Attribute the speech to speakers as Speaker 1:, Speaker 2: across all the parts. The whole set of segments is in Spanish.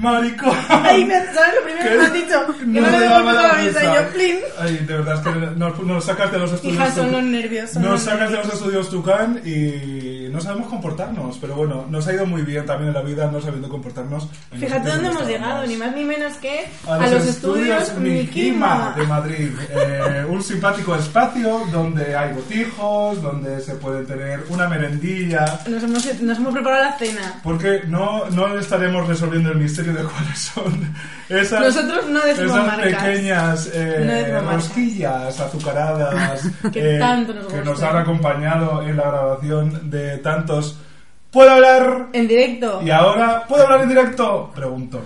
Speaker 1: maricón.
Speaker 2: Ay, me, ¿sabes lo primero
Speaker 1: ¿Qué?
Speaker 2: que me han dicho? Que no,
Speaker 1: me
Speaker 2: le
Speaker 1: da
Speaker 2: debo la cabeza. Y yo, plin.
Speaker 1: Ay, de verdad, es que nos, nos sacas de los estudios.
Speaker 2: Hija, son
Speaker 1: Tucán.
Speaker 2: los nervios. son
Speaker 1: Nos
Speaker 2: los
Speaker 1: sacas de los
Speaker 2: nervios.
Speaker 1: estudios Tucán y no sabemos comportarnos. Pero bueno, nos ha ido muy bien también en la vida no sabiendo comportarnos. en los
Speaker 2: Fíjate
Speaker 1: sitios
Speaker 2: dónde
Speaker 1: donde
Speaker 2: hemos llegado,
Speaker 1: estábamos.
Speaker 2: ni más ni menos que a los, estudios Mikima.
Speaker 1: de Madrid. Eh, un simpático espacio donde hay botijos, donde se puede tener una merendilla.
Speaker 2: Nos hemos, nos hemos preparado la cena.
Speaker 1: Porque no, no estaremos resolviendo el misterio de cuáles son esas,
Speaker 2: Nosotros no decimos
Speaker 1: esas
Speaker 2: marcas.
Speaker 1: pequeñas eh,
Speaker 2: No decimos marcas.
Speaker 1: rosquillas azucaradas
Speaker 2: Que
Speaker 1: eh,
Speaker 2: tanto nos
Speaker 1: que nos
Speaker 2: gustan.
Speaker 1: han acompañado en la grabación de tantos. ¿Puedo hablar?
Speaker 2: En directo.
Speaker 1: Y ahora, ¿puedo hablar en directo? Pregunto.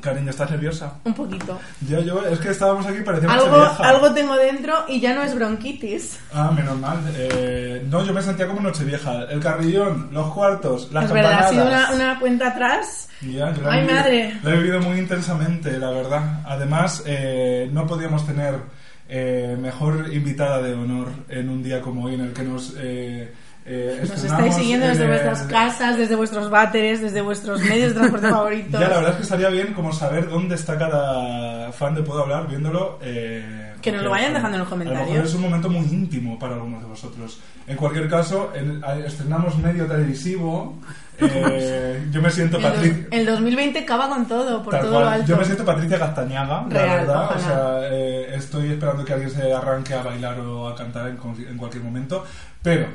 Speaker 1: Cariño, ¿estás nerviosa?
Speaker 2: Un poquito.
Speaker 1: Yo, yo, es que estábamos aquí, parecía mucha
Speaker 2: Algo,
Speaker 1: vieja.
Speaker 2: algo tengo dentro y ya no es bronquitis.
Speaker 1: Ah, menos mal. Eh, no, yo me sentía como Nochevieja. El carrillón, los cuartos, las
Speaker 2: es verdad, ha
Speaker 1: campanadas.
Speaker 2: sido una, una cuenta atrás.
Speaker 1: Ya, yo la he
Speaker 2: Ay,
Speaker 1: vivido-
Speaker 2: madre.
Speaker 1: La he vivido muy intensamente, la verdad. Además, eh, no podíamos tener eh, mejor invitada de honor en un día como hoy, en el que nos... eh, eh,
Speaker 2: Nos
Speaker 1: estrenamos
Speaker 2: estáis siguiendo
Speaker 1: en
Speaker 2: desde
Speaker 1: el-
Speaker 2: vuestras casas, desde vuestros váteres, desde vuestros medios de transporte
Speaker 1: Ya,
Speaker 2: favoritos.
Speaker 1: la verdad es que estaría bien como saber dónde está cada fan de Puedo Hablar viéndolo. eh,
Speaker 2: Que nos lo
Speaker 1: porque,
Speaker 2: vayan dejando en los
Speaker 1: A lo mejor
Speaker 2: comentarios.
Speaker 1: es un momento muy íntimo para algunos de vosotros. En cualquier caso, en- a- estrenamos medio televisivo. eh, yo me siento
Speaker 2: El dos-
Speaker 1: Patricia...
Speaker 2: El 2020 acaba con todo, por
Speaker 1: tal
Speaker 2: todo
Speaker 1: cual.
Speaker 2: lo alto.
Speaker 1: Yo me siento Patricia Castañaga, la
Speaker 2: Real,
Speaker 1: verdad. O
Speaker 2: ojalá.
Speaker 1: sea, eh, estoy esperando que alguien se arranque a bailar o a cantar en, con- en cualquier momento. Pero,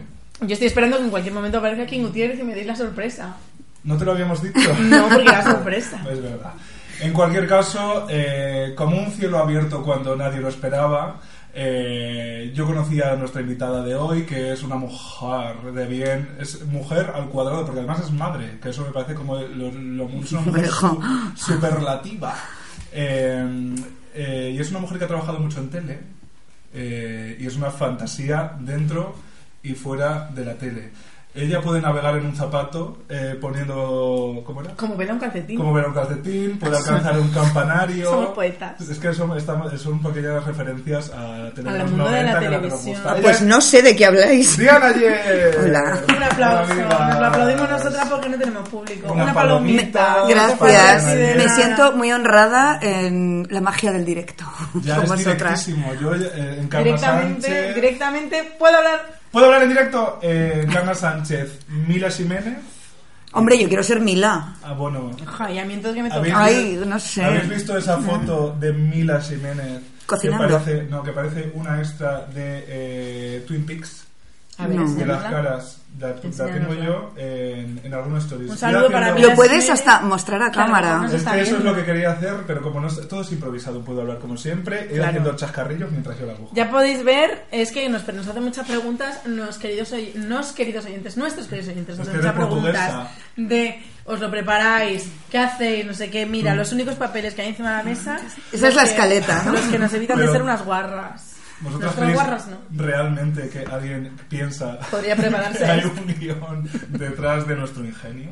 Speaker 2: Yo estoy esperando que en cualquier momento aparezca King Gutiérrez y me deis la sorpresa.
Speaker 1: ¿no te lo habíamos dicho?
Speaker 2: No, porque era sorpresa.
Speaker 1: Es verdad. En cualquier caso, eh, como un cielo abierto cuando nadie lo esperaba, eh, yo conocí a nuestra invitada de hoy, que es una mujer de bien, es mujer al cuadrado, porque además es madre, que eso me parece como lo, lo mucho, una mujer
Speaker 3: Hijo.
Speaker 1: su- superlativa. Eh, eh, y es una mujer que ha trabajado mucho en tele, eh, y es una fantasía dentro y fuera de la tele. Ella puede navegar en un zapato eh, poniendo... ¿Cómo era?
Speaker 2: Como vela un calcetín.
Speaker 1: Como ver un calcetín, puede alcanzar un campanario.
Speaker 2: Somos poetas.
Speaker 1: Es que son, estamos- son pequeñas referencias a televisión.
Speaker 2: Al mundo de la televisión. Ah,
Speaker 4: Pues no sé de qué habláis.
Speaker 1: Pues, ¡Diana Ayer!
Speaker 4: Hola.
Speaker 2: Un aplauso.
Speaker 1: Hola,
Speaker 2: Nos lo aplaudimos
Speaker 1: amigas.
Speaker 2: nosotras porque no tenemos público.
Speaker 1: Una
Speaker 2: Una, palomita.
Speaker 1: palomita.
Speaker 2: no te falta
Speaker 4: Gracias.
Speaker 2: ni de
Speaker 4: Me
Speaker 2: nada.
Speaker 4: siento muy honrada en la magia del directo
Speaker 1: Ya
Speaker 4: con
Speaker 1: es
Speaker 4: vosotras.
Speaker 1: directísimo. Yo eh, en Carla
Speaker 2: Directamente,
Speaker 1: Sánchez.
Speaker 2: directamente puedo hablar.
Speaker 1: ¿Puedo hablar en directo? Eh, Carla Sánchez, Mila Jiménez.
Speaker 4: Hombre, yo quiero ser Mila.
Speaker 1: Ah, bueno.
Speaker 2: Ay, a mí entonces que me
Speaker 1: ¿Habéis
Speaker 2: toca.
Speaker 4: Ay,
Speaker 1: visto-
Speaker 4: no sé.
Speaker 1: ¿Habéis visto esa foto de Mila Jiménez?
Speaker 4: Cocinando.
Speaker 1: Que parece, no, que parece una extra de eh, Twin Peaks.
Speaker 2: A ver,
Speaker 4: No.
Speaker 1: de las
Speaker 2: enséñala.
Speaker 1: caras la, la tengo
Speaker 2: Enséñanosla.
Speaker 1: yo en, en algunos stories.
Speaker 2: Un saludo
Speaker 1: Estoy
Speaker 2: para
Speaker 1: haciendo-
Speaker 2: Mila
Speaker 4: Lo puedes
Speaker 2: Jiménez.
Speaker 4: hasta mostrar a
Speaker 2: Claro,
Speaker 4: cámara.
Speaker 2: no
Speaker 1: Es
Speaker 2: está
Speaker 1: que eso
Speaker 2: bien.
Speaker 1: es lo que quería hacer, pero como no es- todo es improvisado, puedo hablar como siempre. He ido
Speaker 2: Claro.
Speaker 1: haciendo chascarrillos mientras yo la busco.
Speaker 2: Ya podéis ver, es que nos, nos hacen muchas preguntas, nos queridos, oy- nos queridos oyentes, nuestros queridos oyentes, nos
Speaker 1: Es
Speaker 2: hacen
Speaker 1: que
Speaker 2: muchas
Speaker 1: eres
Speaker 2: preguntas
Speaker 1: portuguesa.
Speaker 2: de os lo preparáis, qué hacéis, no sé qué, mira, los únicos papeles que hay encima de la mesa.
Speaker 4: Esa
Speaker 2: los
Speaker 4: es la
Speaker 2: que-
Speaker 4: escaleta, ¿no?
Speaker 2: Los que nos evitan
Speaker 1: Pero-
Speaker 2: de ser unas guarras.
Speaker 1: ¿Vosotras
Speaker 2: Nosotras
Speaker 1: creéis
Speaker 2: guarras no.
Speaker 1: realmente que alguien piensa
Speaker 2: Podría prepararse
Speaker 1: que hay
Speaker 2: esto.
Speaker 1: un guión detrás de nuestro ingenio?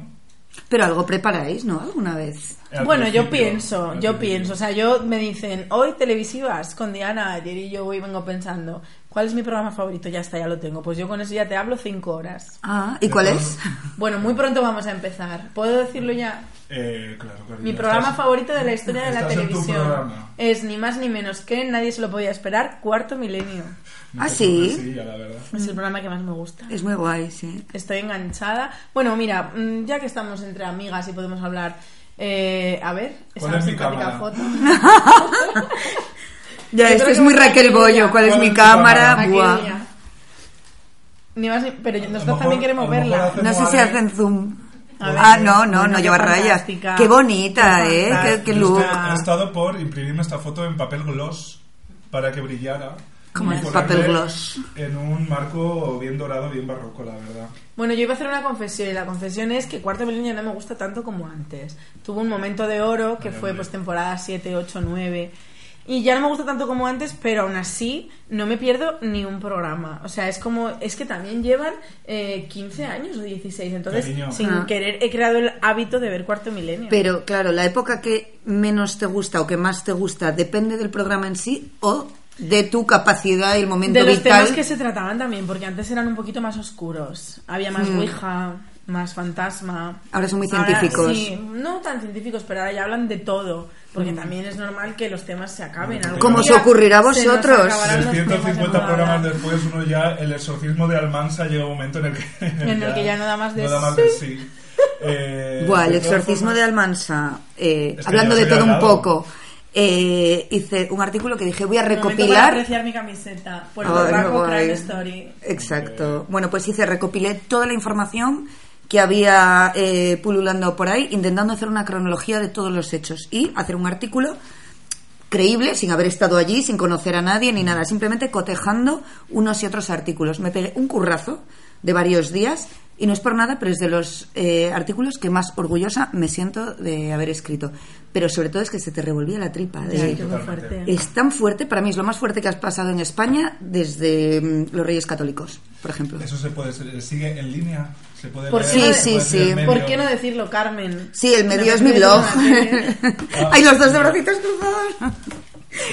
Speaker 4: Pero algo preparáis, ¿no? Alguna vez.
Speaker 1: Al
Speaker 2: bueno, yo
Speaker 1: principio,
Speaker 2: pienso,
Speaker 1: al
Speaker 2: yo
Speaker 1: principio.
Speaker 2: pienso, o sea, yo me dicen, hoy televisivas con Diana ayer y yo hoy vengo pensando, ¿cuál es mi programa favorito? Ya está, ya lo tengo. Pues yo con eso ya te hablo cinco horas.
Speaker 4: Ah, ¿y cuál es?
Speaker 2: Bueno, muy pronto vamos a empezar. ¿Puedo decirlo ya?
Speaker 1: Eh, claro, cariño,
Speaker 2: Mi programa
Speaker 1: estás-
Speaker 2: favorito de la historia de la
Speaker 1: estás en tu
Speaker 2: televisión
Speaker 1: programa.
Speaker 2: es ni más ni menos que Nadie se lo podía esperar, Cuarto Milenio.
Speaker 1: No
Speaker 4: Ah,
Speaker 1: sé
Speaker 4: ¿sí?
Speaker 1: cómo decía, la verdad.
Speaker 2: Es el programa que más me gusta.
Speaker 4: Es muy guay, sí.
Speaker 2: Estoy enganchada. Bueno, mira, mm, ya que estamos entre amigas y podemos hablar, eh, a ver,
Speaker 1: ¿Cuál es mi
Speaker 2: simpática
Speaker 1: cámara?
Speaker 2: foto.
Speaker 4: Ya,
Speaker 2: Yo
Speaker 4: esto
Speaker 2: creo
Speaker 4: es
Speaker 2: que
Speaker 4: muy
Speaker 2: voy a
Speaker 4: Raquel
Speaker 2: ir ya.
Speaker 4: Bollo. ¿Cuál es mi cámara? Buah.
Speaker 2: Aquella. Ni más ni- Pero
Speaker 1: lo
Speaker 2: nosotros
Speaker 1: mejor-
Speaker 2: también
Speaker 1: a
Speaker 2: queremos
Speaker 1: lo mejor
Speaker 2: verla.
Speaker 1: hacemos-
Speaker 4: No sé si hacen zoom.
Speaker 2: A ver.
Speaker 4: Ah, no, no,
Speaker 2: Bueno,
Speaker 4: no
Speaker 2: qué
Speaker 4: lleva rayas.
Speaker 2: fantástica.
Speaker 4: Qué bonita,
Speaker 2: Qué
Speaker 4: ¿eh? Qué,
Speaker 2: fantástica.
Speaker 4: qué
Speaker 1: Yo
Speaker 4: look.
Speaker 1: he estado por imprimirme esta foto en papel gloss para que brillara.
Speaker 4: ¿Cómo
Speaker 1: Y
Speaker 4: es?
Speaker 1: ponerle
Speaker 4: Papel gloss.
Speaker 1: En un marco bien dorado, bien barroco, la verdad.
Speaker 2: Bueno, yo iba a hacer una confesión y la confesión es que Cuarto Milenio no me gusta tanto como antes. Tuvo un momento de oro que
Speaker 1: Vale,
Speaker 2: fue
Speaker 1: hombre.
Speaker 2: pues temporada 7, 8, 9 Y ya no me gusta tanto como antes, pero aún así no me pierdo ni un programa. O sea, es como, es que también llevan eh, 15 años o 16, entonces
Speaker 1: Cariño.
Speaker 2: sin
Speaker 4: Ah.
Speaker 2: querer he creado el hábito de ver cuarto milenio.
Speaker 4: Pero claro, la época que menos te gusta o que más te gusta depende del programa en sí o de tu capacidad y el momento
Speaker 2: de los
Speaker 4: vital.
Speaker 2: temas que se trataban también, porque antes eran un poquito más oscuros. Había más Ouija, más fantasma.
Speaker 4: Hmm. Ahora son muy científicos.
Speaker 2: sí, no tan científicos, pero ahora ya hablan de todo. Porque también es normal que los temas se acaben. Algún
Speaker 1: Como
Speaker 2: día
Speaker 4: Hmm. os ocurrirá a
Speaker 2: se nos
Speaker 4: vosotros.
Speaker 2: acabarán los temas
Speaker 1: 350
Speaker 2: de
Speaker 1: programas
Speaker 2: moda.
Speaker 1: después, uno ya, el exorcismo de Almansa llega un momento en el que,
Speaker 2: En el que ya no da más de sí.
Speaker 1: sí. Eh,
Speaker 4: Buah, el
Speaker 1: de todas
Speaker 4: exorcismo
Speaker 1: formas-
Speaker 4: de Almansa, eh,
Speaker 1: Es que
Speaker 4: hablando
Speaker 1: yo
Speaker 4: de
Speaker 1: soy
Speaker 4: todo un
Speaker 1: halagado.
Speaker 4: poco, eh, hice un artículo que dije voy a
Speaker 2: Momento para
Speaker 4: recopilar...
Speaker 2: apreciar mi camiseta. Puerto
Speaker 4: Ay,
Speaker 2: Rico,
Speaker 4: guay.
Speaker 2: Crime Story.
Speaker 4: Exacto. Bueno, pues hice, recopilé toda la información que había eh, pululando por ahí, intentando hacer una cronología de todos los hechos y hacer un artículo creíble, sin haber estado allí, sin conocer a nadie ni nada, simplemente cotejando unos y otros artículos. Me pegué un currazo de varios días y no es por nada, pero es de los eh, artículos que más orgullosa me siento de haber escrito. Pero sobre todo es que se te revolvía la tripa. De,
Speaker 2: Ay, qué
Speaker 1: totalmente.
Speaker 2: fuerte.
Speaker 4: es tan fuerte, para mí es lo más fuerte que has pasado en España desde mm, los Reyes Católicos, por ejemplo.
Speaker 1: Eso se puede, se- sigue en línea. Se puede
Speaker 2: ¿Por
Speaker 1: leer,
Speaker 2: qué no-
Speaker 1: se puede
Speaker 4: sí,
Speaker 1: leer
Speaker 4: sí.
Speaker 1: medio.
Speaker 2: ¿Por qué no decirlo, Carmen?
Speaker 4: Sí, el medio
Speaker 2: Me
Speaker 4: es mi
Speaker 2: parece
Speaker 4: blog.
Speaker 2: una-
Speaker 4: Hay los dos de bracitos
Speaker 1: Ah,
Speaker 4: cruzados.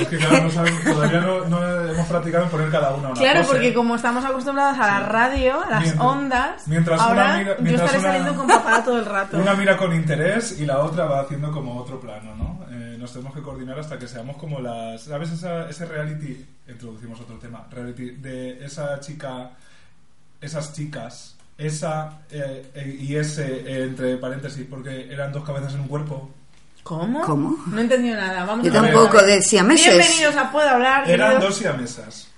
Speaker 1: Es que claro, no sabemos, todavía no, no hemos practicado en poner cada uno una
Speaker 2: Claro,
Speaker 1: pose.
Speaker 2: porque como estamos acostumbrados a la radio, a las
Speaker 1: Mientras-
Speaker 2: ondas,
Speaker 1: mientras una
Speaker 2: ahora
Speaker 1: mira-
Speaker 2: yo
Speaker 1: mientras
Speaker 2: estaré
Speaker 1: una-
Speaker 2: saliendo con papá todo el rato.
Speaker 1: Una mira con interés y la otra va haciendo como otro plano, ¿no? Eh, nos tenemos que coordinar hasta que seamos como las... ¿Sabes esa- ese reality? Introducimos otro tema. Reality de esa chica... Esas chicas. Esa eh, eh, y ese eh, entre paréntesis porque eran dos cabezas en un cuerpo.
Speaker 2: ¿Cómo?
Speaker 4: ¿Cómo?
Speaker 2: No he entendido nada. Vamos
Speaker 4: Yo
Speaker 2: a ver.
Speaker 1: tampoco,
Speaker 4: de siameses.
Speaker 2: Bienvenidos a Puedo Hablar.
Speaker 1: Eran
Speaker 2: queridos-
Speaker 1: dos siamesas.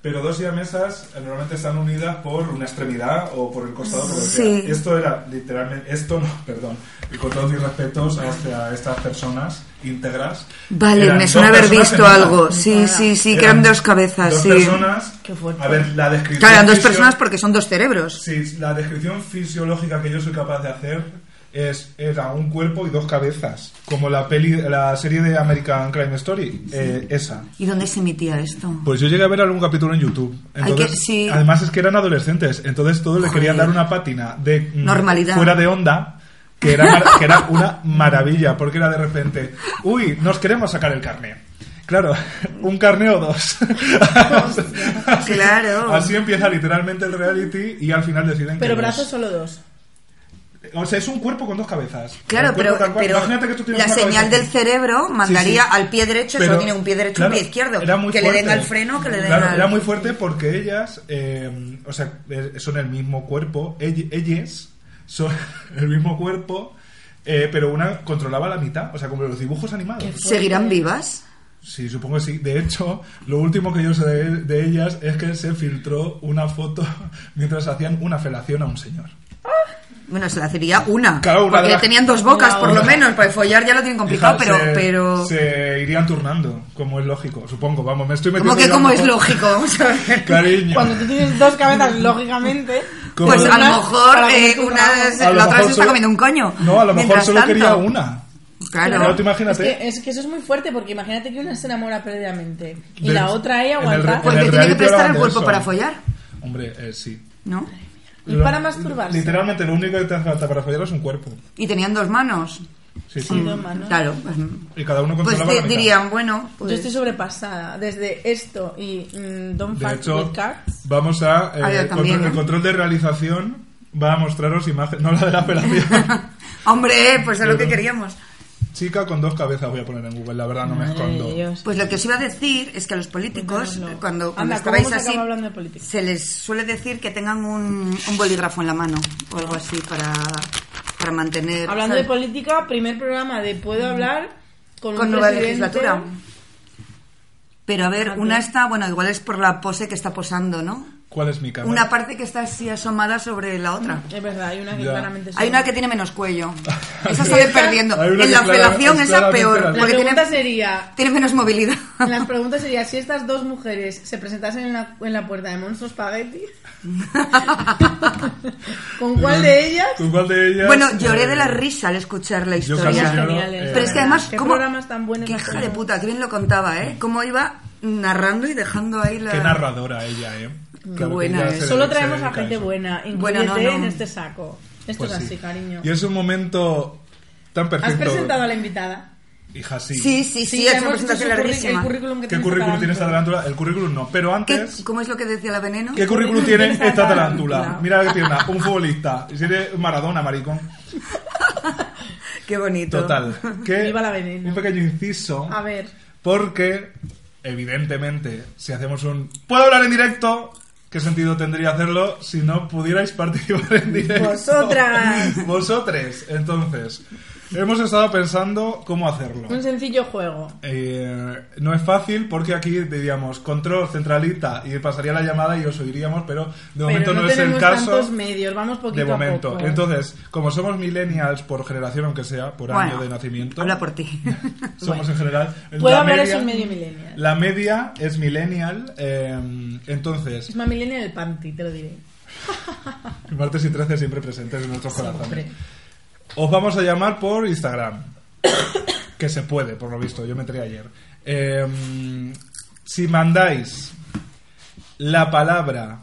Speaker 1: Pero dos siamesas eh, normalmente están unidas por una extremidad o por el costado. por lo que sea.
Speaker 4: Sí.
Speaker 1: Esto era literalmente, esto no, perdón, y con todos mis respetos hacia estas personas íntegras.
Speaker 4: Vale,
Speaker 1: eran
Speaker 4: me
Speaker 1: dos
Speaker 4: suena haber
Speaker 1: personas
Speaker 4: visto
Speaker 1: en una.
Speaker 4: algo. Sí, sí, sí, que eran dos cabezas,
Speaker 1: dos
Speaker 4: sí.
Speaker 1: personas.
Speaker 2: Qué fuerte.
Speaker 1: A ver, la descripción.
Speaker 4: Claro, eran dos
Speaker 1: fisio-
Speaker 4: personas porque son dos cerebros.
Speaker 1: Sí, la descripción fisiológica que yo soy capaz de hacer es era un cuerpo y dos cabezas, como la peli, la serie de American Crime Story, eh, esa.
Speaker 4: ¿Y dónde se emitía esto?
Speaker 1: Pues yo llegué a ver algún capítulo en YouTube.
Speaker 4: Hay
Speaker 1: Entonces,
Speaker 4: que- sí.
Speaker 1: Además es que eran adolescentes, entonces todos le
Speaker 4: Joder.
Speaker 1: querían dar una pátina de mm,
Speaker 4: Normalidad.
Speaker 1: fuera de onda. Que era, mar- que era una maravilla, porque era de repente, uy, nos queremos sacar el carné. Claro, un carné o dos. Así-
Speaker 4: Claro.
Speaker 1: Así empieza literalmente el reality y al final deciden
Speaker 2: Pero
Speaker 1: que
Speaker 2: brazos
Speaker 1: los-
Speaker 2: solo dos.
Speaker 1: O sea, es un cuerpo con dos cabezas.
Speaker 4: Claro,
Speaker 1: Un cuerpo
Speaker 4: pero,
Speaker 1: tal cual.
Speaker 4: pero
Speaker 1: Imagínate que tú tienes
Speaker 4: la
Speaker 1: una
Speaker 4: señal
Speaker 1: cabeza
Speaker 4: del
Speaker 1: aquí.
Speaker 4: cerebro mandaría
Speaker 1: Sí, sí.
Speaker 4: al pie derecho,
Speaker 1: Pero,
Speaker 4: solo tiene un pie derecho y un
Speaker 1: claro,
Speaker 4: pie izquierdo.
Speaker 1: era muy
Speaker 4: que le den
Speaker 1: fuerte.
Speaker 4: al freno, que le den
Speaker 1: Claro,
Speaker 4: al...
Speaker 1: Era muy fuerte porque ellas, eh, o sea, eh, son el mismo cuerpo, ell- ellas son el mismo cuerpo, eh, pero una controlaba la mitad, o sea, como los dibujos animados.
Speaker 4: ¿Seguirán vivas?
Speaker 1: Sí, supongo que sí. De hecho, lo último que yo sé de, de ellas es que se filtró una foto mientras hacían una felación a un señor.
Speaker 4: Bueno, se la sería una.
Speaker 1: Claro, una
Speaker 4: porque
Speaker 1: de
Speaker 4: le
Speaker 1: las-
Speaker 4: tenían dos bocas,
Speaker 2: Una,
Speaker 4: por lo
Speaker 1: una.
Speaker 4: menos. Para follar ya lo tienen complicado,
Speaker 1: Hija,
Speaker 4: pero...
Speaker 1: se,
Speaker 4: pero...
Speaker 1: se irían turnando, como es lógico, supongo. Vamos, me estoy metiendo.
Speaker 4: Como que
Speaker 1: ya
Speaker 4: como
Speaker 1: un
Speaker 4: es
Speaker 1: poco-
Speaker 4: lógico, vamos a ver.
Speaker 1: Cariño.
Speaker 2: Cuando tú tienes dos cabezas, lógicamente.
Speaker 1: Como-
Speaker 4: Pues a
Speaker 1: Una
Speaker 4: lo mejor
Speaker 2: para comer
Speaker 4: eh,
Speaker 2: tu
Speaker 4: una
Speaker 2: trabajo.
Speaker 4: se-
Speaker 1: A lo
Speaker 4: la otra
Speaker 1: mejor
Speaker 4: se está
Speaker 1: solo-
Speaker 4: comiendo un coño.
Speaker 1: No, a lo mejor
Speaker 4: Mientras
Speaker 1: solo
Speaker 4: tanto. Ah,
Speaker 1: quería una.
Speaker 4: Claro.
Speaker 1: No te imagínate.
Speaker 2: Es que, es que eso es muy fuerte porque imagínate que una se enamora previamente y
Speaker 1: De-
Speaker 2: la otra ella
Speaker 1: en el
Speaker 2: aguanta.
Speaker 1: re- en
Speaker 4: Porque
Speaker 1: el
Speaker 4: tiene que
Speaker 1: reality
Speaker 4: prestar
Speaker 1: hablaban
Speaker 4: el
Speaker 1: de
Speaker 4: cuerpo
Speaker 1: eso.
Speaker 4: para follar,
Speaker 1: Hombre, eh, sí.
Speaker 4: ¿no?
Speaker 2: Y para masturbarse.
Speaker 1: Literalmente, lo único que te hace falta para follar es un cuerpo.
Speaker 4: Y tenían dos manos.
Speaker 1: Sí, sí.
Speaker 2: Sí, dos manos.
Speaker 4: Claro. pues,
Speaker 1: Y cada uno
Speaker 4: Pues
Speaker 1: controlaba
Speaker 4: te
Speaker 1: la mitad.
Speaker 4: dirían, bueno,
Speaker 2: Yo
Speaker 4: pues...
Speaker 2: estoy sobrepasada. Desde esto y mm, Don't
Speaker 1: De
Speaker 2: Fuck
Speaker 1: hecho,
Speaker 2: with Cats.
Speaker 1: vamos a. eh,
Speaker 4: Ah, ya, también,
Speaker 1: control-
Speaker 4: ¿no?
Speaker 1: El control de realización va a mostraros imagen. No la de la operación.
Speaker 4: Hombre, pues es lo que
Speaker 1: Pero-
Speaker 4: queríamos.
Speaker 1: Chica con dos cabezas voy a poner en Google, la verdad, no me
Speaker 2: Madre de
Speaker 1: escondo.
Speaker 2: Eh, Dios.
Speaker 4: Pues lo que os iba a decir es que a los políticos,
Speaker 2: Cuéntanoslo.
Speaker 4: eh, cuando, cuando
Speaker 2: Anda, ¿cómo
Speaker 4: estabais
Speaker 2: hemos
Speaker 4: así,
Speaker 2: acabado hablando de política?
Speaker 4: se les suele decir que tengan un, un bolígrafo en la mano o algo así para, para mantener...
Speaker 2: Hablando de
Speaker 4: ¿sabes? Mm.
Speaker 2: política, primer programa de Puedo hablar con,
Speaker 4: con
Speaker 2: un
Speaker 4: nueva
Speaker 2: presidente.
Speaker 4: legislatura. Pero a ver,
Speaker 2: Fíjate.
Speaker 4: una está, bueno, igual es por la pose que está posando, ¿no?
Speaker 1: ¿Cuál es mi cámara?
Speaker 4: Una parte que está así asomada sobre la otra.
Speaker 2: Es verdad, hay una que
Speaker 1: Ya.
Speaker 2: claramente
Speaker 4: Hay una que tiene menos cuello. Esa sale perdiendo.
Speaker 1: Hay una
Speaker 4: En
Speaker 1: que
Speaker 4: la
Speaker 1: clara-
Speaker 4: felación
Speaker 1: es
Speaker 4: esa
Speaker 1: claramente
Speaker 4: peor,
Speaker 1: la-
Speaker 2: La
Speaker 4: porque tiene,
Speaker 2: pregunta sería.
Speaker 4: tiene menos movilidad.
Speaker 2: La pregunta sería si estas dos mujeres se presentasen en la, en la puerta de Monstruos Spaghetti ¿Con cuál de ellas?
Speaker 1: ¿Con cuál de ellas?
Speaker 4: Bueno, lloré de la
Speaker 1: Eh,
Speaker 4: risa al escuchar la
Speaker 1: Yo casi
Speaker 4: historia.
Speaker 1: lloro,
Speaker 2: Geniales.
Speaker 1: eh,
Speaker 4: Pero es que además,
Speaker 2: Qué
Speaker 4: ¿cómo?
Speaker 2: programas tan buenos
Speaker 4: Qué
Speaker 2: los
Speaker 4: hija de
Speaker 2: tenemos.
Speaker 4: puta, qué bien lo contaba, ¿eh? Cómo iba narrando y dejando ahí la.
Speaker 1: Qué narradora ella, ¿eh? que
Speaker 4: buena
Speaker 1: ella
Speaker 4: es.
Speaker 1: se
Speaker 2: Solo
Speaker 1: dedica- se
Speaker 2: traemos a
Speaker 1: dedica
Speaker 2: gente
Speaker 1: eso.
Speaker 2: buena. Incluyete
Speaker 4: Bueno, no, no.
Speaker 2: en este saco. Esto
Speaker 1: Pues
Speaker 2: es
Speaker 1: sí.
Speaker 2: así, cariño.
Speaker 1: Y es un momento tan
Speaker 2: ¿Has
Speaker 1: perfecto.
Speaker 2: presentado a la invitada?
Speaker 1: Hija, sí.
Speaker 4: Sí, sí, sí,
Speaker 2: ya
Speaker 4: ha hecho
Speaker 2: hemos
Speaker 4: una
Speaker 2: hecho su
Speaker 4: presentación
Speaker 2: curri-
Speaker 4: larguísima.
Speaker 2: El currículum que
Speaker 1: ¿Qué
Speaker 2: tienes
Speaker 1: currículum
Speaker 2: catalán.
Speaker 1: tiene esta tarántula? El currículum no, pero
Speaker 4: ¿Qué-
Speaker 1: antes...
Speaker 4: ¿Cómo es lo que decía la veneno?
Speaker 1: ¿Qué currículum
Speaker 2: currículum
Speaker 1: tiene
Speaker 2: tiene
Speaker 1: esta
Speaker 2: esta
Speaker 1: tarántula?
Speaker 2: tarántula?
Speaker 1: Mira qué pierna, un futbolista. Si eres Maradona, maricón.
Speaker 4: Qué bonito.
Speaker 1: Total. Que
Speaker 2: Viva la veneno.
Speaker 1: Un pequeño inciso.
Speaker 2: A ver.
Speaker 1: Porque, evidentemente, si hacemos un... ¿Puedo hablar en directo? ¿Qué sentido tendría hacerlo si no pudierais participar en directo?
Speaker 2: Vosotras.
Speaker 1: Vosotres. Entonces, hemos estado pensando cómo hacerlo.
Speaker 2: Un sencillo juego.
Speaker 1: Eh, no es fácil porque aquí diríamos control, centralita y pasaría la llamada y os oiríamos, pero de momento
Speaker 2: Pero no,
Speaker 1: no, es el
Speaker 2: tenemos
Speaker 1: caso
Speaker 2: tantos medios, vamos poquito
Speaker 1: de momento.
Speaker 2: a poco.
Speaker 1: Entonces, como somos millennials por generación, aunque sea, por año
Speaker 4: Bueno,
Speaker 1: de nacimiento,
Speaker 4: Habla por ti.
Speaker 1: somos en general.
Speaker 2: Puedo
Speaker 1: la
Speaker 2: hablar
Speaker 1: media-
Speaker 2: eso en medio millennial.
Speaker 1: La media es millennial, eh, entonces,
Speaker 2: Es más millennial el panty, te lo diré.
Speaker 1: martes y 13 siempre presentes en nuestros corazones.
Speaker 2: Siempre.
Speaker 1: Os vamos a llamar por Instagram. que se puede, por lo visto. Yo me enteré ayer. Eh, si mandáis la palabra...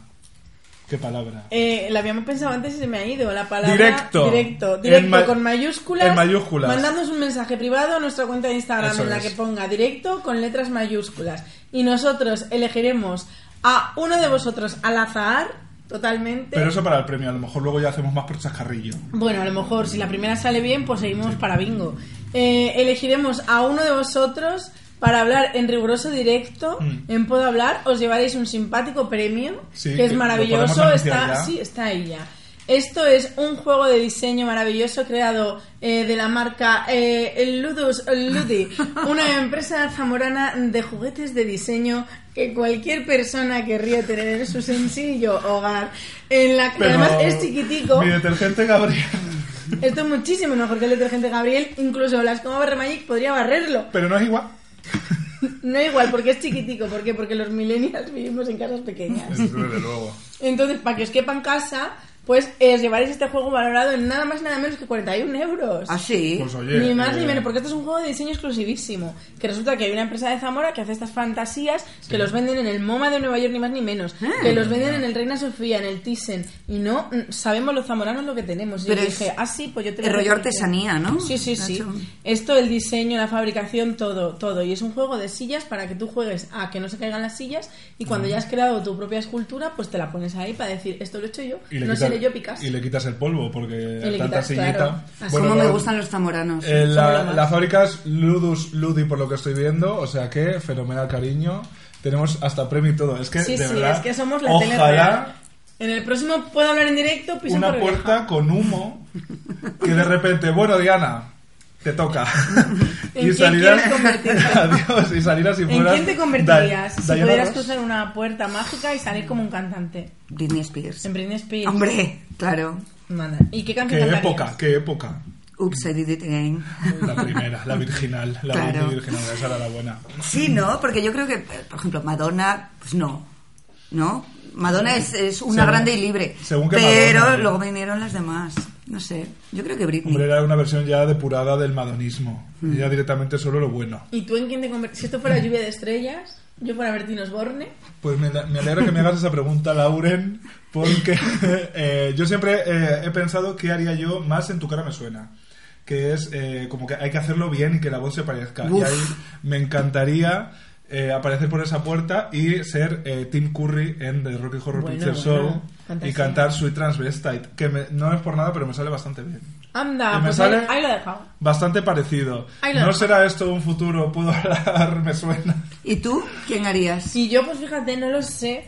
Speaker 1: ¿Qué palabra?
Speaker 2: Eh, la habíamos pensado antes y se me ha ido. La palabra
Speaker 1: Directo.
Speaker 2: Directo,
Speaker 1: En
Speaker 2: directo,
Speaker 1: ma-
Speaker 2: con mayúsculas.
Speaker 1: en mayúsculas.
Speaker 2: Mandándonos un mensaje privado a nuestra cuenta de Instagram
Speaker 1: Eso
Speaker 2: en la
Speaker 1: es.
Speaker 2: que ponga directo con letras mayúsculas. Y nosotros elegiremos a uno de vosotros al azar, totalmente.
Speaker 1: Pero eso para el premio. A lo mejor luego ya hacemos más por chascarrillo.
Speaker 2: Bueno, a lo mejor si la primera sale bien, pues seguimos para bingo. Eh, elegiremos a uno de vosotros para hablar en riguroso directo.
Speaker 1: Mm.
Speaker 2: En Puedo Hablar os llevaréis un simpático premio,
Speaker 1: Sí,
Speaker 2: que es
Speaker 1: que lo
Speaker 2: maravilloso.
Speaker 1: podemos anunciar
Speaker 2: Está,
Speaker 1: ya.
Speaker 2: sí, está ahí ya. Esto es un juego de diseño maravilloso creado eh, de la marca eh, el Ludus el Ludi, una empresa zamorana de juguetes de diseño que cualquier persona querría tener en su sencillo hogar. En la que
Speaker 1: Pero
Speaker 2: además es chiquitico.
Speaker 1: Mi detergente Gabriel...
Speaker 2: Esto es muchísimo mejor que el detergente Gabriel. Incluso las como barre Magic podría barrerlo.
Speaker 1: Pero no es igual.
Speaker 2: No igual, porque es chiquitico. ¿Por qué? Porque los millennials vivimos en casas pequeñas.
Speaker 1: Desde luego.
Speaker 2: Entonces, para que os quepa en casa, pues eh, os llevaréis este juego valorado en nada más nada menos que 41 euros.
Speaker 4: Así.
Speaker 1: Pues oye...
Speaker 2: Ni más
Speaker 1: eh,
Speaker 2: ni menos, porque esto es un juego de diseño exclusivísimo. Que resulta que hay una empresa de Zamora que hace estas fantasías que los venden en el MoMA de Nueva York, ni más ni menos.
Speaker 4: Ah.
Speaker 2: que los venden en el Reina Sofía, en el Thyssen. Y no mm, sabemos los zamoranos lo que tenemos. Y yo
Speaker 4: Pero es
Speaker 2: dije, ah, sí, pues yo te lo
Speaker 4: el rollo
Speaker 2: recomiendo".
Speaker 4: artesanía, ¿no?
Speaker 2: Sí, sí, sí.
Speaker 4: Nacho.
Speaker 2: Esto, el diseño, la fabricación, todo, todo. Y es un juego de sillas para que tú juegues a que no se caigan las sillas. Y cuando ya has creado tu propia escultura, pues te la pones ahí para decir, esto lo he hecho yo,
Speaker 1: y le
Speaker 2: no
Speaker 1: quitas-
Speaker 2: seré yo Picasso.
Speaker 1: Y le quitas el polvo, porque
Speaker 2: Y le
Speaker 1: tanta
Speaker 2: quitas,
Speaker 1: sillita...
Speaker 2: claro. Así
Speaker 4: ¿Cómo me
Speaker 1: no-
Speaker 4: gustan los zamoranos?
Speaker 1: Eh,
Speaker 2: Son lo
Speaker 1: la,
Speaker 2: más.
Speaker 1: la fábrica es Ludus Ludi, por lo que estoy viendo. O sea que, fenomenal cariño. Tenemos hasta premio y todo. Es que,
Speaker 2: Sí,
Speaker 1: de
Speaker 2: sí,
Speaker 1: verdad,
Speaker 2: es que somos la tele real.
Speaker 1: Ojalá
Speaker 2: En el próximo puedo hablar en directo, pues, piso
Speaker 1: una
Speaker 2: por
Speaker 1: puerta con humo que de repente, bueno, Diana, te toca.
Speaker 2: ¿En quién quieres convertirte?
Speaker 1: Adiós, y salirás si
Speaker 2: ¿En
Speaker 1: fueras.
Speaker 2: quién te convertirías
Speaker 1: Di-
Speaker 2: si
Speaker 1: Diana
Speaker 2: pudieras
Speaker 1: Ross.
Speaker 2: cruzar una puerta mágica y salir como un cantante?
Speaker 4: Britney Spears.
Speaker 2: En Britney Spears.
Speaker 4: Hombre, claro.
Speaker 2: Manda. ¿Y qué canción
Speaker 1: Qué
Speaker 2: cantarías?
Speaker 1: época, qué época.
Speaker 4: Oops, I did it again.
Speaker 1: La primera, la virginal, la
Speaker 4: Claro.
Speaker 1: Britney virginal, esa era la buena.
Speaker 4: Sí, ¿no? Porque yo creo que, eh, por ejemplo, Madonna, pues no. ¿No? Madonna es, es una
Speaker 1: Según-
Speaker 4: grande y libre.
Speaker 1: según qué
Speaker 4: pero
Speaker 1: Madonna, ¿eh?
Speaker 4: luego vinieron las demás. No sé. Yo creo que Britney.
Speaker 1: Hombre, era una versión ya depurada del madonismo. Ya directamente solo lo bueno.
Speaker 2: ¿Y tú en quién te convertirías? Si esto fuera lluvia de estrellas, yo fuera Bertino Osborne.
Speaker 1: Pues me, me alegra que me hagas esa pregunta, Lauren, porque eh, yo siempre eh, he pensado qué haría yo más en tu cara me suena. Que es eh, como que hay que hacerlo bien y que la voz se parezca. Y
Speaker 4: Uf.
Speaker 1: ahí me encantaría eh, aparecer por esa puerta y ser eh, Tim Curry en The Rocky Horror
Speaker 2: Bueno,
Speaker 1: Picture
Speaker 2: bueno,
Speaker 1: Show y
Speaker 2: fantasía.
Speaker 1: cantar Sweet Transvestite. Que me- no es por nada, pero me sale bastante bien. Y
Speaker 2: Anda,
Speaker 1: me
Speaker 2: pues
Speaker 1: sale-
Speaker 2: ahí, ahí lo he dejado.
Speaker 1: Bastante parecido.
Speaker 2: Ay, lo-
Speaker 1: ¿No será esto un futuro? ¿Puedo hablar? Me suena.
Speaker 4: ¿Y tú? ¿Quién harías?
Speaker 2: Si yo, pues fíjate, no lo sé.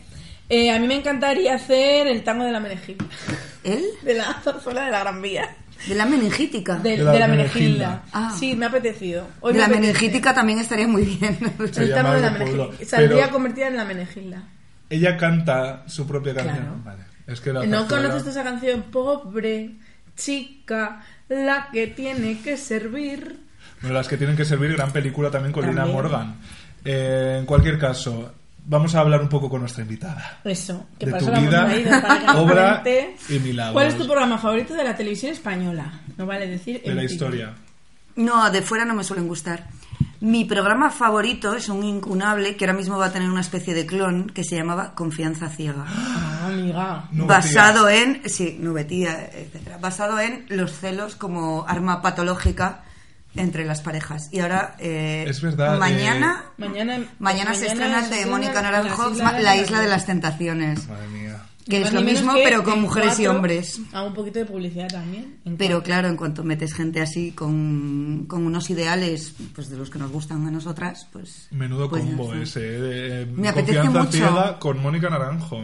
Speaker 2: Eh, a mí me encantaría hacer el tango de la menegilda.
Speaker 4: ¿Él?
Speaker 2: De la zarzuela de la Gran Vía.
Speaker 4: De la meningítica.
Speaker 2: De,
Speaker 1: De
Speaker 2: de
Speaker 1: la
Speaker 2: la,
Speaker 1: menegilda.
Speaker 2: menegilda.
Speaker 4: Ah.
Speaker 2: Sí, me ha apetecido. Hoy
Speaker 4: De
Speaker 2: me
Speaker 4: la
Speaker 2: apetece.
Speaker 4: meningítica también estaría muy bien.
Speaker 1: Se
Speaker 2: El
Speaker 1: llama
Speaker 2: tamo de la
Speaker 1: algo pueblo,
Speaker 2: menegilda. Saldría
Speaker 1: pero-
Speaker 2: convertida en la menegilda.
Speaker 1: Ella canta su propia canción.
Speaker 2: Claro.
Speaker 1: Vale. Es que la
Speaker 2: ¿No
Speaker 1: zarzuela-
Speaker 2: conoces esa canción? Pobre chica, la que tiene que servir.
Speaker 1: Bueno, las que tienen que servir, gran película también con Lina
Speaker 2: También.
Speaker 1: Morgan. Eh, en cualquier caso, vamos a hablar un poco con nuestra invitada.
Speaker 2: Eso, que
Speaker 1: de
Speaker 2: para
Speaker 1: tu
Speaker 2: eso la hemos
Speaker 1: vida,
Speaker 2: traído, para que nos
Speaker 1: obra
Speaker 2: cuente
Speaker 1: y milagros.
Speaker 2: ¿Cuál es tu programa favorito de la televisión española? No vale decir
Speaker 1: de
Speaker 2: el
Speaker 1: la
Speaker 2: título.
Speaker 1: historia.
Speaker 4: No, de fuera no me suelen gustar. Mi programa favorito es un incunable que ahora mismo va a tener una especie de clon que se llamaba Confianza Ciega.
Speaker 2: Ah, amiga.
Speaker 1: No,
Speaker 4: basado en. Sí, nubetía, etcétera. Basado en los celos como arma patológica entre las parejas. Y ahora. eh,
Speaker 1: Es verdad, eh,
Speaker 4: Mañana.
Speaker 2: Mañana,
Speaker 4: Mañana se estrena el de
Speaker 2: estrena
Speaker 4: Mónica
Speaker 2: en las
Speaker 4: Naranjo,
Speaker 2: Islas de
Speaker 4: La Isla de las Tentaciones,
Speaker 1: Madre mía.
Speaker 4: que
Speaker 2: Ni
Speaker 4: es
Speaker 2: más
Speaker 4: lo
Speaker 2: ni menos
Speaker 4: mismo
Speaker 2: que
Speaker 4: pero con
Speaker 2: en
Speaker 4: mujeres y
Speaker 2: cuatro
Speaker 4: hombres.
Speaker 2: Hago un poquito de publicidad también. en
Speaker 4: Pero
Speaker 2: cuatro.
Speaker 4: claro, en cuanto metes gente así con, con unos ideales pues de los que nos gustan a nosotras, pues...
Speaker 1: Menudo
Speaker 4: pues ya
Speaker 1: combo
Speaker 4: está.
Speaker 1: ese. eh, eh,
Speaker 4: Me apetece
Speaker 1: Confianza
Speaker 4: mucho.
Speaker 1: ciega con Mónica Naranjo.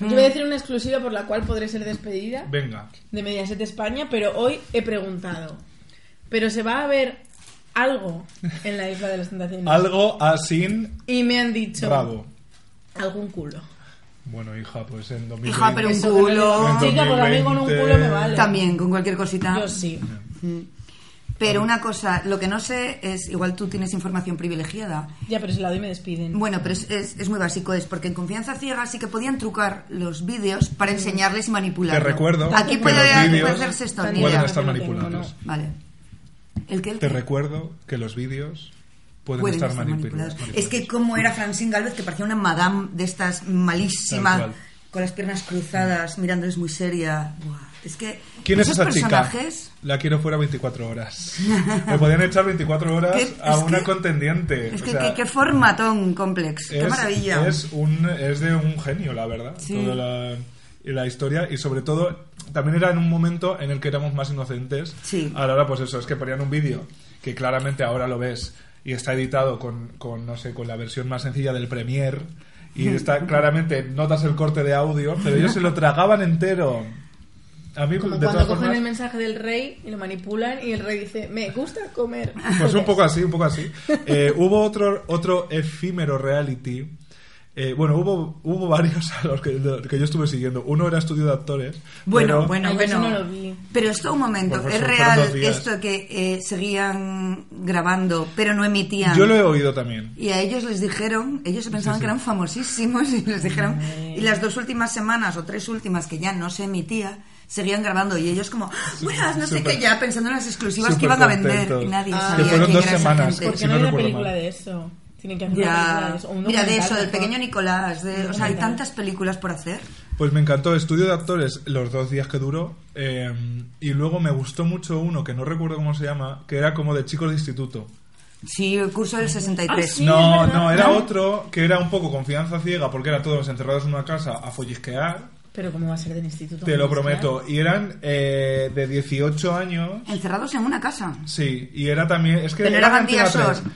Speaker 2: Yo
Speaker 4: mm.
Speaker 2: voy a decir una exclusiva por la cual podré ser despedida
Speaker 1: Venga.
Speaker 2: de Mediaset España, pero hoy he preguntado. ¿Pero se va a ver algo en la Isla de las Tentaciones?
Speaker 1: Algo así
Speaker 2: Y me han dicho...
Speaker 1: bravo.
Speaker 2: Algún culo.
Speaker 1: Bueno, hija, pues en 2020.
Speaker 4: Hija, pero un
Speaker 2: Eso que
Speaker 4: culo...
Speaker 2: le digo. Chica, pues a mí con un
Speaker 1: 2020.
Speaker 2: culo me vale.
Speaker 4: También, con cualquier cosita.
Speaker 2: Yo sí.
Speaker 4: Pero una cosa, lo que no sé es, igual tú tienes información privilegiada.
Speaker 2: Ya, pero se la doy y me despiden.
Speaker 4: Bueno, pero es, es- es muy básico, es porque en Confianza Ciega sí que podían trucar los vídeos para enseñarles y
Speaker 1: Te
Speaker 4: manipularlo.
Speaker 1: recuerdo
Speaker 4: Aquí
Speaker 1: que
Speaker 4: puede
Speaker 1: los vídeos
Speaker 4: puede hacerse esto,
Speaker 2: Pueden
Speaker 4: ni idea.
Speaker 1: pueden estar
Speaker 2: No tengo,
Speaker 1: manipulados.
Speaker 2: no.
Speaker 4: Vale. ¿El que
Speaker 1: Te recuerdo que los vídeos pueden,
Speaker 4: pueden
Speaker 1: estar,
Speaker 4: estar
Speaker 1: manipulados.
Speaker 4: manipulados. Es que como era Francine Galvez, que parecía una madame de estas
Speaker 1: Tal
Speaker 4: malísima,
Speaker 1: cual.
Speaker 4: con las piernas cruzadas, mirándoles muy seria. Buah, Es que
Speaker 1: ¿Quién es
Speaker 4: esos
Speaker 1: esa
Speaker 4: personajes,
Speaker 1: chica? La quiero fuera 24 horas. Me podían echar 24 horas
Speaker 4: ¿Qué-
Speaker 1: a
Speaker 4: es
Speaker 1: una
Speaker 4: que-
Speaker 1: contendiente.
Speaker 4: Es
Speaker 1: Eh, O
Speaker 4: que
Speaker 1: sea,
Speaker 4: qué, qué formatón complex, qué
Speaker 1: es-
Speaker 4: maravilla.
Speaker 1: Es, un, es de un genio, la verdad.
Speaker 4: Sí.
Speaker 1: Toda la, y la historia. Y sobre todo, también era en un momento en el que éramos más inocentes.
Speaker 4: Sí.
Speaker 1: A la hora, pues eso, es que ponían un vídeo que claramente ahora lo ves y está editado con, con, no sé, con la versión más sencilla del Premiere. Y está claramente, notas el corte de audio, pero ellos se lo tragaban entero. A mí,
Speaker 2: Como
Speaker 1: de
Speaker 2: cuando
Speaker 1: todas
Speaker 2: cogen
Speaker 1: formas,
Speaker 2: el mensaje del rey y lo manipulan y el rey dice, me gusta
Speaker 4: Ah,
Speaker 2: comer.
Speaker 1: Pues un poco así, un poco así. Eh, hubo otro, otro efímero reality. Eh, bueno, hubo, hubo varios a los que, los que yo estuve siguiendo. Uno era estudio de actores.
Speaker 4: Bueno,
Speaker 1: pero-
Speaker 4: bueno,
Speaker 2: Ay, yo eso
Speaker 4: bueno.
Speaker 2: no lo vi.
Speaker 4: Pero esto un momento,
Speaker 1: Pues
Speaker 4: es
Speaker 1: fueron
Speaker 4: real
Speaker 1: dos días.
Speaker 4: esto que eh, seguían grabando, pero no emitían.
Speaker 1: Yo lo he oído también.
Speaker 4: Y a ellos les dijeron, ellos se
Speaker 1: Sí,
Speaker 4: pensaban
Speaker 1: sí.
Speaker 4: que eran famosísimos y les dijeron, y las dos últimas semanas o tres últimas que ya no se emitía, seguían grabando y ellos como, "Ah, buenas, no sé
Speaker 1: Súper-
Speaker 4: qué, ya pensando en las exclusivas que
Speaker 1: súper
Speaker 4: iban a vender
Speaker 1: contentos.
Speaker 4: y nadie
Speaker 2: Ah.
Speaker 4: sabía
Speaker 2: Que fueron
Speaker 4: quién
Speaker 1: dos
Speaker 4: era esa
Speaker 1: semanas.
Speaker 4: gente.
Speaker 2: Porque
Speaker 1: Si
Speaker 2: no,
Speaker 1: no
Speaker 2: hay una
Speaker 1: recuerdo
Speaker 2: película
Speaker 1: mal.
Speaker 2: de eso. Tienen que hacer una película de
Speaker 4: Ya,
Speaker 2: eso. o un
Speaker 4: mira de
Speaker 2: documental,
Speaker 4: eso, del
Speaker 2: mejor.
Speaker 4: pequeño Nicolás, de, o sea, hay
Speaker 2: documental.
Speaker 4: tantas películas por hacer.
Speaker 1: Pues me encantó estudio de actores los dos días que duró. eh, y luego me gustó mucho uno que no recuerdo cómo se llama, que era como de chicos de instituto.
Speaker 4: Sí, el curso del 63.
Speaker 2: Ah, sí.
Speaker 1: no,
Speaker 2: es verdad.
Speaker 1: no, era
Speaker 2: Ah.
Speaker 1: otro que era un poco confianza ciega porque eran todos encerrados en una casa a follisquear.
Speaker 2: Pero ¿cómo va a ser del instituto?
Speaker 1: Te lo
Speaker 2: Claro.
Speaker 1: prometo. Y eran eh, de 18 años.
Speaker 4: Encerrados en una casa.
Speaker 1: Sí, y era también. Es que
Speaker 4: Pero
Speaker 1: era
Speaker 4: era
Speaker 1: de Antena
Speaker 4: Gandía
Speaker 1: 3.
Speaker 4: Sor.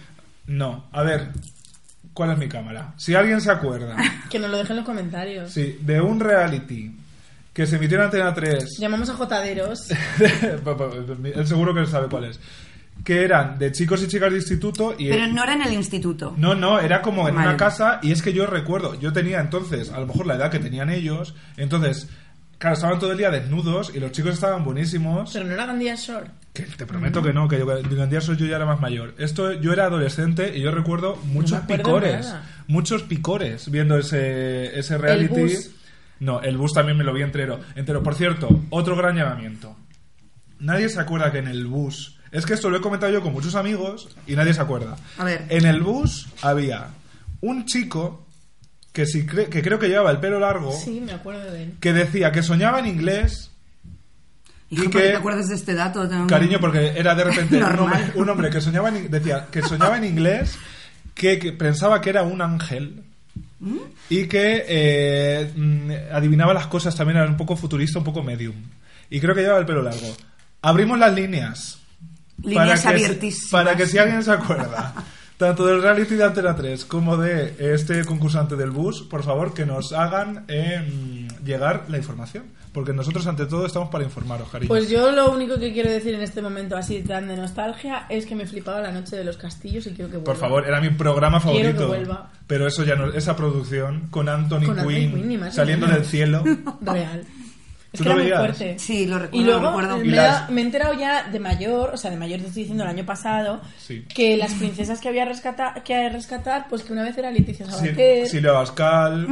Speaker 1: No, a ver, ¿cuál es mi cámara? Si alguien se acuerda,
Speaker 2: Que nos lo dejen en los comentarios.
Speaker 1: sí, de un reality que se emitió en Antena 3,
Speaker 2: Llamamos a Jotaderos.
Speaker 1: pues, él seguro que él sabe cuál es, que eran de chicos y chicas de instituto y... eh,
Speaker 4: Pero no era en el instituto.
Speaker 1: No, no, era como en una
Speaker 4: Vale.
Speaker 1: casa y es que yo recuerdo, yo tenía entonces, a lo mejor la edad que tenían ellos, entonces, claro, estaban todo el día desnudos y los chicos estaban buenísimos.
Speaker 2: Pero no era Gandía Shore.
Speaker 1: Que te prometo que no, que yo, que en día soy yo ya era más mayor. Esto, yo era adolescente y yo recuerdo muchos
Speaker 2: acuerdo
Speaker 1: picores,
Speaker 2: nada.
Speaker 1: muchos picores viendo ese, ese reality.
Speaker 2: bus.
Speaker 1: No, el bus también me lo vi entero. entero. Por cierto, otro gran llamamiento. Nadie se acuerda que en el bus, es que esto lo he comentado yo con muchos amigos y nadie se acuerda.
Speaker 4: A ver.
Speaker 1: En el bus había un chico que, si cre- que creo que llevaba el pelo largo,
Speaker 2: Sí, me acuerdo de él.
Speaker 1: que decía que soñaba en inglés
Speaker 4: Hijo,
Speaker 1: Y
Speaker 4: ¿por qué
Speaker 1: que-
Speaker 4: te acuerdas de este dato? tan-
Speaker 1: Cariño, porque era de repente un
Speaker 4: Normal.
Speaker 1: hombre, un hombre que soñaba en, decía que soñaba en inglés, que, que pensaba que era un ángel
Speaker 4: Mm.
Speaker 1: y que eh, mm, adivinaba las cosas también, era un poco futurista, un poco medium. Y creo que llevaba el pelo largo. Abrimos las líneas.
Speaker 4: Líneas
Speaker 1: para que-
Speaker 4: abiertísimas.
Speaker 1: Para que si alguien se acuerda. Tanto del reality de Antena 3 como de este concursante del bus, por favor que nos hagan eh, mm, llegar la información. Porque nosotros, ante todo, estamos para informaros, cariño.
Speaker 2: Pues yo lo único que quiero decir en este momento así tan de nostalgia es que me he flipado la noche de los castillos y quiero que vuelva.
Speaker 1: Por favor, era mi programa
Speaker 2: Quiero que
Speaker 1: favorito.
Speaker 2: vuelva.
Speaker 1: Pero eso ya no, esa producción con Anthony
Speaker 2: Con Anthony Quinn, ni
Speaker 1: Quinn
Speaker 2: más ni
Speaker 1: saliendo
Speaker 2: menos.
Speaker 1: del cielo.
Speaker 2: Real. Es
Speaker 1: ¿Tú
Speaker 2: que
Speaker 1: lo
Speaker 2: era muy
Speaker 1: veías?
Speaker 2: fuerte.
Speaker 4: Sí, lo recuerdo,
Speaker 2: Y
Speaker 4: lo
Speaker 2: luego
Speaker 4: recuerdo.
Speaker 2: Me,
Speaker 1: Y
Speaker 2: he
Speaker 1: las-
Speaker 2: dado- me he enterado ya de mayor, o sea, de mayor te estoy diciendo el año pasado,
Speaker 1: Sí.
Speaker 2: que las princesas que había rescata- que hay rescatar, pues que una vez era Leticia
Speaker 1: Sil-
Speaker 2: Sabater.
Speaker 1: Silvia Bascal,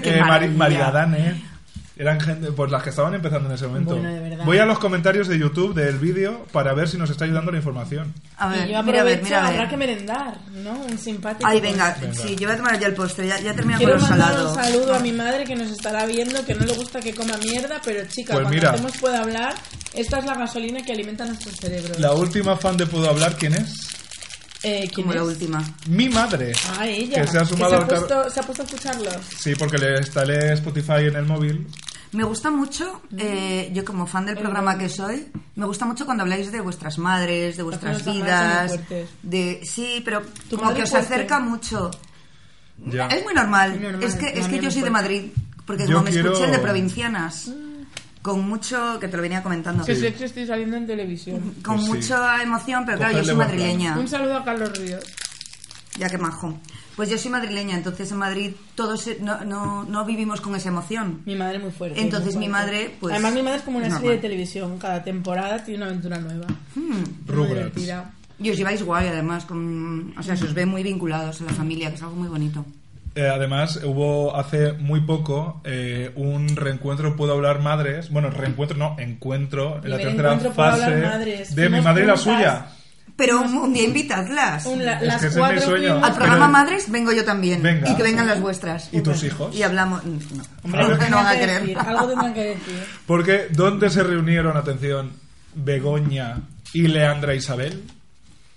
Speaker 4: Qué
Speaker 1: eh, Mari-
Speaker 4: maravilla.
Speaker 1: María Dane. Eran gente, pues las que estaban empezando en ese momento.
Speaker 2: Bueno, de verdad.
Speaker 1: Voy a los comentarios de YouTube del vídeo para ver si nos está ayudando la información.
Speaker 4: A ver,
Speaker 2: y yo
Speaker 4: mira, a
Speaker 2: aprovecho,
Speaker 4: ver, mira, a ver.
Speaker 2: habrá que merendar, ¿no? Un simpático.
Speaker 4: Ay, venga,
Speaker 1: Venga.
Speaker 4: sí, yo voy a tomar ya el postre, ya, ya termino
Speaker 2: Quiero
Speaker 4: con los
Speaker 2: mandar un
Speaker 4: salados.
Speaker 2: saludo a mi madre que nos estará viendo, que no le gusta que coma mierda, pero chica,
Speaker 1: Pues
Speaker 2: cuando
Speaker 1: mira.
Speaker 2: hacemos pueda hablar, esta es la gasolina que alimenta nuestro cerebro.
Speaker 1: La última fan de Puedo Hablar, ¿quién es?
Speaker 2: Eh, ¿quién
Speaker 4: Como la
Speaker 2: es?
Speaker 4: última.
Speaker 1: Mi madre.
Speaker 2: Ah, ella.
Speaker 1: Que se ha sumado al carro.
Speaker 2: puesto, se ha puesto a escucharlos.
Speaker 1: Sí, porque le instalé Spotify en el móvil.
Speaker 4: Me gusta mucho, eh, yo como fan del programa que soy, me gusta mucho cuando habláis de vuestras madres, de vuestras
Speaker 2: nuestras madres
Speaker 4: vidas,
Speaker 2: son muy fuertes.
Speaker 4: de sí, pero
Speaker 2: ¿Tu
Speaker 4: como
Speaker 2: madre
Speaker 4: que os
Speaker 2: fuerte?
Speaker 4: acerca mucho.
Speaker 1: Ya.
Speaker 4: Es muy normal.
Speaker 2: Muy normal.
Speaker 4: Es que, es
Speaker 2: Mami
Speaker 4: que yo
Speaker 2: muy
Speaker 4: soy
Speaker 2: fuerte.
Speaker 4: de
Speaker 2: Mm.
Speaker 4: Madrid, porque
Speaker 1: Ah. Yo
Speaker 4: como me
Speaker 1: quiero-
Speaker 4: escuché el de provincianas, con mucho, que te lo venía comentando,
Speaker 2: Que sé que estoy saliendo en televisión.
Speaker 4: con
Speaker 1: Pues sí.
Speaker 4: mucha emoción, pero claro, yo
Speaker 1: Cogerle
Speaker 4: soy
Speaker 1: buen plan.
Speaker 4: madrileña.
Speaker 2: Un saludo a Carlos Ríos.
Speaker 4: Ya que majo. Pues yo soy madrileña, entonces en Madrid todos eh, no, no, no vivimos con esa emoción.
Speaker 2: Mi madre muy fuerte.
Speaker 4: Entonces,
Speaker 2: muy
Speaker 4: mi
Speaker 2: fuerte.
Speaker 4: madre, pues,
Speaker 2: Además mi madre es como una
Speaker 4: es
Speaker 2: serie de
Speaker 4: normal.
Speaker 2: televisión. Cada temporada tiene una aventura nueva.
Speaker 4: Hmm.
Speaker 2: Muy
Speaker 1: Rugrats.
Speaker 2: divertida.
Speaker 4: Y os lleváis guay, además, con, o sea, se os ve muy vinculados a la familia, que es algo muy bonito.
Speaker 1: Eh, además, hubo hace muy poco eh, un reencuentro Puedo Hablar Madres. Bueno, reencuentro, no, encuentro. En la
Speaker 2: Primer
Speaker 1: tercera
Speaker 2: encuentro Puedo
Speaker 1: fase
Speaker 2: Hablar Madres.
Speaker 1: de mi
Speaker 2: Fuimos
Speaker 1: madre y la
Speaker 2: juntas.
Speaker 1: suya.
Speaker 4: Pero un, un día invitadlas.
Speaker 2: Un- la-
Speaker 1: Es
Speaker 2: las
Speaker 1: que ese es mi
Speaker 2: cuatro
Speaker 1: sueño.
Speaker 2: fuimos-
Speaker 4: Al programa
Speaker 1: pero-
Speaker 4: Madres vengo yo también.
Speaker 1: Venga.
Speaker 4: y que vengan las vuestras.
Speaker 1: ¿Y tus hijos?
Speaker 4: Y hablamos. No,
Speaker 2: Hombre,
Speaker 4: no
Speaker 2: algo
Speaker 4: me van
Speaker 2: tendrán
Speaker 4: a
Speaker 2: que
Speaker 4: querer.
Speaker 2: decir, Algo tendrán que decir.
Speaker 1: Porque, ¿dónde se reunieron, atención, Begoña y Leandra Isabel?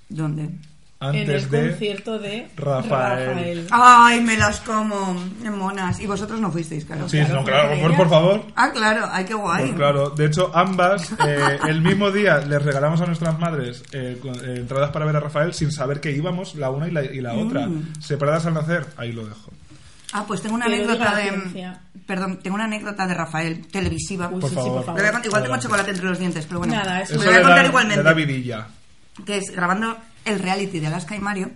Speaker 4: ¿Dónde?
Speaker 2: en el
Speaker 1: Antes de.
Speaker 2: concierto de
Speaker 1: Rafael.
Speaker 4: Ay, me las como, qué monas. Y vosotros no fuisteis, claro.
Speaker 1: Sí, no, claro,
Speaker 2: con
Speaker 1: por,
Speaker 2: ella.
Speaker 1: por favor.
Speaker 4: Ah, claro, ay, qué guay.
Speaker 1: Pues claro, de hecho, ambas, eh, el mismo día les regalamos a nuestras madres eh, con- eh, entradas para ver a Rafael sin saber que íbamos la una y la, y la otra.
Speaker 2: Mm.
Speaker 1: Separadas al nacer, ahí lo dejo.
Speaker 4: Ah, pues tengo una
Speaker 2: Pero
Speaker 4: anécdota
Speaker 2: diga la
Speaker 4: de.
Speaker 2: ciencia.
Speaker 4: Perdón, tengo una anécdota de Rafael, televisiva.
Speaker 2: Uy,
Speaker 1: Por
Speaker 2: sí,
Speaker 1: favor.
Speaker 2: sí, por favor.
Speaker 4: Le voy a cont- igual tengo
Speaker 1: Adelante.
Speaker 4: chocolate entre los dientes, pero bueno.
Speaker 2: Nada, eso
Speaker 4: Lo
Speaker 2: Te
Speaker 4: voy a
Speaker 1: le
Speaker 4: contar
Speaker 1: da- le
Speaker 4: igualmente.
Speaker 1: da vidilla.
Speaker 4: que es grabando el reality de Alaska y Mario,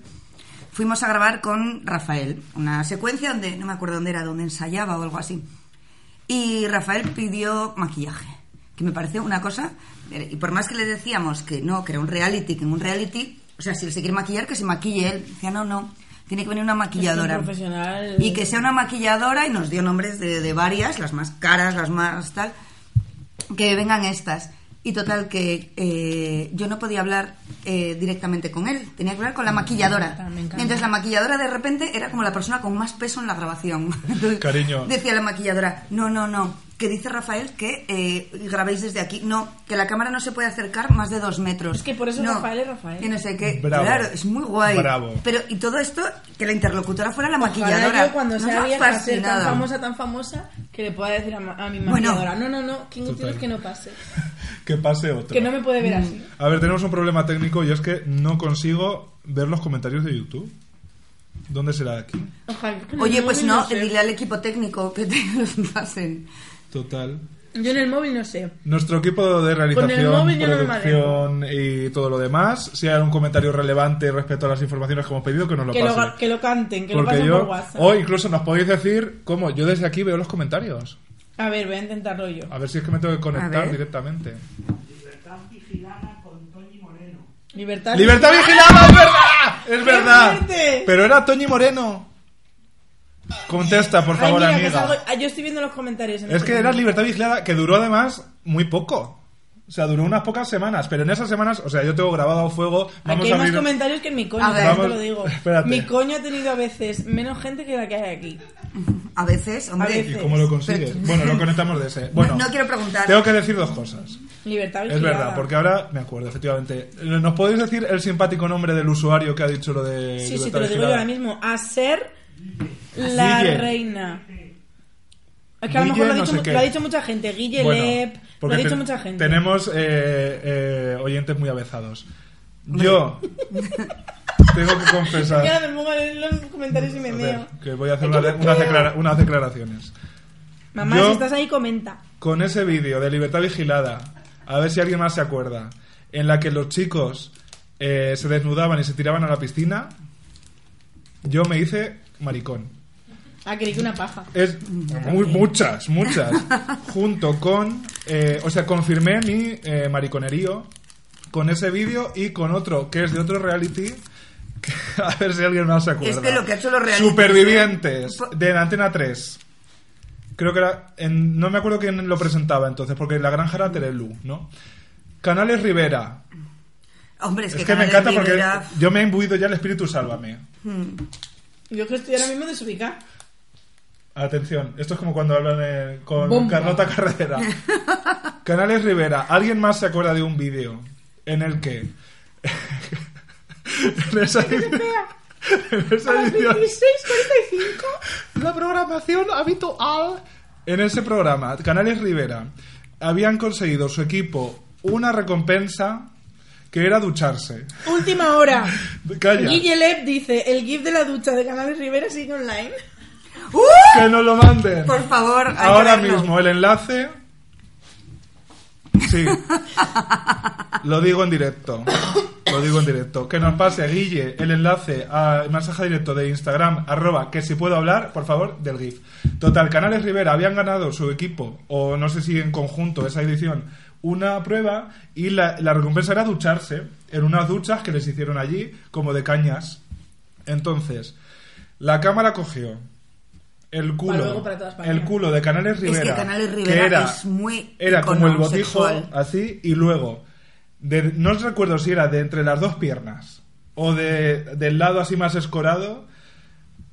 Speaker 4: fuimos a grabar con Rafael una secuencia donde, no me acuerdo dónde era, donde ensayaba o algo así. Y Rafael pidió maquillaje, que me pareció una cosa, eh, y por más que le decíamos que no, que era un reality, que en un reality, o sea, si él se quiere maquillar, que se maquille él. Decía, no, no, tiene que venir una maquilladora.
Speaker 2: profesional.
Speaker 4: Y que sea una maquilladora y nos dio nombres de, de varias, las más caras, las más tal que vengan estas. Y total, que eh, yo no podía hablar eh, directamente con él, tenía que hablar con la maquilladora.
Speaker 2: encanta, me encanta.
Speaker 4: Entonces la maquilladora de repente era como la persona con más peso en la grabación. Entonces,
Speaker 1: Cariño.
Speaker 4: Decía la maquilladora, no, no, no, que dice Rafael que eh, grabéis desde aquí. No, que la cámara no se puede acercar más de dos metros.
Speaker 2: Es que por eso
Speaker 4: No,
Speaker 2: Rafael es Rafael.
Speaker 4: que no sé qué.
Speaker 1: Bravo.
Speaker 4: Claro, es muy guay.
Speaker 1: Bravo.
Speaker 4: Pero, y todo esto, que la interlocutora fuera la
Speaker 2: Ojalá
Speaker 4: maquilladora.
Speaker 2: yo cuando
Speaker 4: Nos
Speaker 2: sea
Speaker 4: ha
Speaker 2: vieja ser tan
Speaker 4: fascinado.
Speaker 2: famosa, tan famosa, que le pueda decir a, ma- a mi
Speaker 4: Bueno.
Speaker 2: maquilladora, no, no, no, que inútil
Speaker 1: Total.
Speaker 2: es que no pase,
Speaker 1: Que pase otro.
Speaker 2: que no me puede
Speaker 4: Mm.
Speaker 2: ver así.
Speaker 1: A ver, tenemos un problema técnico y es que no consigo ver los comentarios de YouTube. ¿Dónde será aquí?
Speaker 2: Ojalá, que en el
Speaker 4: Oye, pues
Speaker 2: móvil
Speaker 4: no,
Speaker 2: sé.
Speaker 4: dile al equipo técnico que te los pasen.
Speaker 1: Total.
Speaker 2: Yo en el móvil no sé.
Speaker 1: Nuestro equipo de realización,
Speaker 2: móvil yo no me
Speaker 1: producción y todo lo demás. Si hay algún comentario relevante respecto a las informaciones que hemos pedido, que nos lo
Speaker 2: Que
Speaker 1: pasen.
Speaker 2: lo, que lo canten, que lo
Speaker 1: Porque
Speaker 2: pasen
Speaker 1: yo,
Speaker 2: por WhatsApp.
Speaker 1: o incluso nos podéis decir cómo yo desde aquí veo los comentarios.
Speaker 2: A ver, voy a intentarlo yo.
Speaker 1: A ver si es que me tengo que
Speaker 4: A
Speaker 1: conectar
Speaker 4: ver.
Speaker 1: directamente.
Speaker 2: Libertad.
Speaker 1: ¡Libertad vigilada! ¡Es verdad! ¡Es
Speaker 2: ¡Qué
Speaker 1: verdad!
Speaker 2: fuerte!
Speaker 1: Pero era Toñi Moreno. Contesta, por
Speaker 2: Ay,
Speaker 1: favor,
Speaker 2: mira, que
Speaker 1: amiga.
Speaker 2: salgo- ah, yo estoy viendo los comentarios. en
Speaker 1: Es
Speaker 2: este
Speaker 1: que era
Speaker 2: momento.
Speaker 1: libertad vigilada que duró además muy poco. O sea, duró unas pocas semanas, pero en esas semanas, o sea, yo tengo grabado a fuego. Vamos
Speaker 2: Aquí hay
Speaker 1: a
Speaker 2: más
Speaker 1: abrir-
Speaker 2: comentarios que en mi coño,
Speaker 4: A ver.
Speaker 2: ya te lo
Speaker 1: Vamos-
Speaker 2: digo.
Speaker 1: espérate.
Speaker 2: Mi coño ha tenido a veces menos gente que la que hay aquí.
Speaker 4: A veces, hombre.
Speaker 2: A
Speaker 1: ¿Y
Speaker 2: veces.
Speaker 1: cómo lo consigues? Bueno, lo conectamos de ese. Bueno,
Speaker 4: no quiero preguntar.
Speaker 1: Tengo que decir dos cosas.
Speaker 2: Libertad
Speaker 1: Es
Speaker 2: vigilada.
Speaker 1: verdad, porque ahora me acuerdo, efectivamente. ¿Nos podéis decir el simpático nombre del usuario que ha dicho lo de.
Speaker 2: Sí, sí,
Speaker 1: Eh,
Speaker 2: te lo
Speaker 1: libertad
Speaker 2: digo yo
Speaker 1: vigilada?
Speaker 2: ahora mismo. A ser la
Speaker 1: Guille.
Speaker 2: reina. Es que a lo
Speaker 1: Guille,
Speaker 2: mejor lo ha
Speaker 1: no
Speaker 2: dicho,
Speaker 1: sé
Speaker 2: mu-
Speaker 1: qué.
Speaker 2: lo ha dicho mucha gente. Guille
Speaker 1: Bueno,
Speaker 2: Lep, lo
Speaker 1: porque
Speaker 2: ha dicho
Speaker 1: te-
Speaker 2: mucha gente.
Speaker 1: Tenemos eh, eh, oyentes muy avezados. Yo tengo que
Speaker 2: Y
Speaker 1: confesar
Speaker 2: ahora me pongo a leer los comentarios y me
Speaker 1: a
Speaker 2: meo.
Speaker 1: ver, que voy a hacer
Speaker 2: Es que
Speaker 1: una de-
Speaker 2: me
Speaker 1: unas,
Speaker 2: peo.
Speaker 1: declara- unas declaraciones.
Speaker 2: Mamá,
Speaker 1: Yo-
Speaker 2: si estás ahí, comenta.
Speaker 1: Con ese vídeo de Libertad Vigilada, a ver si alguien más se acuerda, en la que los chicos eh, se desnudaban y se tiraban a la piscina, yo me hice maricón.
Speaker 2: Ah, creí que una paja.
Speaker 1: Es mu- muchas, muchas. Junto con. eh, o sea, confirmé mi eh, mariconerío con ese vídeo y con otro que es de otro reality. que- a ver si alguien más se acuerda.
Speaker 4: Es que lo que ha hecho los realistas-
Speaker 1: Supervivientes de Antena 3. Creo que era. en- no me acuerdo quién lo presentaba entonces, porque la granja era Telelu, ¿no? Canales Rivera.
Speaker 4: Hombre, es
Speaker 1: Es
Speaker 4: que,
Speaker 1: que, me
Speaker 4: Canales
Speaker 1: encanta
Speaker 4: Rivera-
Speaker 1: porque yo me he imbuido ya el espíritu sálvame.
Speaker 2: Yo que estoy ahora mismo desubicada.
Speaker 1: Atención, esto es como cuando hablan eh, con
Speaker 2: Bomba.
Speaker 1: Carlota Carrera. Canales Rivera, ¿alguien más se acuerda de un vídeo en el que... en esa edición... en esa
Speaker 2: A las
Speaker 1: edición-
Speaker 2: 26.45.
Speaker 1: la programación habitual. En ese programa, Canales Rivera, habían conseguido su equipo una recompensa que era ducharse.
Speaker 2: Última hora.
Speaker 1: Calla,
Speaker 2: Guille Lep dice, el GIF de la ducha de Canales Rivera sigue online.
Speaker 4: ¡Uh!
Speaker 1: que nos lo manden.
Speaker 4: Por favor, hay que
Speaker 1: Ahora
Speaker 4: verlo.
Speaker 1: mismo el enlace. Sí. Lo digo en directo. Lo digo en directo. Que nos pase Guille el enlace al mensaje directo de Instagram, arroba, que si puedo hablar, por favor, del GIF. Total, Canales Rivera habían ganado su equipo, o no sé si en conjunto, esa edición, una prueba y la, la recompensa era ducharse en unas duchas que les hicieron allí, como de cañas. Entonces, la cámara cogió el culo,
Speaker 2: Para luego para toda España.
Speaker 1: el culo de Canales Rivera,
Speaker 4: Es que Canales Rivera
Speaker 1: que era,
Speaker 4: es muy
Speaker 1: era como el
Speaker 4: icono
Speaker 1: botijo
Speaker 4: sexual.
Speaker 1: así y luego de- no os recuerdo si era de entre las dos piernas o de, del lado así más escorado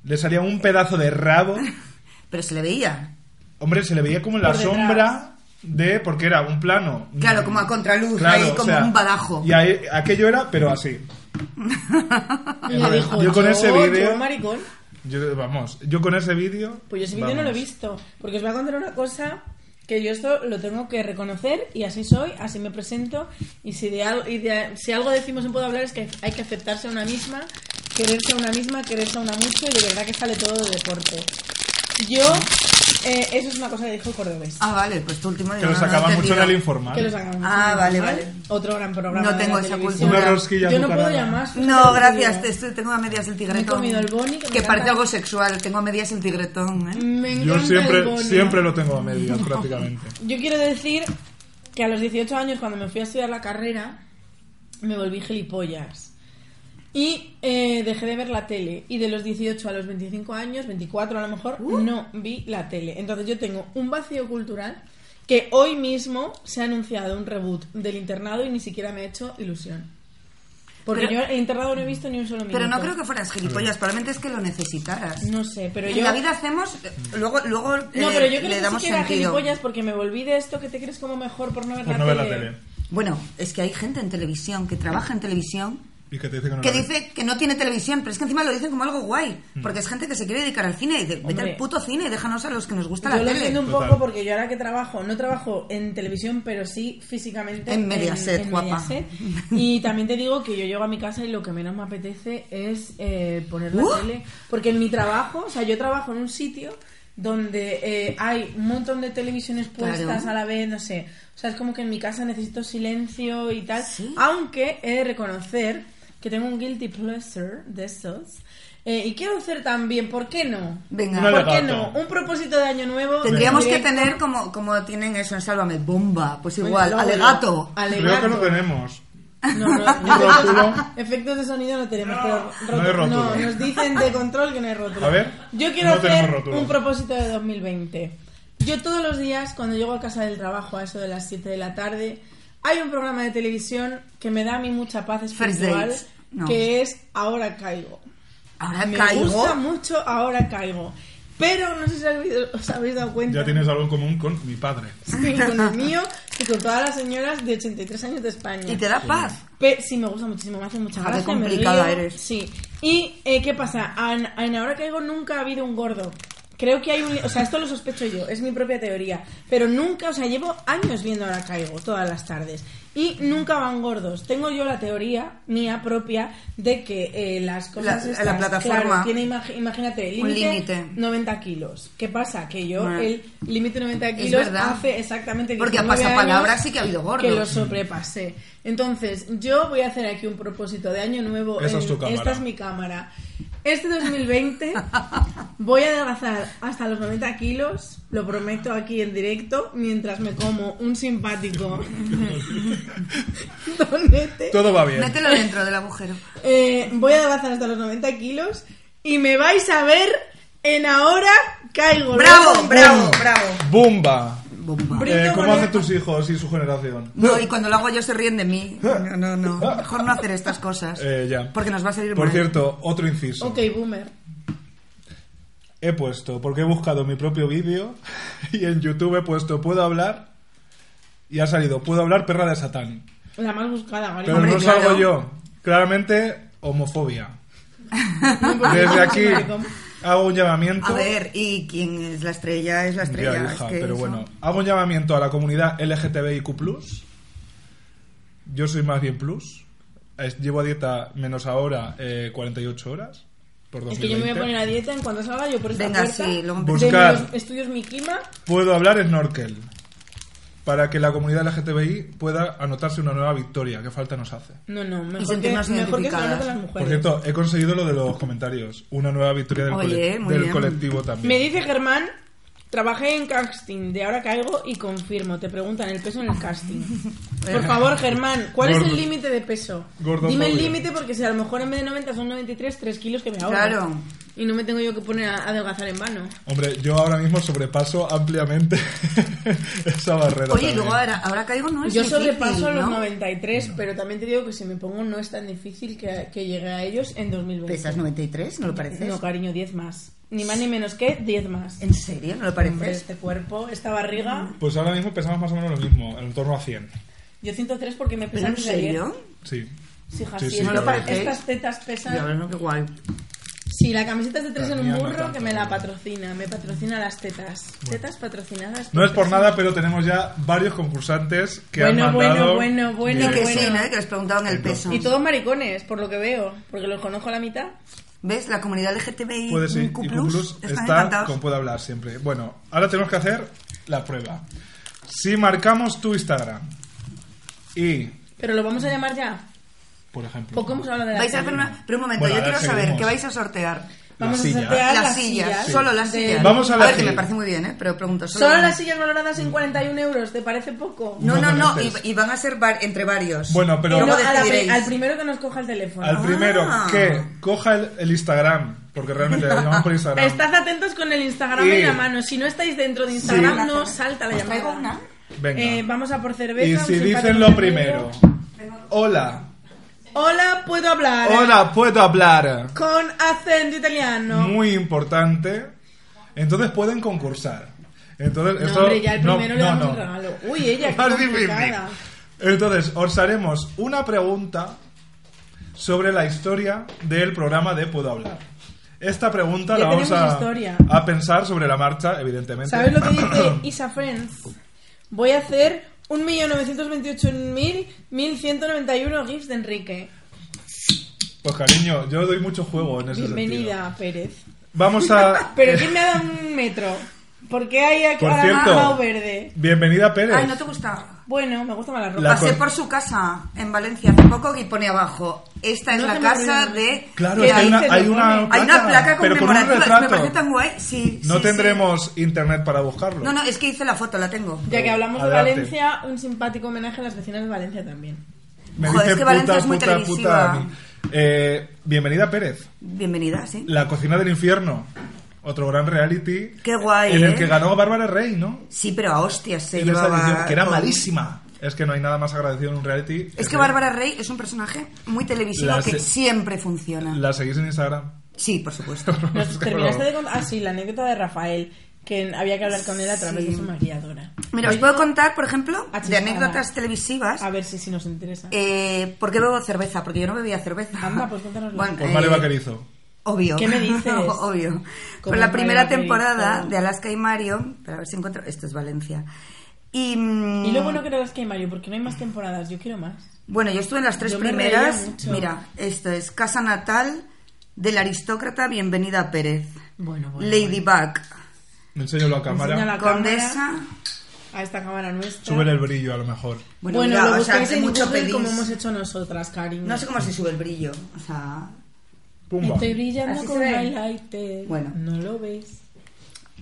Speaker 1: le salía un pedazo de rabo.
Speaker 4: Pero se le veía.
Speaker 1: Hombre, se le veía como en la
Speaker 2: Por detrás.
Speaker 1: sombra de porque era un plano.
Speaker 4: Claro, como a contraluz,
Speaker 1: Claro,
Speaker 4: ahí
Speaker 1: o
Speaker 4: como
Speaker 1: sea,
Speaker 4: un badajo.
Speaker 1: Y ahí- aquello era, pero así.
Speaker 2: Y le dijo,
Speaker 1: yo con ese vídeo,
Speaker 2: yo, maricón.
Speaker 1: yo- vamos, yo con ese vídeo,
Speaker 2: Pues yo ese vídeo no lo he
Speaker 1: vamos.
Speaker 2: visto. Porque os voy a contar una cosa que yo esto lo tengo que reconocer y así soy, así me presento. Y si, de algo, y de- si algo decimos en Puedo Hablar es que hay que aceptarse a una misma, quererse a una misma, quererse a una mucho y de verdad que sale todo de deporte. Yo, eh, eso es una cosa que dijo Cordobés.
Speaker 4: Ah, vale, pues tu último
Speaker 1: que
Speaker 4: digo,
Speaker 1: lo
Speaker 4: no, no
Speaker 1: sacaba
Speaker 4: has
Speaker 1: mucho en
Speaker 4: entendido.
Speaker 1: el informal.
Speaker 2: Que los hagamos.
Speaker 4: Ah, vale,
Speaker 2: ¿Vale?
Speaker 4: vale.
Speaker 2: Otro gran programa.
Speaker 4: No
Speaker 2: de la
Speaker 4: tengo esa
Speaker 2: televisión.
Speaker 4: cultura.
Speaker 1: Una rosquilla
Speaker 2: Yo no puedo
Speaker 1: azucarada.
Speaker 2: llamar.
Speaker 4: No, gracias, te estoy- tengo a medias el tigretón.
Speaker 2: comido el boni, que me
Speaker 4: Que parece
Speaker 2: encanta.
Speaker 4: algo sexual, tengo a medias el tigretón, ¿eh?
Speaker 2: Me encanta
Speaker 1: Yo
Speaker 2: el
Speaker 1: siempre,
Speaker 2: boni.
Speaker 1: siempre lo tengo a medias prácticamente.
Speaker 2: Yo quiero decir que a los 18 años, cuando me fui a estudiar la carrera, me volví gilipollas. Y eh, dejé de ver la tele. Y de los 18 a los 25 años, 24 a lo mejor,
Speaker 4: Uh.
Speaker 2: no vi la tele. Entonces yo tengo un vacío cultural que hoy mismo se ha anunciado un reboot del internado y ni siquiera me ha hecho ilusión. Porque
Speaker 4: Pero-
Speaker 2: yo el internado no he visto ni un solo minuto.
Speaker 4: Pero no creo que fueras gilipollas, probablemente es que lo necesitaras.
Speaker 2: No sé, pero
Speaker 4: en
Speaker 2: yo...
Speaker 4: la vida hacemos, eh, luego, luego
Speaker 2: No,
Speaker 4: eh,
Speaker 2: pero yo creo
Speaker 4: le
Speaker 2: que sí
Speaker 4: damos
Speaker 2: que era
Speaker 4: sentido.
Speaker 2: gilipollas porque me volví de esto que te crees como mejor por no ver,
Speaker 1: Por
Speaker 2: la,
Speaker 1: no ver la
Speaker 2: tele.
Speaker 1: tele.
Speaker 4: Bueno, es que hay gente en televisión que trabaja en televisión
Speaker 1: Y que te dice que no
Speaker 4: que
Speaker 1: lo ves.
Speaker 4: dice que no tiene televisión, pero es que encima lo dicen como algo guay, porque es gente que se quiere dedicar al cine y dice, vete
Speaker 2: Mm. Hombre.
Speaker 4: al puto cine y déjanos a los que nos gusta
Speaker 2: Yo
Speaker 4: la
Speaker 2: lo
Speaker 4: tele.
Speaker 2: entiendo un
Speaker 1: Total.
Speaker 2: poco porque yo ahora que trabajo, no trabajo en televisión, pero sí físicamente
Speaker 4: En Mediaset, guapa.
Speaker 2: Mediaset. Y también te digo que yo llego a mi casa y lo que menos me apetece es eh, poner la
Speaker 4: ¡Uh!
Speaker 2: tele. Porque en mi trabajo, o sea, yo trabajo en un sitio donde eh, hay un montón de televisiones puestas
Speaker 4: Claro.
Speaker 2: a la vez, no sé. O sea, es como que en mi casa necesito silencio y tal.
Speaker 4: Sí.
Speaker 2: Aunque he de reconocer que tengo un guilty pleasure de esos. Eh, y quiero hacer también, ¿por qué no?
Speaker 4: Venga,
Speaker 1: Una
Speaker 2: ¿Por qué
Speaker 1: legata.
Speaker 2: no? Un propósito de año nuevo.
Speaker 4: tendríamos que
Speaker 2: Directo.
Speaker 4: tener como, como tienen eso en Sálvame, bomba, pues
Speaker 2: Oye,
Speaker 4: igual,
Speaker 2: luego,
Speaker 4: alegato.
Speaker 1: Creo
Speaker 2: Alegato.
Speaker 1: que lo tenemos.
Speaker 2: No, no,
Speaker 1: Un rótulo.
Speaker 2: efectos de sonido no tenemos, pero
Speaker 1: No hay rótulo.
Speaker 2: no, nos dicen de control que no hay rótulo.
Speaker 1: A ver,
Speaker 2: yo quiero
Speaker 1: no tenemos
Speaker 2: hacer
Speaker 1: rótulo.
Speaker 2: un propósito de 2020. Yo todos los días, cuando llego a casa del trabajo a eso de las 7 de la tarde, hay un programa de televisión que me da a mí mucha paz espiritual,
Speaker 4: Dates. No.
Speaker 2: que es Ahora Caigo.
Speaker 4: Ahora
Speaker 2: me
Speaker 4: caigo.
Speaker 2: gusta mucho Ahora Caigo. Pero no sé si habéis- os habéis dado cuenta.
Speaker 1: Ya tienes algo en común con mi padre.
Speaker 2: Sí, con el mío y con todas las señoras de 83 años de España.
Speaker 4: Y te da paz.
Speaker 2: Pe- sí, me gusta muchísimo, me hace mucha
Speaker 4: Ah, qué
Speaker 2: gracia. me
Speaker 4: complicada
Speaker 2: río.
Speaker 4: eres.
Speaker 2: Sí. ¿Y eh, qué pasa? En, en Ahora Caigo nunca ha habido un gordo. Creo que hay un... li- O sea, esto lo sospecho yo, es mi propia teoría. Pero nunca, o sea, llevo años viendo Ahora Caigo todas las tardes. Y nunca van gordos. Tengo yo la teoría mía propia de que eh, las cosas...
Speaker 4: La- la
Speaker 2: estas,
Speaker 4: plataforma.
Speaker 2: claro, tiene, imag- imagínate,
Speaker 4: Un
Speaker 2: límite
Speaker 4: límite.
Speaker 2: 90 kilos. ¿Qué pasa? Que yo
Speaker 4: Bueno.
Speaker 2: el límite 90
Speaker 4: Es
Speaker 2: kilos
Speaker 4: verdad.
Speaker 2: hace exactamente
Speaker 4: Porque a
Speaker 2: 19
Speaker 4: pasapalabra
Speaker 2: años
Speaker 4: sí que ha habido gordos.
Speaker 2: Que lo sobrepasé. Entonces, yo voy a hacer aquí un propósito de año nuevo.
Speaker 1: Esa es
Speaker 2: en-
Speaker 1: tu cámara.
Speaker 2: Esta es mi cámara. Este 2020 Voy a adelgazar hasta los 90 kilos, lo prometo aquí en directo, mientras me como un simpático donete.
Speaker 1: Todo va bien.
Speaker 4: Mételo dentro del agujero.
Speaker 2: Eh, voy a adelgazar hasta los 90 kilos y me vais a ver en ahora caigo.
Speaker 4: ¡Bravo,
Speaker 2: Luego-
Speaker 4: bravo, bravo!
Speaker 1: Bumba.
Speaker 4: Bomba.
Speaker 2: Brindo
Speaker 1: Eh, ¿Cómo
Speaker 2: con
Speaker 1: hacen
Speaker 2: el-
Speaker 1: tus hijos y su generación?
Speaker 4: No, y cuando lo hago yo se ríen de mí. No, no, no. Mejor no hacer estas cosas.
Speaker 1: Eh, ya.
Speaker 4: Porque nos va a salir
Speaker 1: Por
Speaker 4: mal.
Speaker 1: cierto, otro inciso.
Speaker 2: Ok, boomer.
Speaker 1: He puesto, porque he buscado mi propio vídeo y en YouTube he puesto puedo hablar y ha salido puedo hablar perra de Satán.
Speaker 2: La más buscada, ¿vale?
Speaker 1: Pero
Speaker 4: Hombre,
Speaker 1: no
Speaker 4: claro.
Speaker 1: salgo yo. Claramente, homofobia.
Speaker 2: Muy
Speaker 1: Desde
Speaker 2: bonito,
Speaker 1: aquí
Speaker 2: maricón.
Speaker 1: hago un llamamiento.
Speaker 4: Ah, A ver, y quién es la estrella es la
Speaker 1: Ya,
Speaker 4: estrella.
Speaker 1: hija,
Speaker 4: es que
Speaker 1: pero
Speaker 4: eso-
Speaker 1: bueno, hago un llamamiento a la comunidad LGTBIQ+. Yo soy más bien plus. Es- Llevo a dieta menos ahora eh, 48 horas por
Speaker 2: Es que yo me voy a
Speaker 1: 2020.
Speaker 2: poner a dieta en cuanto salga yo por esta
Speaker 4: Venga,
Speaker 2: puerta
Speaker 4: sí, luego
Speaker 1: Busca-
Speaker 2: de
Speaker 1: Buscar.
Speaker 2: los estudios Mikima.
Speaker 1: Puedo hablar snorkel para que la comunidad LGTBI pueda anotarse una nueva victoria que falta nos hace.
Speaker 2: No, no, mejor que,
Speaker 4: sentirnos
Speaker 2: mejor que se lo
Speaker 4: identificadas.
Speaker 2: noten las
Speaker 1: Por
Speaker 2: mujeres.
Speaker 1: cierto, he conseguido lo de los comentarios. Una nueva victoria del,
Speaker 4: Oye,
Speaker 1: cole-
Speaker 4: muy
Speaker 1: del
Speaker 4: bien.
Speaker 1: colectivo también.
Speaker 2: Me dice Germán, trabajé en casting, de ahora caigo y confirmo, te preguntan el peso en el casting. Por favor, Germán, ¿cuál es
Speaker 1: Gordo.
Speaker 2: el límite de peso?
Speaker 1: Gordofobia.
Speaker 2: Dime el límite porque si a lo mejor en vez de 90 son 93, 3 kilos que me ahorro.
Speaker 4: Claro.
Speaker 2: Y no me tengo yo que poner a adelgazar en vano.
Speaker 1: Hombre, yo ahora mismo sobrepaso ampliamente esa barrera.
Speaker 4: Oye, y
Speaker 1: también.
Speaker 4: luego ahora, ahora caigo no Ah, es
Speaker 2: Yo
Speaker 4: difícil,
Speaker 2: sobrepaso los
Speaker 4: ¿no?
Speaker 2: 93, pero también te digo que si me pongo no es tan difícil que, que llegue a ellos en 2020.
Speaker 4: ¿Pesas 93? ¿No lo pareces?
Speaker 2: No, cariño, 10 más. Ni más ni menos que 10 más.
Speaker 4: ¿En serio? ¿No lo
Speaker 2: Hombre,
Speaker 4: pareces?
Speaker 2: este cuerpo, esta barriga.
Speaker 1: Pues ahora mismo pesamos más o menos lo mismo, en torno a 100.
Speaker 2: Yo 103 porque me
Speaker 4: ¿Pero
Speaker 2: pesan
Speaker 4: en serio?
Speaker 1: Sí.
Speaker 2: Sí, hija,
Speaker 1: Sí,
Speaker 2: sí,
Speaker 1: sí,
Speaker 2: estas-
Speaker 1: no lo
Speaker 4: parecéis.
Speaker 2: estas tetas
Speaker 4: Ya
Speaker 2: pesan.
Speaker 4: ves, no, qué guay.
Speaker 2: Sí, la camiseta es de tres
Speaker 1: La
Speaker 2: en un
Speaker 1: mía no
Speaker 2: burro
Speaker 1: tanto,
Speaker 2: que me la
Speaker 1: no.
Speaker 2: patrocina. Me patrocina las tetas. Tetas patrocinadas.
Speaker 1: No es por
Speaker 2: tetas.
Speaker 1: nada, pero tenemos ya varios concursantes que
Speaker 2: Bueno,
Speaker 1: han
Speaker 2: bueno,
Speaker 1: mandado...
Speaker 2: bueno, bueno,
Speaker 4: Y
Speaker 1: Bien.
Speaker 4: que
Speaker 2: bueno.
Speaker 4: sí, ¿no? Que les preguntaban el
Speaker 1: Entonces-
Speaker 4: peso.
Speaker 2: Y todos maricones, por lo que veo. Porque los conozco a la mitad.
Speaker 4: ¿Ves? La comunidad LGTBI
Speaker 1: Puedes ir.
Speaker 4: Q+,
Speaker 1: Y Plus
Speaker 4: están
Speaker 1: está
Speaker 4: encantados.
Speaker 1: con Puedo Hablar siempre. Bueno, ahora tenemos que hacer la prueba. Si marcamos tu Instagram y,
Speaker 2: Pero lo vamos a llamar ya.
Speaker 1: por ejemplo,
Speaker 2: Poco hemos hablado de la
Speaker 4: Vais a
Speaker 2: calle.
Speaker 4: hacer una... Pero un momento,
Speaker 1: Bueno,
Speaker 4: yo
Speaker 1: ahora
Speaker 4: quiero saber
Speaker 1: seguimos.
Speaker 4: qué vais a sortear.
Speaker 1: la
Speaker 2: Vamos a
Speaker 1: silla.
Speaker 2: sortear
Speaker 4: Las sillas,
Speaker 1: Sí.
Speaker 4: solo las
Speaker 2: de-
Speaker 4: sillas.
Speaker 1: Vamos a
Speaker 4: a ver, que
Speaker 1: elegir.
Speaker 4: me parece muy bien, ¿eh? Pero pregunto solo.
Speaker 2: Solo las sillas valoradas en 41 euros, ¿te parece poco?
Speaker 4: No, no, no, y,
Speaker 1: Componentes.
Speaker 4: y van a ser var- entre varios.
Speaker 1: Bueno, pero-
Speaker 4: Luego
Speaker 2: No, a la pri-
Speaker 4: decidiréis.
Speaker 2: al primero que nos coja el teléfono.
Speaker 1: al primero
Speaker 4: Ah.
Speaker 1: que coja el, el Instagram, porque realmente lo llamamos por Instagram.
Speaker 2: Estad atentos con el Instagram
Speaker 1: Y-
Speaker 2: en la mano. Si no estáis dentro de Instagram,
Speaker 4: Sí.
Speaker 2: no os salta la
Speaker 4: ¿Os
Speaker 2: llamada.
Speaker 4: traigo una?
Speaker 1: Venga.
Speaker 2: Eh, vamos a por cerveza.
Speaker 1: y
Speaker 2: un
Speaker 1: si
Speaker 2: simpático
Speaker 1: dicen lo
Speaker 2: cervecero.
Speaker 1: primero, hola,
Speaker 2: Hola, puedo hablar.
Speaker 1: hola, Mm, puedo hablar,
Speaker 2: Con acento italiano.
Speaker 1: muy importante, entonces pueden concursar. Entonces,
Speaker 2: No,
Speaker 1: eso-
Speaker 2: hombre, ya el
Speaker 1: no,
Speaker 2: primero le
Speaker 1: no,
Speaker 2: damos
Speaker 1: no.
Speaker 2: un regalo. Uy, ella, qué
Speaker 1: Más difícil.
Speaker 2: complicada.
Speaker 1: Entonces, os haremos una pregunta sobre la historia del programa de Puedo Hablar. Esta pregunta
Speaker 2: Ya
Speaker 1: la vamos
Speaker 2: tenemos
Speaker 1: a,
Speaker 2: historia.
Speaker 1: a pensar sobre la marcha, evidentemente.
Speaker 2: ¿Sabes lo que dice Isa Friends? Voy a hacer 1.928.191 gifs de Enrique.
Speaker 1: Pues cariño, yo doy mucho juego en ese sentido.
Speaker 2: Bienvenida, Pérez.
Speaker 1: Vamos a... eh,
Speaker 2: ¿Pero quién me ha dado un metro? ¿Por qué hay aquí
Speaker 1: Por
Speaker 2: ahora
Speaker 1: cierto,
Speaker 2: más verde?
Speaker 1: bienverdad Pérez.
Speaker 4: Ay, ¿no te gusta?
Speaker 2: Bueno, me gusta más la ropa.
Speaker 1: La
Speaker 4: Pasé
Speaker 1: cor-
Speaker 4: por su casa en Valencia hace poco y pone abajo, esta es
Speaker 2: No
Speaker 4: la
Speaker 2: se me
Speaker 4: casa
Speaker 2: olvida.
Speaker 4: de...
Speaker 1: Claro,
Speaker 4: que
Speaker 1: es que hay una,
Speaker 2: ahí se
Speaker 1: hay
Speaker 2: lo
Speaker 1: una
Speaker 2: pone.
Speaker 4: hay una placa
Speaker 1: pero con un
Speaker 4: conmemorativa, me
Speaker 1: retrato.
Speaker 4: parece tan guay. Sí,
Speaker 1: No
Speaker 4: sí, sí.
Speaker 1: tendremos internet para buscarlo.
Speaker 4: No, no, es que hice la foto, la tengo.
Speaker 2: Ya que hablamos
Speaker 1: Adelante.
Speaker 2: de Valencia, un simpático homenaje a las vecinas de Valencia también.
Speaker 1: Me
Speaker 4: Joder,
Speaker 1: dice
Speaker 4: es que Valencia
Speaker 1: puta,
Speaker 4: es muy
Speaker 1: puta,
Speaker 4: televisiva.
Speaker 1: puta a mí. Eh, bienvenida Pérez.
Speaker 4: Bienvenida, sí.
Speaker 1: La cocina del infierno. Otro gran reality.
Speaker 4: Qué guay,
Speaker 1: En el
Speaker 4: ¿eh?
Speaker 1: que ganó Bárbara Rey, ¿no?
Speaker 4: Sí, pero a hostias se
Speaker 1: En esa
Speaker 4: llevaba
Speaker 1: edición, que era
Speaker 4: con-
Speaker 1: malísima. Es que no hay nada más agradecido en un reality.
Speaker 4: Es que
Speaker 1: ver-
Speaker 4: Bárbara Rey es un personaje muy televisivo
Speaker 1: La
Speaker 4: que
Speaker 1: se-
Speaker 4: siempre funciona.
Speaker 1: La seguís en Instagram.
Speaker 4: Sí, por supuesto.
Speaker 2: Nos terminaste de contar. Ah, sí, la anécdota de Rafael, que había que hablar con él a través
Speaker 4: Sí.
Speaker 2: de su maquilladora.
Speaker 4: Mira, os puedo contar, por ejemplo, de
Speaker 2: Achistada.
Speaker 4: anécdotas televisivas.
Speaker 2: Ah, A ver si, si nos interesa.
Speaker 4: Eh, ¿Por qué bebo cerveza? Porque yo no bebía cerveza.
Speaker 2: Anda, pues cuéntanoslo.
Speaker 1: Por
Speaker 4: eh,
Speaker 1: Mario Vaquerizo.
Speaker 4: Obvio.
Speaker 2: ¿Qué me dices?
Speaker 4: obvio.
Speaker 2: Como
Speaker 4: Por la
Speaker 2: Mario
Speaker 4: primera
Speaker 2: Vaquerizo.
Speaker 4: temporada de Alaska y Mario. Para ver si encuentro. Esto es Valencia. Y, mm,
Speaker 2: Y lo bueno que no las que hay, Mario, porque no hay más temporadas. Yo quiero más.
Speaker 4: Bueno, yo estuve en las tres
Speaker 2: Yo me
Speaker 4: primeras.
Speaker 2: reía mucho.
Speaker 4: Mira, esto es Casa Natal del Aristócrata Bienvenida Pérez.
Speaker 2: Ah, Bueno,
Speaker 4: Ladybug.
Speaker 1: Enséñalo a
Speaker 2: Enseña
Speaker 1: cámara.
Speaker 2: la
Speaker 4: Condesa.
Speaker 2: cámara a esta cámara nuestra.
Speaker 1: Sube el brillo, a lo mejor.
Speaker 2: Bueno,
Speaker 4: mira,
Speaker 2: lo
Speaker 4: o sea,
Speaker 2: buscáis
Speaker 4: hay
Speaker 2: en
Speaker 4: mucho
Speaker 2: Google
Speaker 4: pelis.
Speaker 2: como hemos hecho nosotras, cariño.
Speaker 4: No sé cómo se sube el brillo. O sea.
Speaker 1: Pumba.
Speaker 2: Estoy brillando
Speaker 4: Así
Speaker 2: con
Speaker 4: se ve.
Speaker 2: un highlighter.
Speaker 4: Bueno.
Speaker 2: No lo ves.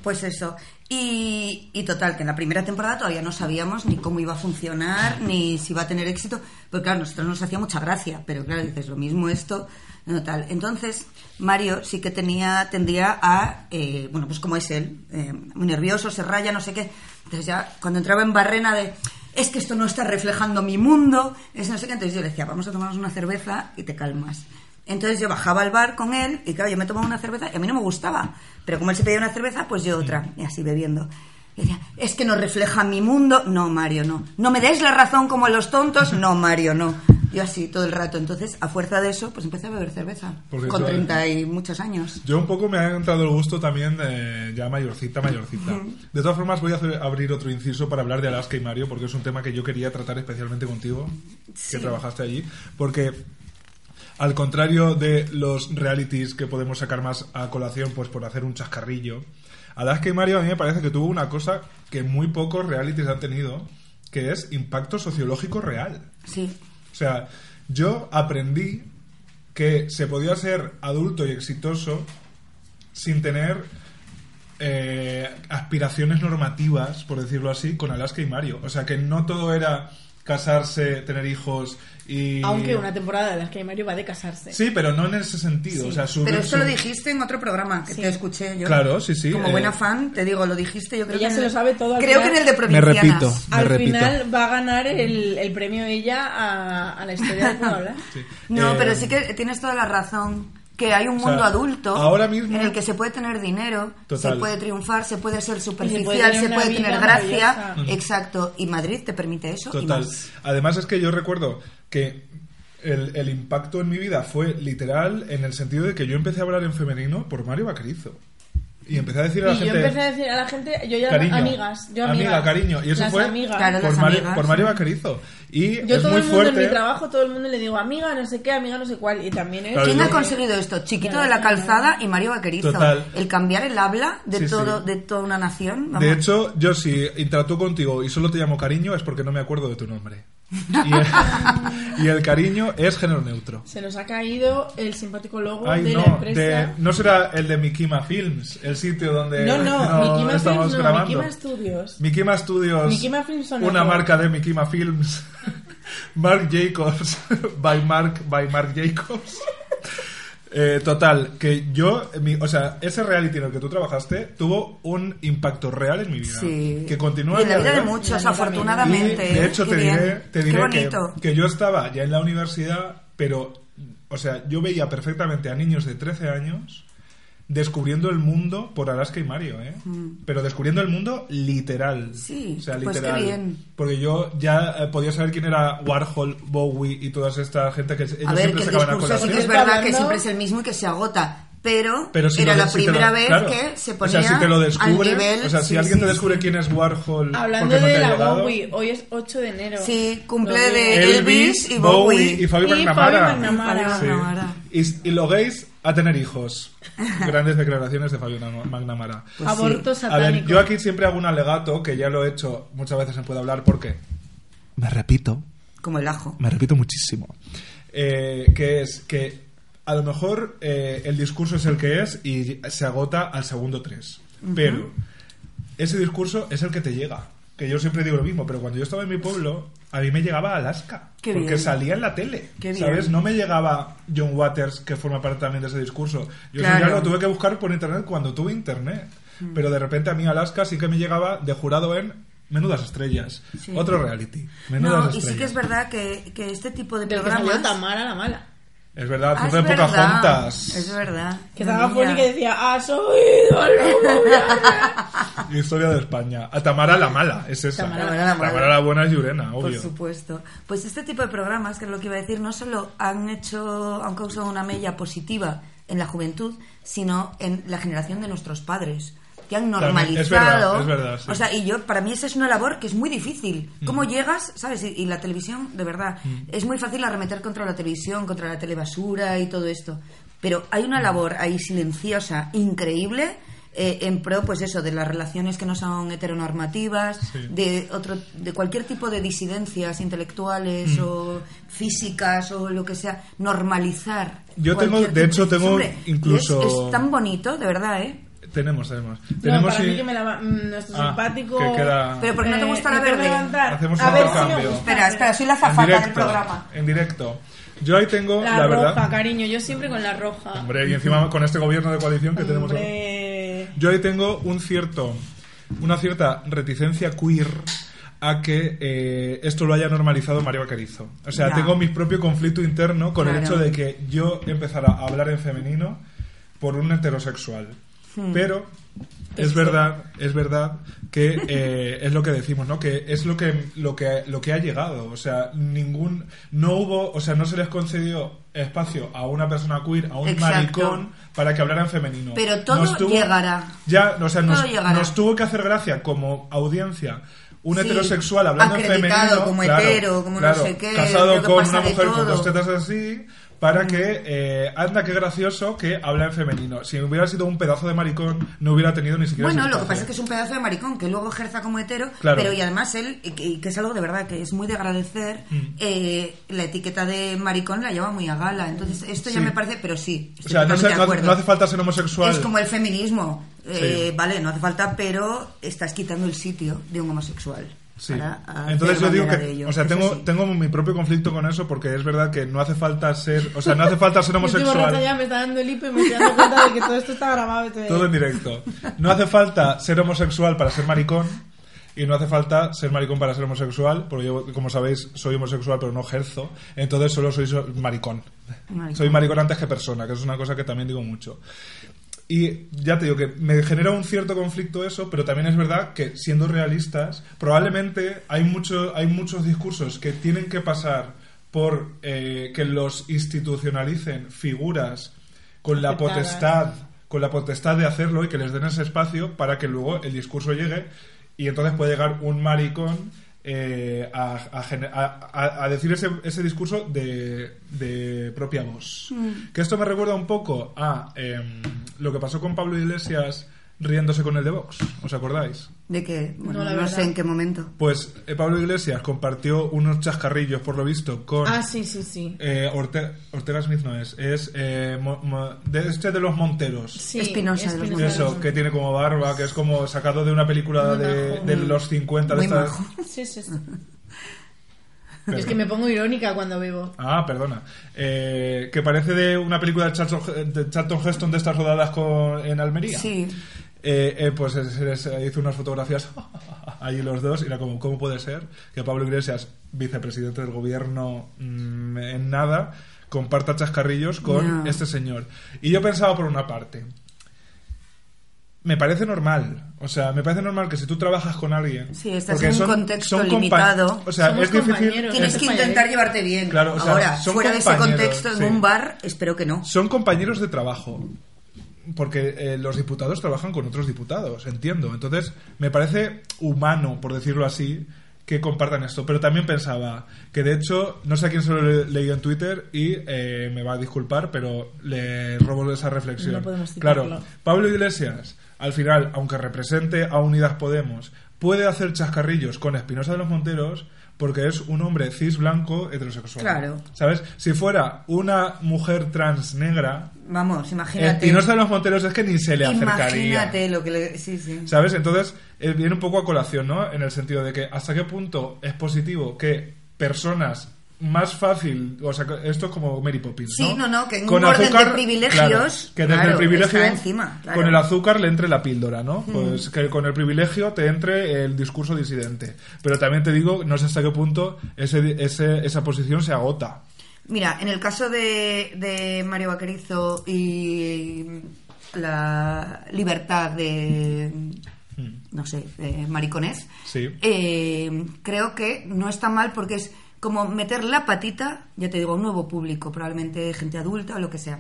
Speaker 4: Pues eso. Y, y total, que en la primera temporada todavía no sabíamos ni cómo iba a funcionar, ni si iba a tener éxito. Porque claro, a nosotros nos hacía mucha gracia, pero claro, dices lo mismo esto, no tal. Entonces, Mario sí que tenía, tendía a, eh, bueno, pues como es él, eh, muy nervioso, se raya, no sé qué. Entonces ya, cuando entraba en barrena de, es que esto no está reflejando mi mundo, es no sé qué, entonces yo le decía, vamos a tomarnos una cerveza y te calmas. Entonces yo bajaba al bar con él y claro, yo me tomaba una cerveza y a mí no me gustaba. Pero como él se pedía una cerveza, pues yo otra. Y así bebiendo. Y decía, es que no refleja mi mundo. No, Mario, no. No me des la razón como a los tontos. No, Mario, no. Yo así todo el rato. Entonces, a fuerza de eso, pues empecé a beber cerveza.
Speaker 1: Porque
Speaker 4: con
Speaker 1: yo-
Speaker 4: 30 y muchos años.
Speaker 1: Yo un poco me ha entrado el gusto también de ya mayorcita, mayorcita. De todas formas, voy a hacer- abrir otro inciso para hablar de Alaska y Mario, porque es un tema que yo quería tratar especialmente contigo, que trabajaste allí, porque al contrario de los realities que podemos sacar más a colación, pues por hacer un chascarrillo, Alaska y Mario a mí me parece que tuvo una cosa que muy pocos realities han tenido, que es impacto sociológico real.
Speaker 4: Sí.
Speaker 1: O sea, yo aprendí que se podía ser adulto y exitoso sin tener eh, aspiraciones normativas, por decirlo así, con Alaska y Mario. O sea, que no todo era casarse, tener hijos y...
Speaker 2: Aunque una temporada de las que Mario va de casarse.
Speaker 1: Sí, pero no en ese sentido. O sea, su-
Speaker 4: Pero esto
Speaker 1: su-
Speaker 4: lo dijiste en otro programa que
Speaker 2: Sí.
Speaker 4: te escuché yo.
Speaker 1: Claro, sí, sí.
Speaker 4: Como
Speaker 1: eh,
Speaker 4: buena fan, te digo, lo dijiste yo creo
Speaker 2: Ella
Speaker 4: que en
Speaker 2: se
Speaker 4: el-
Speaker 2: lo sabe todo al
Speaker 4: Creo que
Speaker 2: final.
Speaker 4: en el de
Speaker 5: Me
Speaker 4: provincianas.
Speaker 5: repito, me
Speaker 2: Al
Speaker 5: repito.
Speaker 2: final va a ganar el, el premio ella a, a la historia de Puedo hablar.
Speaker 1: sí.
Speaker 4: No,
Speaker 1: Eh,
Speaker 4: pero sí que tienes toda la razón. Que hay un
Speaker 1: sea,
Speaker 4: mundo adulto
Speaker 1: ahora mismo-
Speaker 4: en el que se puede tener dinero,
Speaker 1: Total.
Speaker 4: se puede triunfar, se puede ser
Speaker 2: Y se puede
Speaker 4: superficial,
Speaker 2: tener
Speaker 4: se
Speaker 2: una
Speaker 4: puede
Speaker 2: vida
Speaker 4: tener gracia.
Speaker 2: maravillosa.
Speaker 4: Exacto. Y Madrid te permite eso. y
Speaker 1: Total.
Speaker 4: más.
Speaker 1: Además es que yo recuerdo que el, el impacto en mi vida fue literal en el sentido de que yo empecé a hablar en femenino por Mario Bacarizo. Y empecé a decir a la
Speaker 2: Y yo
Speaker 1: gente...
Speaker 2: empecé a decir a la gente, yo ya
Speaker 1: Cariño,
Speaker 2: amigas, yo
Speaker 1: amiga,
Speaker 2: amigas.
Speaker 1: cariño, y eso
Speaker 2: Las
Speaker 1: fue-
Speaker 2: amigas.
Speaker 4: Claro,
Speaker 1: por,
Speaker 4: las
Speaker 1: Mario,
Speaker 4: amigas.
Speaker 1: por Mario Bacarizo. Y
Speaker 2: Yo
Speaker 1: es
Speaker 2: todo
Speaker 1: muy
Speaker 2: el mundo
Speaker 1: fuerte. ¿eh?
Speaker 2: en mi trabajo, todo el mundo le digo amiga, no sé qué, amiga, no sé cuál. Y también ¿eh? es...
Speaker 1: Claro,
Speaker 4: ¿Quién
Speaker 1: yo-
Speaker 4: ha conseguido esto? Chiquito de la calzada y Mario Vaquerizo.
Speaker 1: Total.
Speaker 4: El cambiar el habla de
Speaker 1: Sí, sí.
Speaker 4: todo, de toda una nación. vamos.
Speaker 1: De hecho, yo si interactúo contigo y solo te llamo cariño es porque no me acuerdo de tu nombre. Y el, y el cariño es género neutro.
Speaker 2: Se nos ha caído el simpático logo
Speaker 1: Ay,
Speaker 2: Oh, de
Speaker 1: no,
Speaker 2: la empresa.
Speaker 1: de- no será el de Mikima Films, el sitio donde
Speaker 2: No, no, Mikima
Speaker 1: estamos
Speaker 2: Films no,
Speaker 1: grabando.
Speaker 2: Mikima Studios.
Speaker 1: Mikima Studios,
Speaker 2: Mikima Films son
Speaker 1: una
Speaker 2: otro.
Speaker 1: marca de Mikima Films, Mark Jacobs, by Mark, by Mark Jacobs. Eh, total, que yo, mi- o sea, ese reality en el que tú trabajaste tuvo un impacto real en mi vida.
Speaker 4: Sí.
Speaker 1: Que continúa
Speaker 4: Y en la
Speaker 1: a día
Speaker 4: vida
Speaker 1: hoy.
Speaker 4: de muchos,
Speaker 2: La mía también.
Speaker 4: afortunadamente.
Speaker 1: Y, de hecho,
Speaker 4: ¿eh? Qué
Speaker 1: te
Speaker 4: bien.
Speaker 1: diré, te diré
Speaker 4: Qué
Speaker 1: que,
Speaker 4: bonito.
Speaker 1: que yo estaba ya en la universidad, pero, o sea, yo veía perfectamente a niños de 13 años descubriendo el mundo por Alaska y Mario, ¿eh? Pero descubriendo el mundo literal.
Speaker 4: Mm. Sí,
Speaker 1: o sea,
Speaker 4: pues
Speaker 1: literal.
Speaker 4: qué bien.
Speaker 1: Porque yo ya eh, podía saber quién era Warhol, Bowie y toda esta gente que ellos
Speaker 4: A ver,
Speaker 1: siempre
Speaker 4: que el
Speaker 1: sacaban a
Speaker 4: discurso sí
Speaker 1: colación.
Speaker 4: que es
Speaker 2: Está
Speaker 4: verdad que
Speaker 2: hablando-
Speaker 4: siempre es el mismo y que se agota. Pero,
Speaker 1: Pero si
Speaker 4: era
Speaker 1: lo-
Speaker 4: la
Speaker 1: si te lo-
Speaker 4: primera vez
Speaker 1: claro.
Speaker 4: que se
Speaker 1: O
Speaker 4: ponía
Speaker 1: sea, si te lo
Speaker 4: al
Speaker 1: descubre,
Speaker 4: nivel...
Speaker 1: o sea, si
Speaker 4: sí,
Speaker 1: alguien te
Speaker 4: sí,
Speaker 1: descubre
Speaker 4: sí.
Speaker 1: quién es Warhol,
Speaker 2: Hablando
Speaker 1: porque no te
Speaker 2: de
Speaker 1: ha
Speaker 2: la
Speaker 1: llegado,
Speaker 2: Bowie, hoy es 8 de enero.
Speaker 4: Sí, cumple
Speaker 2: Lo
Speaker 4: de- Elvis y Bowie.
Speaker 1: y Fabio
Speaker 2: Y Fabio
Speaker 1: McNamara.
Speaker 2: McNamara.
Speaker 1: Sí.
Speaker 4: McNamara.
Speaker 1: Y, y lo gays a tener hijos. Grandes declaraciones de Fabio Na- McNamara.
Speaker 4: Pues sí.
Speaker 2: Aborto
Speaker 1: A ver,
Speaker 2: satánico.
Speaker 1: yo aquí siempre hago un alegato que ya lo he hecho muchas veces en Puedo Hablar porque me repito,
Speaker 4: Como el ajo.
Speaker 1: me repito muchísimo. Eh, que es que a lo mejor eh, el discurso es el que es y se agota al segundo tres. Pero ese discurso es el que te llega. Que yo siempre digo lo mismo, pero cuando yo estaba en mi pueblo, a mí me llegaba Alaska.
Speaker 4: Qué
Speaker 1: porque
Speaker 4: bien.
Speaker 1: salía en la tele.
Speaker 4: Qué bien.
Speaker 1: ¿Sabes? No me llegaba John Waters, que forma parte también de ese discurso. Yo eso
Speaker 4: Claro. Mm.
Speaker 1: ya lo tuve que buscar por internet cuando tuve internet. Pero de repente a mí Alaska sí que me llegaba de jurado en Menudas Estrellas.
Speaker 4: Sí.
Speaker 1: Otro reality. Menudas
Speaker 4: No, y
Speaker 1: Estrellas.
Speaker 4: sí que es verdad que, que este tipo de
Speaker 2: Del que salió
Speaker 1: Ah,
Speaker 4: programas...
Speaker 2: Tamara la mala.
Speaker 1: Es verdad,
Speaker 4: Ah,
Speaker 1: tú de pocas pues juntas.
Speaker 4: Es verdad.
Speaker 2: Que
Speaker 4: Madre
Speaker 2: estaba fuera y
Speaker 4: mía.
Speaker 2: que decía, "Ah, ha subido el humo, viaje".
Speaker 1: Historia de España. A Tamara la mala, es esa.
Speaker 2: Tamara
Speaker 4: la mala.
Speaker 1: Tamara la buena es Yurena,
Speaker 4: Por
Speaker 1: obvio.
Speaker 4: supuesto. Pues este tipo de programas, que es lo que iba a decir, no solo han hecho, han causado una mella positiva en la juventud, sino en la generación de nuestros padres, que han
Speaker 1: También,
Speaker 4: normalizado.
Speaker 1: es verdad, es verdad, sí.
Speaker 4: O sea, y yo, para mí esa es una labor que es muy difícil. ¿Cómo llegas, sabes? Y, y la televisión, de verdad, es muy fácil arremeter contra la televisión, contra la telebasura y todo esto. Pero hay una labor ahí silenciosa, increíble, eh, en pro, pues eso, de las relaciones que no son heteronormativas,
Speaker 1: Sí.
Speaker 4: de otro, de cualquier tipo de disidencias intelectuales o físicas o lo que sea, normalizar.
Speaker 1: Yo tengo-
Speaker 4: cualquier
Speaker 1: de hecho,
Speaker 4: tipo
Speaker 1: tengo
Speaker 4: hombre, y es-
Speaker 1: incluso-
Speaker 4: Es, tan bonito, de verdad, ¿eh?
Speaker 1: Tenemos, tenemos.
Speaker 2: No,
Speaker 1: tenemos
Speaker 2: para
Speaker 1: y-
Speaker 2: mí que me la va- mm, nuestro
Speaker 1: Ah,
Speaker 2: simpático.
Speaker 1: que queda-
Speaker 4: Pero porque no te gusta la
Speaker 2: me tengo que
Speaker 4: verde.
Speaker 2: levantar.
Speaker 1: Hacemos
Speaker 2: a
Speaker 1: un
Speaker 2: ver si
Speaker 1: intercambio.
Speaker 2: me gusta.
Speaker 4: Espera, espera, soy la
Speaker 1: en
Speaker 4: zafata del
Speaker 1: directo,
Speaker 4: programa.
Speaker 1: En directo. Yo ahí tengo,
Speaker 2: La,
Speaker 1: la,
Speaker 2: roja,
Speaker 1: verdad.
Speaker 2: cariño, yo siempre con la roja.
Speaker 1: Hombre, y encima con este gobierno de coalición que tenemos ahora.
Speaker 2: Hombre.
Speaker 1: Yo ahí tengo un cierto, una cierta reticencia queer a que eh, esto lo haya normalizado Mario Vaquerizo. O sea,
Speaker 4: Ya.
Speaker 1: tengo mi propio conflicto interno con el
Speaker 4: Claro.
Speaker 1: hecho de que yo empezara a hablar en femenino por un heterosexual.
Speaker 4: Hmm.
Speaker 1: Pero es verdad, es verdad que eh, es lo que decimos, ¿no? Que es lo que lo que lo que ha llegado, o sea, ningún no hubo, o sea, no se les concedió espacio a una persona queer, a un
Speaker 4: Exacto.
Speaker 1: maricón para que hablara en femenino.
Speaker 4: Pero todo llegará.
Speaker 1: Ya, o sea,
Speaker 4: Todo
Speaker 1: nos,
Speaker 4: llegará.
Speaker 1: nos tuvo que hacer gracia como audiencia un
Speaker 4: Sí,
Speaker 1: heterosexual hablando en
Speaker 4: acreditado
Speaker 1: femenino,
Speaker 4: como
Speaker 1: claro,
Speaker 4: hetero, como no
Speaker 1: claro,
Speaker 4: sé qué,
Speaker 1: casado
Speaker 4: creo que
Speaker 1: con
Speaker 4: pasa
Speaker 1: una
Speaker 4: de
Speaker 1: mujer con
Speaker 4: todo. Mm.
Speaker 1: dos tetas así, para que eh, anda qué gracioso que habla en femenino. Si hubiera sido un pedazo de maricón, no hubiera tenido ni siquiera.
Speaker 4: Bueno,
Speaker 1: ese
Speaker 4: lo que
Speaker 1: espacio.
Speaker 4: pasa es que es un pedazo de maricón que luego ejerza como hetero,
Speaker 1: Claro.
Speaker 4: pero y además él, y que, y que es algo de verdad que es muy de agradecer,
Speaker 1: Mm.
Speaker 4: eh, la etiqueta de maricón la lleva muy a gala. Entonces, esto ya
Speaker 1: Sí.
Speaker 4: me parece, pero sí.
Speaker 1: o sea, no,
Speaker 4: estoy
Speaker 1: se- no
Speaker 4: totalmente de
Speaker 1: hace,
Speaker 4: acuerdo.
Speaker 1: no hace falta ser homosexual.
Speaker 4: Es como el feminismo. eh, Vale, no hace falta, pero estás quitando el sitio de un homosexual.
Speaker 1: Sí.
Speaker 4: para hacer
Speaker 1: Entonces yo digo
Speaker 4: bandera de
Speaker 1: que,
Speaker 4: ello.
Speaker 1: o sea,
Speaker 4: Eso
Speaker 1: tengo,
Speaker 4: sí.
Speaker 1: tengo mi propio conflicto con eso porque es verdad que no hace falta ser, o sea, no hace falta ser
Speaker 2: Yo estoy borracha ya,
Speaker 1: homosexual.
Speaker 2: me está dando el hipo y me estoy dando cuenta de que todo esto está grabado. y todo.
Speaker 1: Todo en directo. No hace falta ser homosexual para ser maricón y no hace falta ser maricón para ser homosexual, porque yo, como sabéis, soy homosexual pero no ejerzo, entonces solo soy so- maricón.
Speaker 4: Maricón.
Speaker 1: Soy maricón antes que persona, que es una cosa que también digo mucho. Y ya te digo que me genera un cierto conflicto eso, pero también es verdad que siendo realistas, probablemente hay, mucho, hay muchos discursos que tienen que pasar por eh, que los institucionalicen figuras con la
Speaker 2: Aceptadas.
Speaker 1: potestad, con la potestad de hacerlo y que les den ese espacio para que luego el discurso llegue y entonces puede llegar un maricón eh, a, a gener- a- a- a decir ese, ese discurso de, de propia voz.
Speaker 2: Mm.
Speaker 1: Que esto me recuerda un poco a em, lo que pasó con Pablo Iglesias riéndose con el de Vox, ¿os acordáis?
Speaker 4: De que, bueno,
Speaker 2: No, la
Speaker 4: no,
Speaker 2: verdad.
Speaker 4: sé en qué momento.
Speaker 1: Pues eh, Pablo Iglesias compartió unos chascarrillos, por lo visto, con
Speaker 2: Ah, sí, sí, sí.
Speaker 1: eh, Orte- Ortega Smith no es, es eh, mo- mo- de este de los Monteros.
Speaker 2: Sí,
Speaker 4: Espinosa de los Monteros.
Speaker 1: Eso, que tiene como barba, que es como sacado de una película de, de los 50 de
Speaker 4: Muy
Speaker 1: estas-
Speaker 4: majo.
Speaker 2: Sí, sí, sí. Yo
Speaker 1: Perdón.
Speaker 2: Es que me pongo irónica cuando bebo.
Speaker 1: Ah, perdona. Eh, que parece de una película de Charlton, de Charlton Heston de estas rodadas con, en Almería.
Speaker 4: Sí.
Speaker 1: Eh, eh, pues se les hizo unas fotografías allí los dos y era como, ¿cómo puede ser que Pablo Iglesias, vicepresidente del gobierno mm, en nada, comparta chascarrillos con
Speaker 4: Ya.
Speaker 1: este señor? Y yo pensaba por una parte, me parece normal, o sea, me parece normal que si tú trabajas con alguien...
Speaker 4: Sí, estás
Speaker 1: porque
Speaker 4: en un
Speaker 1: son-
Speaker 4: contexto
Speaker 1: son compa-
Speaker 4: limitado.
Speaker 1: O sea,
Speaker 2: Somos
Speaker 1: es difícil...
Speaker 2: compañeros.
Speaker 4: Tienes
Speaker 1: es-
Speaker 4: que
Speaker 2: España,
Speaker 4: intentar
Speaker 2: ¿eh?
Speaker 4: llevarte bien.
Speaker 1: Claro, o sea,
Speaker 4: Ahora,
Speaker 1: son
Speaker 4: fuera de ese
Speaker 1: compañeros,
Speaker 4: contexto, en
Speaker 1: sí.
Speaker 4: un bar, espero que no.
Speaker 1: son compañeros de trabajo. Porque eh, los diputados trabajan con otros diputados, entiendo. Entonces, me parece humano, por decirlo así, que compartan esto. Pero también pensaba que, de hecho, no sé a quién se lo le- leí en Twitter y eh, me va a disculpar, pero le robo esa reflexión.
Speaker 2: No podemos citarlo.
Speaker 1: claro, Pablo Iglesias, al final, aunque represente a Unidas Podemos, puede hacer chascarrillos con Espinosa de los Monteros porque es un hombre cis blanco heterosexual.
Speaker 4: Claro.
Speaker 1: ¿Sabes? Si fuera una mujer trans negra,
Speaker 4: Vamos, imagínate.
Speaker 1: Espinosa de los Monteros es que ni se le acercaría.
Speaker 4: imagínate lo que le. Sí, sí.
Speaker 1: ¿Sabes? Entonces, eh, viene un poco a colación, ¿no? En el sentido de que hasta qué punto es positivo que personas más fácil, o sea, que esto es como Mary Poppins,
Speaker 4: Sí,
Speaker 1: ¿no?
Speaker 4: no, no, que en un orden de privilegios,
Speaker 1: claro, que desde
Speaker 4: claro,
Speaker 1: el privilegio,
Speaker 4: está encima, claro. Mm.
Speaker 1: con el azúcar le entre la píldora, ¿no? Pues que con el privilegio te entre el discurso disidente. Pero también te digo, no sé hasta qué punto ese, ese- esa posición se agota.
Speaker 4: Mira, en el caso de, de Mario Vaquerizo y la libertad de, no sé, de mariconés,
Speaker 1: Mm. Sí.
Speaker 4: eh, creo que no está mal porque es como meter la patita, ya te digo, a un nuevo público, probablemente gente adulta o lo que sea.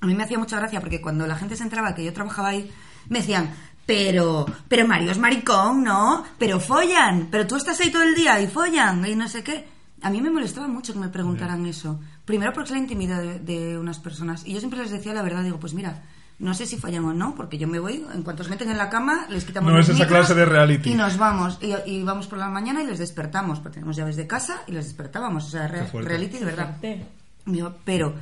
Speaker 4: A mí me hacía mucha gracia porque cuando la gente se entraba, que yo trabajaba ahí, me decían, pero, pero Mario es maricón, ¿no? Pero follan, pero tú estás ahí todo el día y follan y no sé qué. A mí me molestaba mucho que me preguntaran eso. Primero porque es la intimidad de, de unas personas. Y yo siempre les decía la verdad, digo, pues mira, No sé si fallamos, ¿no? Porque yo me voy, en cuanto se meten en la cama, les quitamos
Speaker 1: No
Speaker 4: los
Speaker 1: es esa
Speaker 4: micros
Speaker 1: clase de reality.
Speaker 4: Y nos vamos. Y, y vamos por la mañana y les despertamos, porque tenemos llaves de casa y les despertábamos. O sea, re-
Speaker 1: Qué fuerte.
Speaker 4: reality de verdad.
Speaker 2: Te-
Speaker 4: Digo, Pero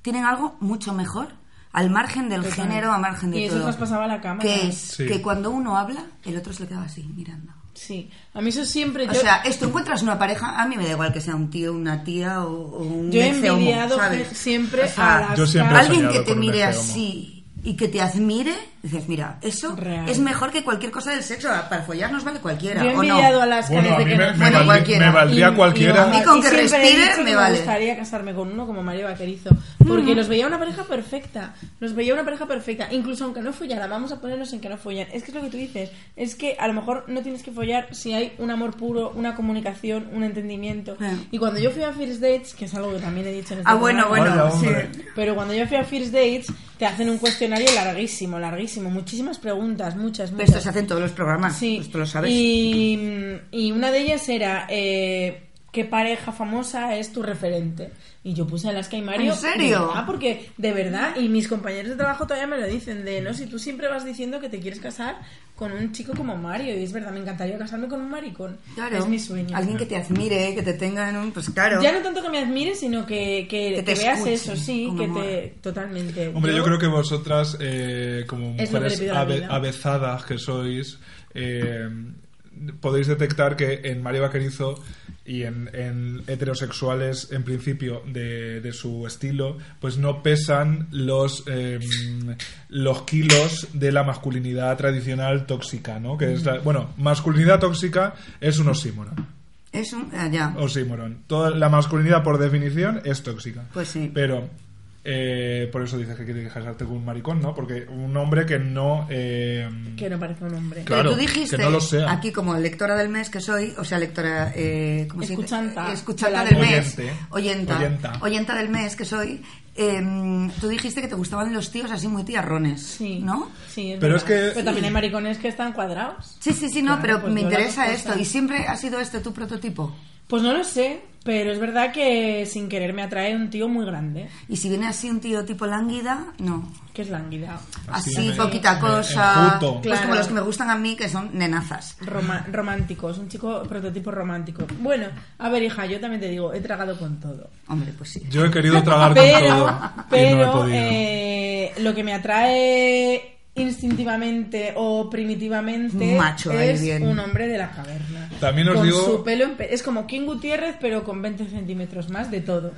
Speaker 4: tienen algo mucho mejor, al margen del
Speaker 2: Total.
Speaker 4: género, al margen de
Speaker 2: Y eso
Speaker 4: todo.
Speaker 2: traspasaba la cámara.
Speaker 4: Que es
Speaker 1: Sí.
Speaker 4: que cuando uno habla, el otro se le queda así, mirando.
Speaker 2: Sí, a mí eso siempre
Speaker 4: O
Speaker 2: yo-
Speaker 4: sea, esto encuentras una pareja, a mí me da igual que sea un tío, una tía o, o un
Speaker 2: Yo he
Speaker 4: ex homo,
Speaker 2: envidiado
Speaker 4: ¿sabes?
Speaker 2: siempre
Speaker 4: O sea,
Speaker 2: a las
Speaker 1: yo siempre he
Speaker 2: caras.
Speaker 4: alguien que
Speaker 1: soñado
Speaker 4: te
Speaker 1: con un
Speaker 4: mire
Speaker 1: ex homo.
Speaker 4: así y que te admire, dices, mira, eso
Speaker 2: Real.
Speaker 4: es mejor que cualquier cosa del sexo, para follar nos vale cualquiera,
Speaker 2: Yo he
Speaker 4: ¿o no?
Speaker 2: envidiado a las
Speaker 1: Bueno,
Speaker 2: caras de
Speaker 1: a mí
Speaker 2: que
Speaker 1: me,
Speaker 2: no-
Speaker 1: me
Speaker 4: Bueno,
Speaker 1: valdría-
Speaker 4: cualquiera.
Speaker 1: me valdría
Speaker 2: Y-
Speaker 1: cualquiera.
Speaker 2: y
Speaker 4: A mí con
Speaker 2: siempre
Speaker 4: que
Speaker 2: he
Speaker 4: respire
Speaker 2: dicho
Speaker 4: me
Speaker 2: que
Speaker 4: vale. Mm.
Speaker 2: Me gustaría casarme con uno como Mario Vaquerizo. Porque los veía una pareja perfecta. Los veía una pareja perfecta. Incluso aunque no follaran, vamos a ponernos en que no follan. Es que es lo que tú dices. Es que a lo mejor no tienes que follar si hay un amor puro, una comunicación, un entendimiento.
Speaker 4: Claro.
Speaker 2: Y cuando yo fui a First Dates, que es algo que también he dicho en este
Speaker 4: Ah, bueno,
Speaker 2: programa,
Speaker 1: Vaya
Speaker 4: bueno, sí.
Speaker 1: hombre.
Speaker 2: pero cuando yo fui a First Dates, te hacen un cuestionario larguísimo, larguísimo. Muchísimas preguntas, muchas,
Speaker 4: Pero
Speaker 2: muchas.
Speaker 4: esto se hace en todos los programas,
Speaker 2: Sí.
Speaker 4: esto Ah, pues lo sabes.
Speaker 2: Y, mm, y una de ellas era eh, ¿qué pareja famosa es tu referente? Y yo puse a Alaska y Mario.
Speaker 4: ¿En serio?
Speaker 2: Ah, porque de verdad, y mis compañeros de trabajo todavía me lo dicen, de no, si tú siempre vas diciendo que te quieres casar con un chico como Mario, y es verdad, me encantaría casarme con un maricón.
Speaker 4: Claro,
Speaker 2: Es mi sueño.
Speaker 4: Alguien que te admire, que te tenga en un... Pues claro.
Speaker 2: Ya no tanto que me admires, sino que, que,
Speaker 4: Que te
Speaker 2: que veas
Speaker 4: escuche
Speaker 2: eso, sí,
Speaker 4: con
Speaker 2: que
Speaker 4: amor.
Speaker 2: te... Totalmente.
Speaker 1: Hombre, yo creo que vosotras, eh, como
Speaker 2: Es lo que le
Speaker 1: mujeres
Speaker 2: pido a la
Speaker 1: abe-
Speaker 2: vida.
Speaker 1: avezadas que sois, eh, podéis detectar que en Mario Vaquerizo y en, en heterosexuales, en principio, de, de su estilo, pues no pesan los, eh, los kilos de la masculinidad tradicional tóxica, ¿no? Que es la- bueno, masculinidad tóxica es un oxímoron.
Speaker 4: Es un... ah, ya.
Speaker 1: Oh, Oxímoron. Toda la masculinidad, por definición, es tóxica.
Speaker 4: Pues sí.
Speaker 1: Pero eh, por eso dices que quieres casarte con un maricón, ¿no? Porque un hombre que no. eh,
Speaker 2: Que no parece un hombre.
Speaker 1: Claro,
Speaker 4: Pero tú dijiste,
Speaker 1: que no lo sea.
Speaker 4: aquí como lectora del mes que soy, o sea, lectora... Eh, ¿cómo se dice?
Speaker 2: Escuchanta.
Speaker 4: Escuchanta
Speaker 2: Claro.
Speaker 4: del mes.
Speaker 1: Oyente.
Speaker 4: Oyenta.
Speaker 1: Oyenta.
Speaker 4: Oyenta del mes que soy. eh, tú dijiste que te gustaban los tíos así muy tiarrones,
Speaker 2: Sí.
Speaker 4: ¿no?
Speaker 2: Sí, es
Speaker 1: Pero
Speaker 2: verdad.
Speaker 1: es que-
Speaker 2: Pero también hay maricones que están cuadrados.
Speaker 4: Sí, sí, sí, no,
Speaker 2: Claro,
Speaker 4: pero
Speaker 2: pues
Speaker 4: me
Speaker 2: yo las
Speaker 4: interesa
Speaker 2: dos
Speaker 4: esto.
Speaker 2: cosas.
Speaker 4: ¿Y siempre ha sido este tu prototipo?
Speaker 2: Pues no lo sé, pero es verdad que sin querer me atrae un tío muy grande,
Speaker 4: ¿Y si viene así un tío tipo lánguida? No.
Speaker 2: que es lánguida.
Speaker 4: Así,
Speaker 1: Así, en-
Speaker 4: poquita
Speaker 1: en-
Speaker 4: cosa.
Speaker 1: enjuto.
Speaker 4: Pues
Speaker 2: Claro.
Speaker 4: como los que me gustan a mí, que son nenazas.
Speaker 2: Roma- romántico, es un chico prototipo romántico. Bueno, a ver, hija, yo también te digo, he tragado con todo.
Speaker 4: Hombre, pues sí.
Speaker 1: yo he querido tragar con todo.
Speaker 2: Pero,
Speaker 1: y no he
Speaker 2: pero
Speaker 1: podido.
Speaker 2: eh, lo que me atrae instintivamente o primitivamente
Speaker 4: Un macho ahí
Speaker 2: es
Speaker 4: bien.
Speaker 2: un hombre de la caverna.
Speaker 1: También os
Speaker 2: Con
Speaker 1: digo-
Speaker 2: su pelo en pe- es como King Gutiérrez, pero con 20 centímetros más de todo.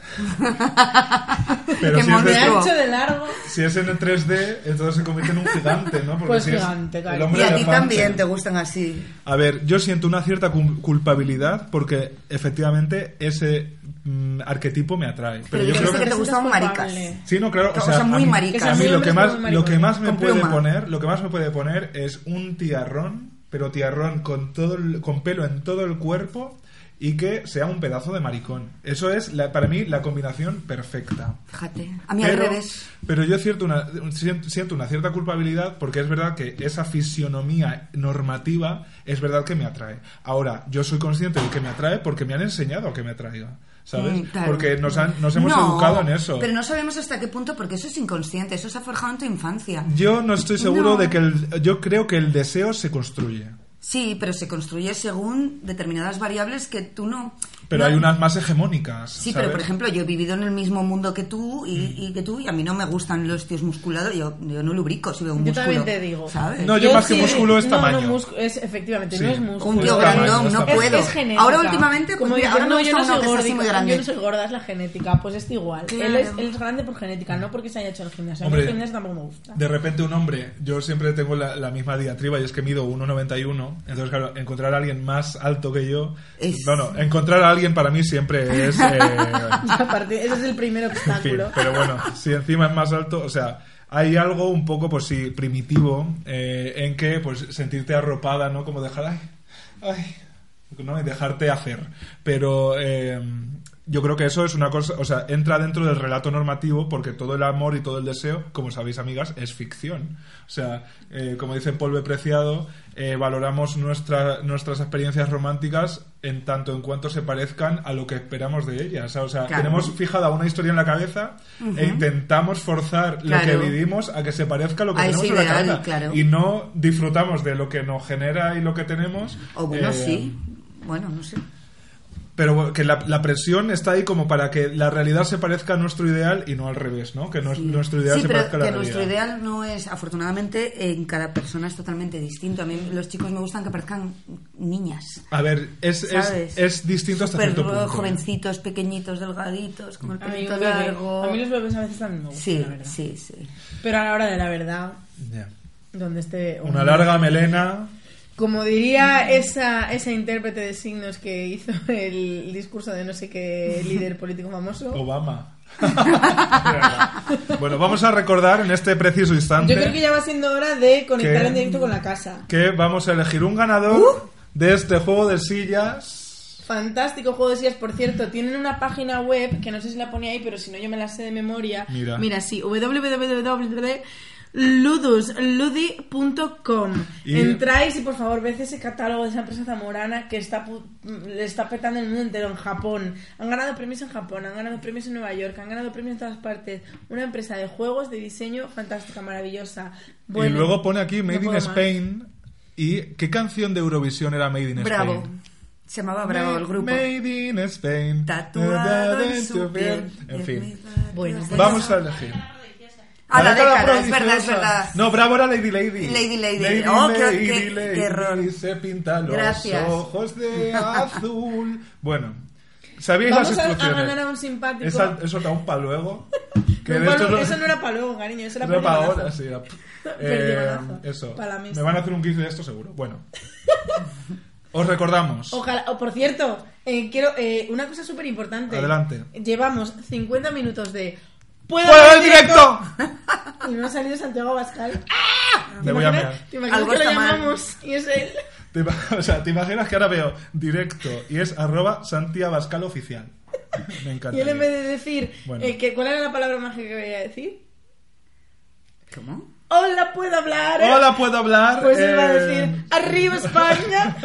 Speaker 1: Pero
Speaker 4: qué
Speaker 1: si es de-
Speaker 2: De
Speaker 4: monstruo.
Speaker 2: ancho, de largo.
Speaker 1: Si es en el 3D, entonces se convierte en un gigante, ¿no? Porque
Speaker 2: Pues
Speaker 1: si es
Speaker 2: gigante, claro.
Speaker 1: el hombre
Speaker 4: Y a ti
Speaker 1: elefante.
Speaker 4: también te gustan así.
Speaker 1: A ver, yo siento una cierta cul- culpabilidad porque efectivamente ese mm, arquetipo me atrae. Pero,
Speaker 4: Pero
Speaker 1: yo
Speaker 4: dijiste
Speaker 1: creo
Speaker 4: que
Speaker 1: que
Speaker 4: te
Speaker 2: sientes
Speaker 4: gustaban
Speaker 2: culpable.
Speaker 4: maricas.
Speaker 1: Sí, no, claro.
Speaker 4: O
Speaker 1: O sea,
Speaker 4: sea, muy
Speaker 1: a mí,
Speaker 4: maricas.
Speaker 1: A mí lo que
Speaker 2: Esos
Speaker 1: más,
Speaker 2: hombres
Speaker 1: lo que más me
Speaker 4: muy
Speaker 1: puede
Speaker 4: maricas. Con pluma.
Speaker 1: poner, lo que más me puede poner es un tiarrón, pero tiarrón con todo, el- con pelo en todo el cuerpo y que sea un pedazo de maricón. Eso es la- para mí la combinación perfecta.
Speaker 4: Fíjate. A mí
Speaker 1: pero,
Speaker 4: al revés.
Speaker 1: pero yo siento una, siento siento una cierta culpabilidad porque es verdad que esa fisionomía normativa es verdad que me atrae. Ahora, yo soy consciente de que me atrae porque me han enseñado que me atraiga. ¿Sabes?
Speaker 4: Mm, claro.
Speaker 1: Porque nos, han- nos hemos
Speaker 4: No,
Speaker 1: educado en eso.
Speaker 4: Pero no sabemos hasta qué punto, porque eso es inconsciente, eso se ha forjado en tu infancia.
Speaker 1: Yo no estoy seguro
Speaker 4: No.
Speaker 1: de que el, yo creo que el deseo se construye.
Speaker 4: Sí, pero se construye según determinadas variables que tú no.
Speaker 1: Pero
Speaker 4: no-
Speaker 1: hay unas más hegemónicas.
Speaker 4: Sí,
Speaker 1: ¿sabes? Mm.
Speaker 4: pero por ejemplo, yo he vivido en el mismo mundo que tú y, y que tú, y a mí no me gustan los tíos musculados. Yo, yo no lubrico si veo un
Speaker 2: Yo
Speaker 4: músculo.
Speaker 2: también te digo.
Speaker 4: ¿sabes?
Speaker 1: No, yo más que músculo es
Speaker 2: no, no,
Speaker 1: tamaño.
Speaker 2: muscu- es, efectivamente,
Speaker 1: Sí.
Speaker 2: no es músculo.
Speaker 4: Un tío
Speaker 1: Está mal,
Speaker 4: grandón,
Speaker 1: está
Speaker 4: no
Speaker 1: mal.
Speaker 4: puedo.
Speaker 2: Es, es genética.
Speaker 4: Ahora últimamente, pues
Speaker 2: Como
Speaker 4: mira,
Speaker 2: dicen,
Speaker 4: ahora me
Speaker 2: no, yo
Speaker 4: gusta
Speaker 2: no soy
Speaker 4: uno que es
Speaker 2: gorda,
Speaker 4: así muy
Speaker 2: yo no soy
Speaker 4: grande.
Speaker 2: gorda, es la genética. Pues es igual.
Speaker 4: Claro.
Speaker 2: Él, es, él es grande por genética, no porque se haya hecho el gimnasio. A mí
Speaker 1: Hombre.
Speaker 2: el gimnasio tampoco me gusta.
Speaker 1: De repente un hombre, yo siempre tengo la, la misma diatriba y es que mido 1,91, entonces claro, encontrar a alguien más alto que yo,
Speaker 4: Es-
Speaker 1: bueno, encontrar a alguien para mí siempre es... eh,
Speaker 2: Aparte, ese es el primer
Speaker 1: en fin,
Speaker 2: obstáculo.
Speaker 1: pero bueno, si encima es más alto, o sea, hay algo un poco, pues sí, primitivo, eh, en que pues sentirte arropada, ¿no? Como dejar, ay, ay, ¿no? Y dejarte hacer. Pero eh, yo creo que eso es una cosa, o sea, entra dentro del relato normativo porque todo el amor y todo el deseo, como sabéis amigas, es ficción. O sea, eh, como dice Polve Preciado, eh, valoramos nuestra- nuestras experiencias románticas en tanto en cuanto se parezcan a lo que esperamos de ellas. O sea,
Speaker 4: Claro.
Speaker 1: tenemos fijada una historia en la cabeza e intentamos forzar lo
Speaker 4: Claro.
Speaker 1: que vivimos a que se parezca a lo que
Speaker 4: A ese
Speaker 1: tenemos en la
Speaker 4: ideal,
Speaker 1: cabeza.
Speaker 4: claro.
Speaker 1: Y no disfrutamos de lo que nos genera y lo que tenemos.
Speaker 4: O bueno,
Speaker 1: eh,
Speaker 4: sí. Bueno, no sé.
Speaker 1: pero bueno, que la, la presión está ahí como para que la realidad se parezca a nuestro ideal y no al revés, ¿no? Que no- nuestro ideal
Speaker 4: Sí,
Speaker 1: se
Speaker 4: pero
Speaker 1: parezca a la
Speaker 4: que
Speaker 1: realidad.
Speaker 4: nuestro ideal no es, afortunadamente, en cada persona es totalmente distinto. A mí los chicos me gustan que parezcan niñas.
Speaker 1: A ver, es, es,
Speaker 4: ¿Sabes?
Speaker 1: es distinto hasta
Speaker 4: Súper
Speaker 1: cierto punto. ¿eh?
Speaker 4: jovencitos, pequeñitos, delgaditos, con el
Speaker 2: A mí,
Speaker 4: pelito
Speaker 2: un bebé-
Speaker 4: largo.
Speaker 2: a mí los bebés a veces también me gustan,
Speaker 4: Sí,
Speaker 2: la verdad.
Speaker 4: sí, sí.
Speaker 2: Pero a la hora de la verdad,
Speaker 1: Ya.
Speaker 2: donde esté...
Speaker 1: Una larga melena.
Speaker 2: Como diría esa, esa intérprete de signos que hizo el discurso de no sé qué líder político famoso,
Speaker 1: Obama. bueno, vamos a recordar en este preciso instante
Speaker 2: yo creo que ya va siendo hora de conectar
Speaker 1: ¿Qué?
Speaker 2: en directo con la casa.
Speaker 1: que vamos a elegir un ganador
Speaker 4: Uh.
Speaker 1: de este juego de sillas.
Speaker 2: Fantástico juego de sillas, por cierto. Tienen una página web que no sé si la ponía ahí, pero si no, yo me la sé de memoria.
Speaker 1: Mira.
Speaker 2: sí, www.ludusludi.com.
Speaker 1: Y-
Speaker 2: Entráis y por favor, veis ese catálogo de esa empresa zamorana que está pu- le está petando el mundo entero en Japón. Han ganado premios en Japón, han ganado premios en Nueva York, han ganado premios en todas partes. Una empresa de juegos, de diseño fantástica, maravillosa.
Speaker 1: y
Speaker 2: Bueno,
Speaker 1: luego pone aquí Made
Speaker 2: no
Speaker 1: in
Speaker 2: puedo más.
Speaker 1: Spain. ¿Y qué canción de Eurovisión era Made in
Speaker 4: Bravo.
Speaker 1: Spain?
Speaker 4: Se llamaba Bravo el grupo.
Speaker 1: Made in Spain.
Speaker 4: Tatuado en su piel.
Speaker 1: En fin.
Speaker 2: Bueno, pues-
Speaker 1: Vamos a elegir.
Speaker 4: A la
Speaker 1: década
Speaker 4: década, es verdad, es
Speaker 1: prodigiosa.
Speaker 4: verdad.
Speaker 1: No, bravo era Lady Lady.
Speaker 4: Lady Lady. Oh, qué-
Speaker 1: Lady,
Speaker 4: qué-
Speaker 1: Lady,
Speaker 4: qué error.
Speaker 1: Se pinta los
Speaker 4: Gracias.
Speaker 1: ojos de azul. Bueno, ¿sabíais
Speaker 2: Vamos
Speaker 1: las
Speaker 2: a- a
Speaker 1: instrucciones?
Speaker 2: ganar a un simpático.
Speaker 1: Esa- eso da un palo luego. Que
Speaker 2: No,
Speaker 1: de
Speaker 2: Pablo,
Speaker 1: hecho no-
Speaker 2: eso no era para luego, cariño, eso era,
Speaker 1: era para
Speaker 2: perdigonazo.
Speaker 1: ahora, sí. era- Eh,
Speaker 2: Perdigonazo.
Speaker 1: eso.
Speaker 2: Pa' la mesa.
Speaker 1: Me van a hacer un gif de esto seguro. Bueno. Os recordamos.
Speaker 2: Ojalá, o por cierto, eh, quiero eh, una cosa súper importante.
Speaker 1: Adelante.
Speaker 2: Llevamos 50 minutos de ¡Puedo
Speaker 1: ¡Fuego
Speaker 2: ver
Speaker 1: en directo!
Speaker 2: Y no ha salido Santiago Abascal.
Speaker 1: Le voy a mear.
Speaker 2: ¿Te imaginas
Speaker 4: Algo
Speaker 2: que lo
Speaker 4: está mal.
Speaker 2: llamamos y es él?
Speaker 1: Te ima- o sea, te imaginas que ahora veo directo y es arroba Santi Abascal oficial. Me encanta.
Speaker 2: Y él en vez de decir
Speaker 1: Bueno.
Speaker 2: eh, que, ¿cuál era la palabra mágica que voy a decir?
Speaker 4: ¿Cómo?
Speaker 2: ¡Hola, puedo hablar! eh!
Speaker 1: Hola, puedo hablar.
Speaker 2: Pues él va a
Speaker 1: Eh,
Speaker 2: decir ¡Arriba España!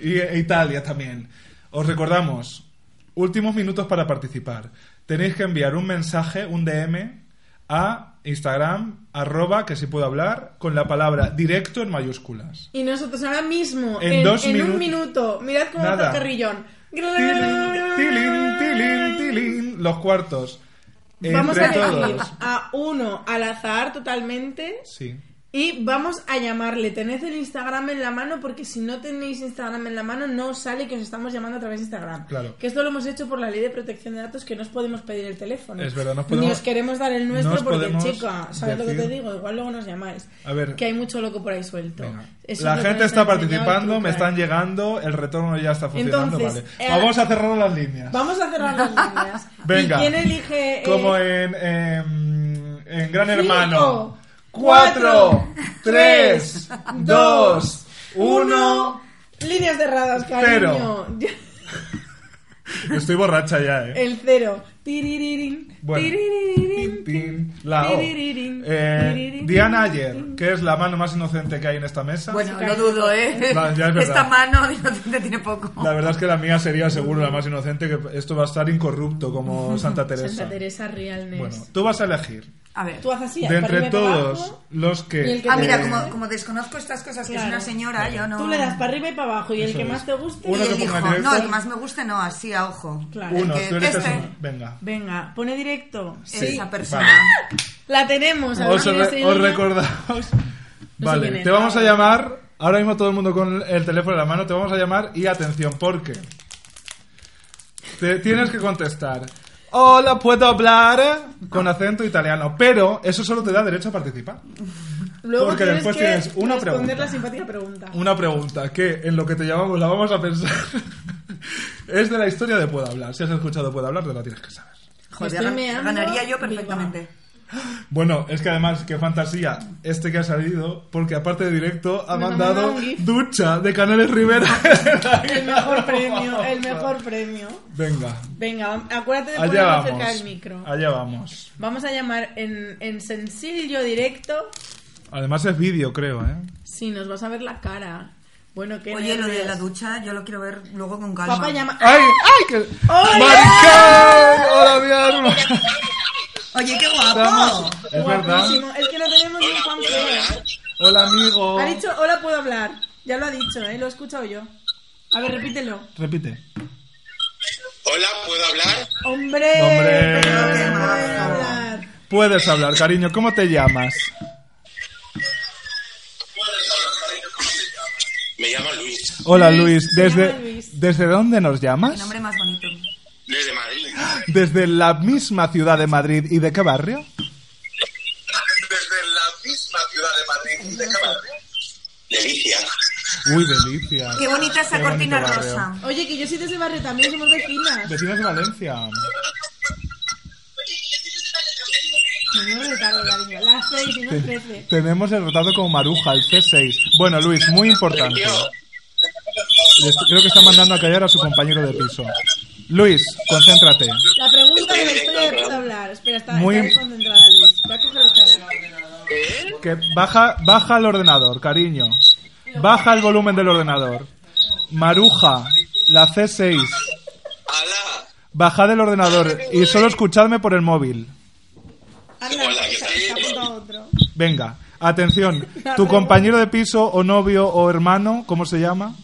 Speaker 1: y e Italia también. Os recordamos, últimos minutos para participar. Tenéis que enviar un mensaje, un DM, a Instagram, arroba, que si puedo hablar, con la palabra directo en mayúsculas.
Speaker 2: Y nosotros ahora mismo, en,
Speaker 1: En dos
Speaker 2: en un
Speaker 1: minu-
Speaker 2: minuto, mirad cómo
Speaker 1: Nada.
Speaker 2: está Carrillón.
Speaker 1: Tilín, tilín, tilín, tilín, los cuartos.
Speaker 2: Vamos a
Speaker 1: Entre
Speaker 2: elegir
Speaker 1: todos.
Speaker 2: a uno al azar totalmente
Speaker 1: Sí.
Speaker 2: y vamos a llamarle. Tened el Instagram en la mano porque si no tenéis Instagram en la mano no os sale que os estamos llamando a través de Instagram.
Speaker 1: Claro.
Speaker 2: Que esto lo hemos hecho por la ley de protección de datos que no os podemos pedir el teléfono.
Speaker 1: Es verdad, no os podemos-
Speaker 2: Ni os queremos dar el nuestro
Speaker 1: no os
Speaker 2: porque,
Speaker 1: podemos
Speaker 2: chica, ¿sabes lo que te
Speaker 1: decir-
Speaker 2: digo? Igual luego nos llamáis.
Speaker 1: A ver.
Speaker 2: Que hay mucho loco por ahí suelto.
Speaker 1: Venga.
Speaker 2: Eso
Speaker 1: La
Speaker 2: es lo que
Speaker 1: gente
Speaker 2: nos
Speaker 1: está
Speaker 2: ha enseñado el
Speaker 1: participando,
Speaker 2: True
Speaker 1: me
Speaker 2: Crime.
Speaker 1: están llegando, el retorno ya está funcionando,
Speaker 2: Entonces,
Speaker 1: vale.
Speaker 2: eh,
Speaker 1: Vamos a cerrar las líneas.
Speaker 2: Vamos a cerrar las líneas.
Speaker 1: Venga.
Speaker 2: ¿Y quién elige? eh,
Speaker 1: Como en, en, en Gran
Speaker 2: Cinco,
Speaker 1: Hermano.
Speaker 2: cuatro,
Speaker 1: Cuatro, tres, dos, uno.
Speaker 2: Líneas cerradas, cariño.
Speaker 1: Estoy borracha ya, eh.
Speaker 2: El cero. Tiriririn,
Speaker 1: Bueno.
Speaker 2: tiriririn,
Speaker 1: Tin, tin, la O.
Speaker 2: tiriririn,
Speaker 1: Eh,
Speaker 2: tiriririn,
Speaker 1: Diana
Speaker 2: tin.
Speaker 1: Ayer, que es la mano más inocente que hay en esta mesa.
Speaker 4: Bueno,
Speaker 2: Sí,
Speaker 4: no dudo, ¿eh?
Speaker 1: No, ya es verdad.
Speaker 4: Esta mano inocente tiene poco.
Speaker 1: La verdad es que la mía sería seguro la más inocente, que esto va a estar incorrupto como Santa Teresa.
Speaker 2: Santa Teresa Realness.
Speaker 1: Bueno, tú vas a elegir.
Speaker 4: A ver.
Speaker 2: Tú haces así,
Speaker 1: de
Speaker 2: para
Speaker 1: entre
Speaker 2: arriba y para
Speaker 1: todos
Speaker 2: abajo,
Speaker 1: los
Speaker 2: y el
Speaker 1: que...
Speaker 2: que
Speaker 4: Ah,
Speaker 2: te-
Speaker 4: mira, como, como desconozco estas cosas, que
Speaker 2: Claro.
Speaker 4: es una señora, yo no.
Speaker 2: Tú le das para arriba y para abajo y el
Speaker 1: Eso
Speaker 2: que
Speaker 1: es.
Speaker 2: más te guste.
Speaker 1: Uno
Speaker 4: Y
Speaker 1: que
Speaker 4: elijo.
Speaker 1: ponga directo.
Speaker 4: No, el que más me guste no, así a ojo.
Speaker 2: Claro.
Speaker 1: Uno,
Speaker 4: el que-
Speaker 1: tú eliges
Speaker 4: este.
Speaker 1: uno. Venga.
Speaker 2: Venga, pone directo. Sí.
Speaker 4: Esa persona.
Speaker 2: La tenemos. a ver
Speaker 1: Os,
Speaker 2: quién es
Speaker 1: re-
Speaker 2: ella.
Speaker 1: os recordamos. vale,
Speaker 2: quién es,
Speaker 1: te vamos a
Speaker 2: vale.
Speaker 1: llamar. Ahora mismo todo el mundo con el teléfono en la mano, te vamos a llamar y atención, porque te tienes que contestar. Hola, puedo hablar con acento italiano, pero eso solo te da derecho a participar.
Speaker 2: Luego
Speaker 1: Porque
Speaker 2: tienes
Speaker 1: después
Speaker 2: que
Speaker 1: tienes una
Speaker 2: responder
Speaker 1: pregunta.
Speaker 2: la simpática pregunta.
Speaker 1: Una pregunta que en lo que te llamamos la vamos a pensar. es de la historia de Puedo hablar. Si has escuchado Puedo hablar, te la tienes que saber.
Speaker 4: Joder,
Speaker 2: Estoy
Speaker 4: gan-
Speaker 2: meando
Speaker 4: ganaría yo
Speaker 2: viva.
Speaker 4: perfectamente.
Speaker 1: Bueno, es que además, qué fantasía este que ha salido, porque aparte de directo, ha
Speaker 2: Me ha
Speaker 1: mandado
Speaker 2: mandado un gif.
Speaker 1: ducha de Canales Rivera.
Speaker 2: El mejor premio, el mejor premio.
Speaker 1: Venga,
Speaker 2: Venga, acuérdate de
Speaker 1: allá
Speaker 2: ponerlo cerca
Speaker 1: vamos.
Speaker 2: del micro.
Speaker 1: Allá vamos.
Speaker 2: Vamos a llamar en, en sencillo directo.
Speaker 1: Además es vídeo, creo, ¿eh?
Speaker 2: Sí, nos vas a ver la cara. Bueno, qué
Speaker 4: Oye, lo de la
Speaker 2: nervios.
Speaker 4: ducha, yo lo quiero ver luego con calma.
Speaker 2: Papá llama.
Speaker 1: ¡Ay! ¡Ay! Que...
Speaker 2: ¡Hola!
Speaker 1: ¡Maricón! ¡Hola, mi alma!
Speaker 4: Oye, qué
Speaker 1: Estamos-
Speaker 4: guapo.
Speaker 1: Es verdad.
Speaker 2: Guapísimo. Es que no tenemos ni un panfleto.
Speaker 1: Hola, amigo.
Speaker 2: Ha dicho, hola, puedo hablar. Ya lo ha dicho, ¿eh? Lo he escuchado yo. A ver, repítelo.
Speaker 1: Repite.
Speaker 5: Hola, ¿puedo hablar?
Speaker 2: ¡Hombre!
Speaker 1: Hombre.
Speaker 2: pero que no puede hablar.
Speaker 1: Puedes hablar, cariño. ¿Cómo te llamas?
Speaker 5: Me llamo Luis,
Speaker 1: Hola,
Speaker 2: Luis,
Speaker 1: Luis.
Speaker 2: se
Speaker 1: ¿Desde,
Speaker 2: llama Luis.
Speaker 1: ¿desde dónde nos
Speaker 4: El
Speaker 1: llamas?
Speaker 4: nombre más bonito.
Speaker 5: desde Madrid.
Speaker 1: ¿Desde la misma ciudad de Madrid y de qué barrio?
Speaker 5: Desde la misma ciudad de Madrid, ¿de qué barrio? Delicia.
Speaker 1: Uy, delicia.
Speaker 4: Qué bonita esa
Speaker 1: Qué bonito
Speaker 4: cortina
Speaker 1: barrio.
Speaker 4: rosa.
Speaker 2: Oye, que yo soy de ese barrio también, somos vecinas.
Speaker 1: Vecinos de Valencia.
Speaker 2: No me retardo, cariño. Las seis y no trece.
Speaker 1: Tenemos el rotado como Maruja, el C6. Bueno, Luis, muy importante. Les- Creo que está mandando a callar a su compañero de piso. Luis, concéntrate.
Speaker 2: La pregunta de la historia de puedo hablar. Espera, está,
Speaker 1: Muy-
Speaker 2: está desconcentrada, Luis. Va a coger el teléfono.
Speaker 1: Que baja, baja el ordenador, cariño. Baja el volumen del ordenador. Maruja, la C6.
Speaker 5: Hola.
Speaker 1: Bajad el ordenador y solo escuchadme por el móvil.
Speaker 2: Anda,
Speaker 5: Hola, ¿qué
Speaker 2: se se
Speaker 5: tal?
Speaker 2: apunta a otro.
Speaker 1: Venga, atención.
Speaker 2: La
Speaker 1: Tu
Speaker 2: pregunta.
Speaker 1: compañero de piso o novio o hermano, ¿cómo se llama?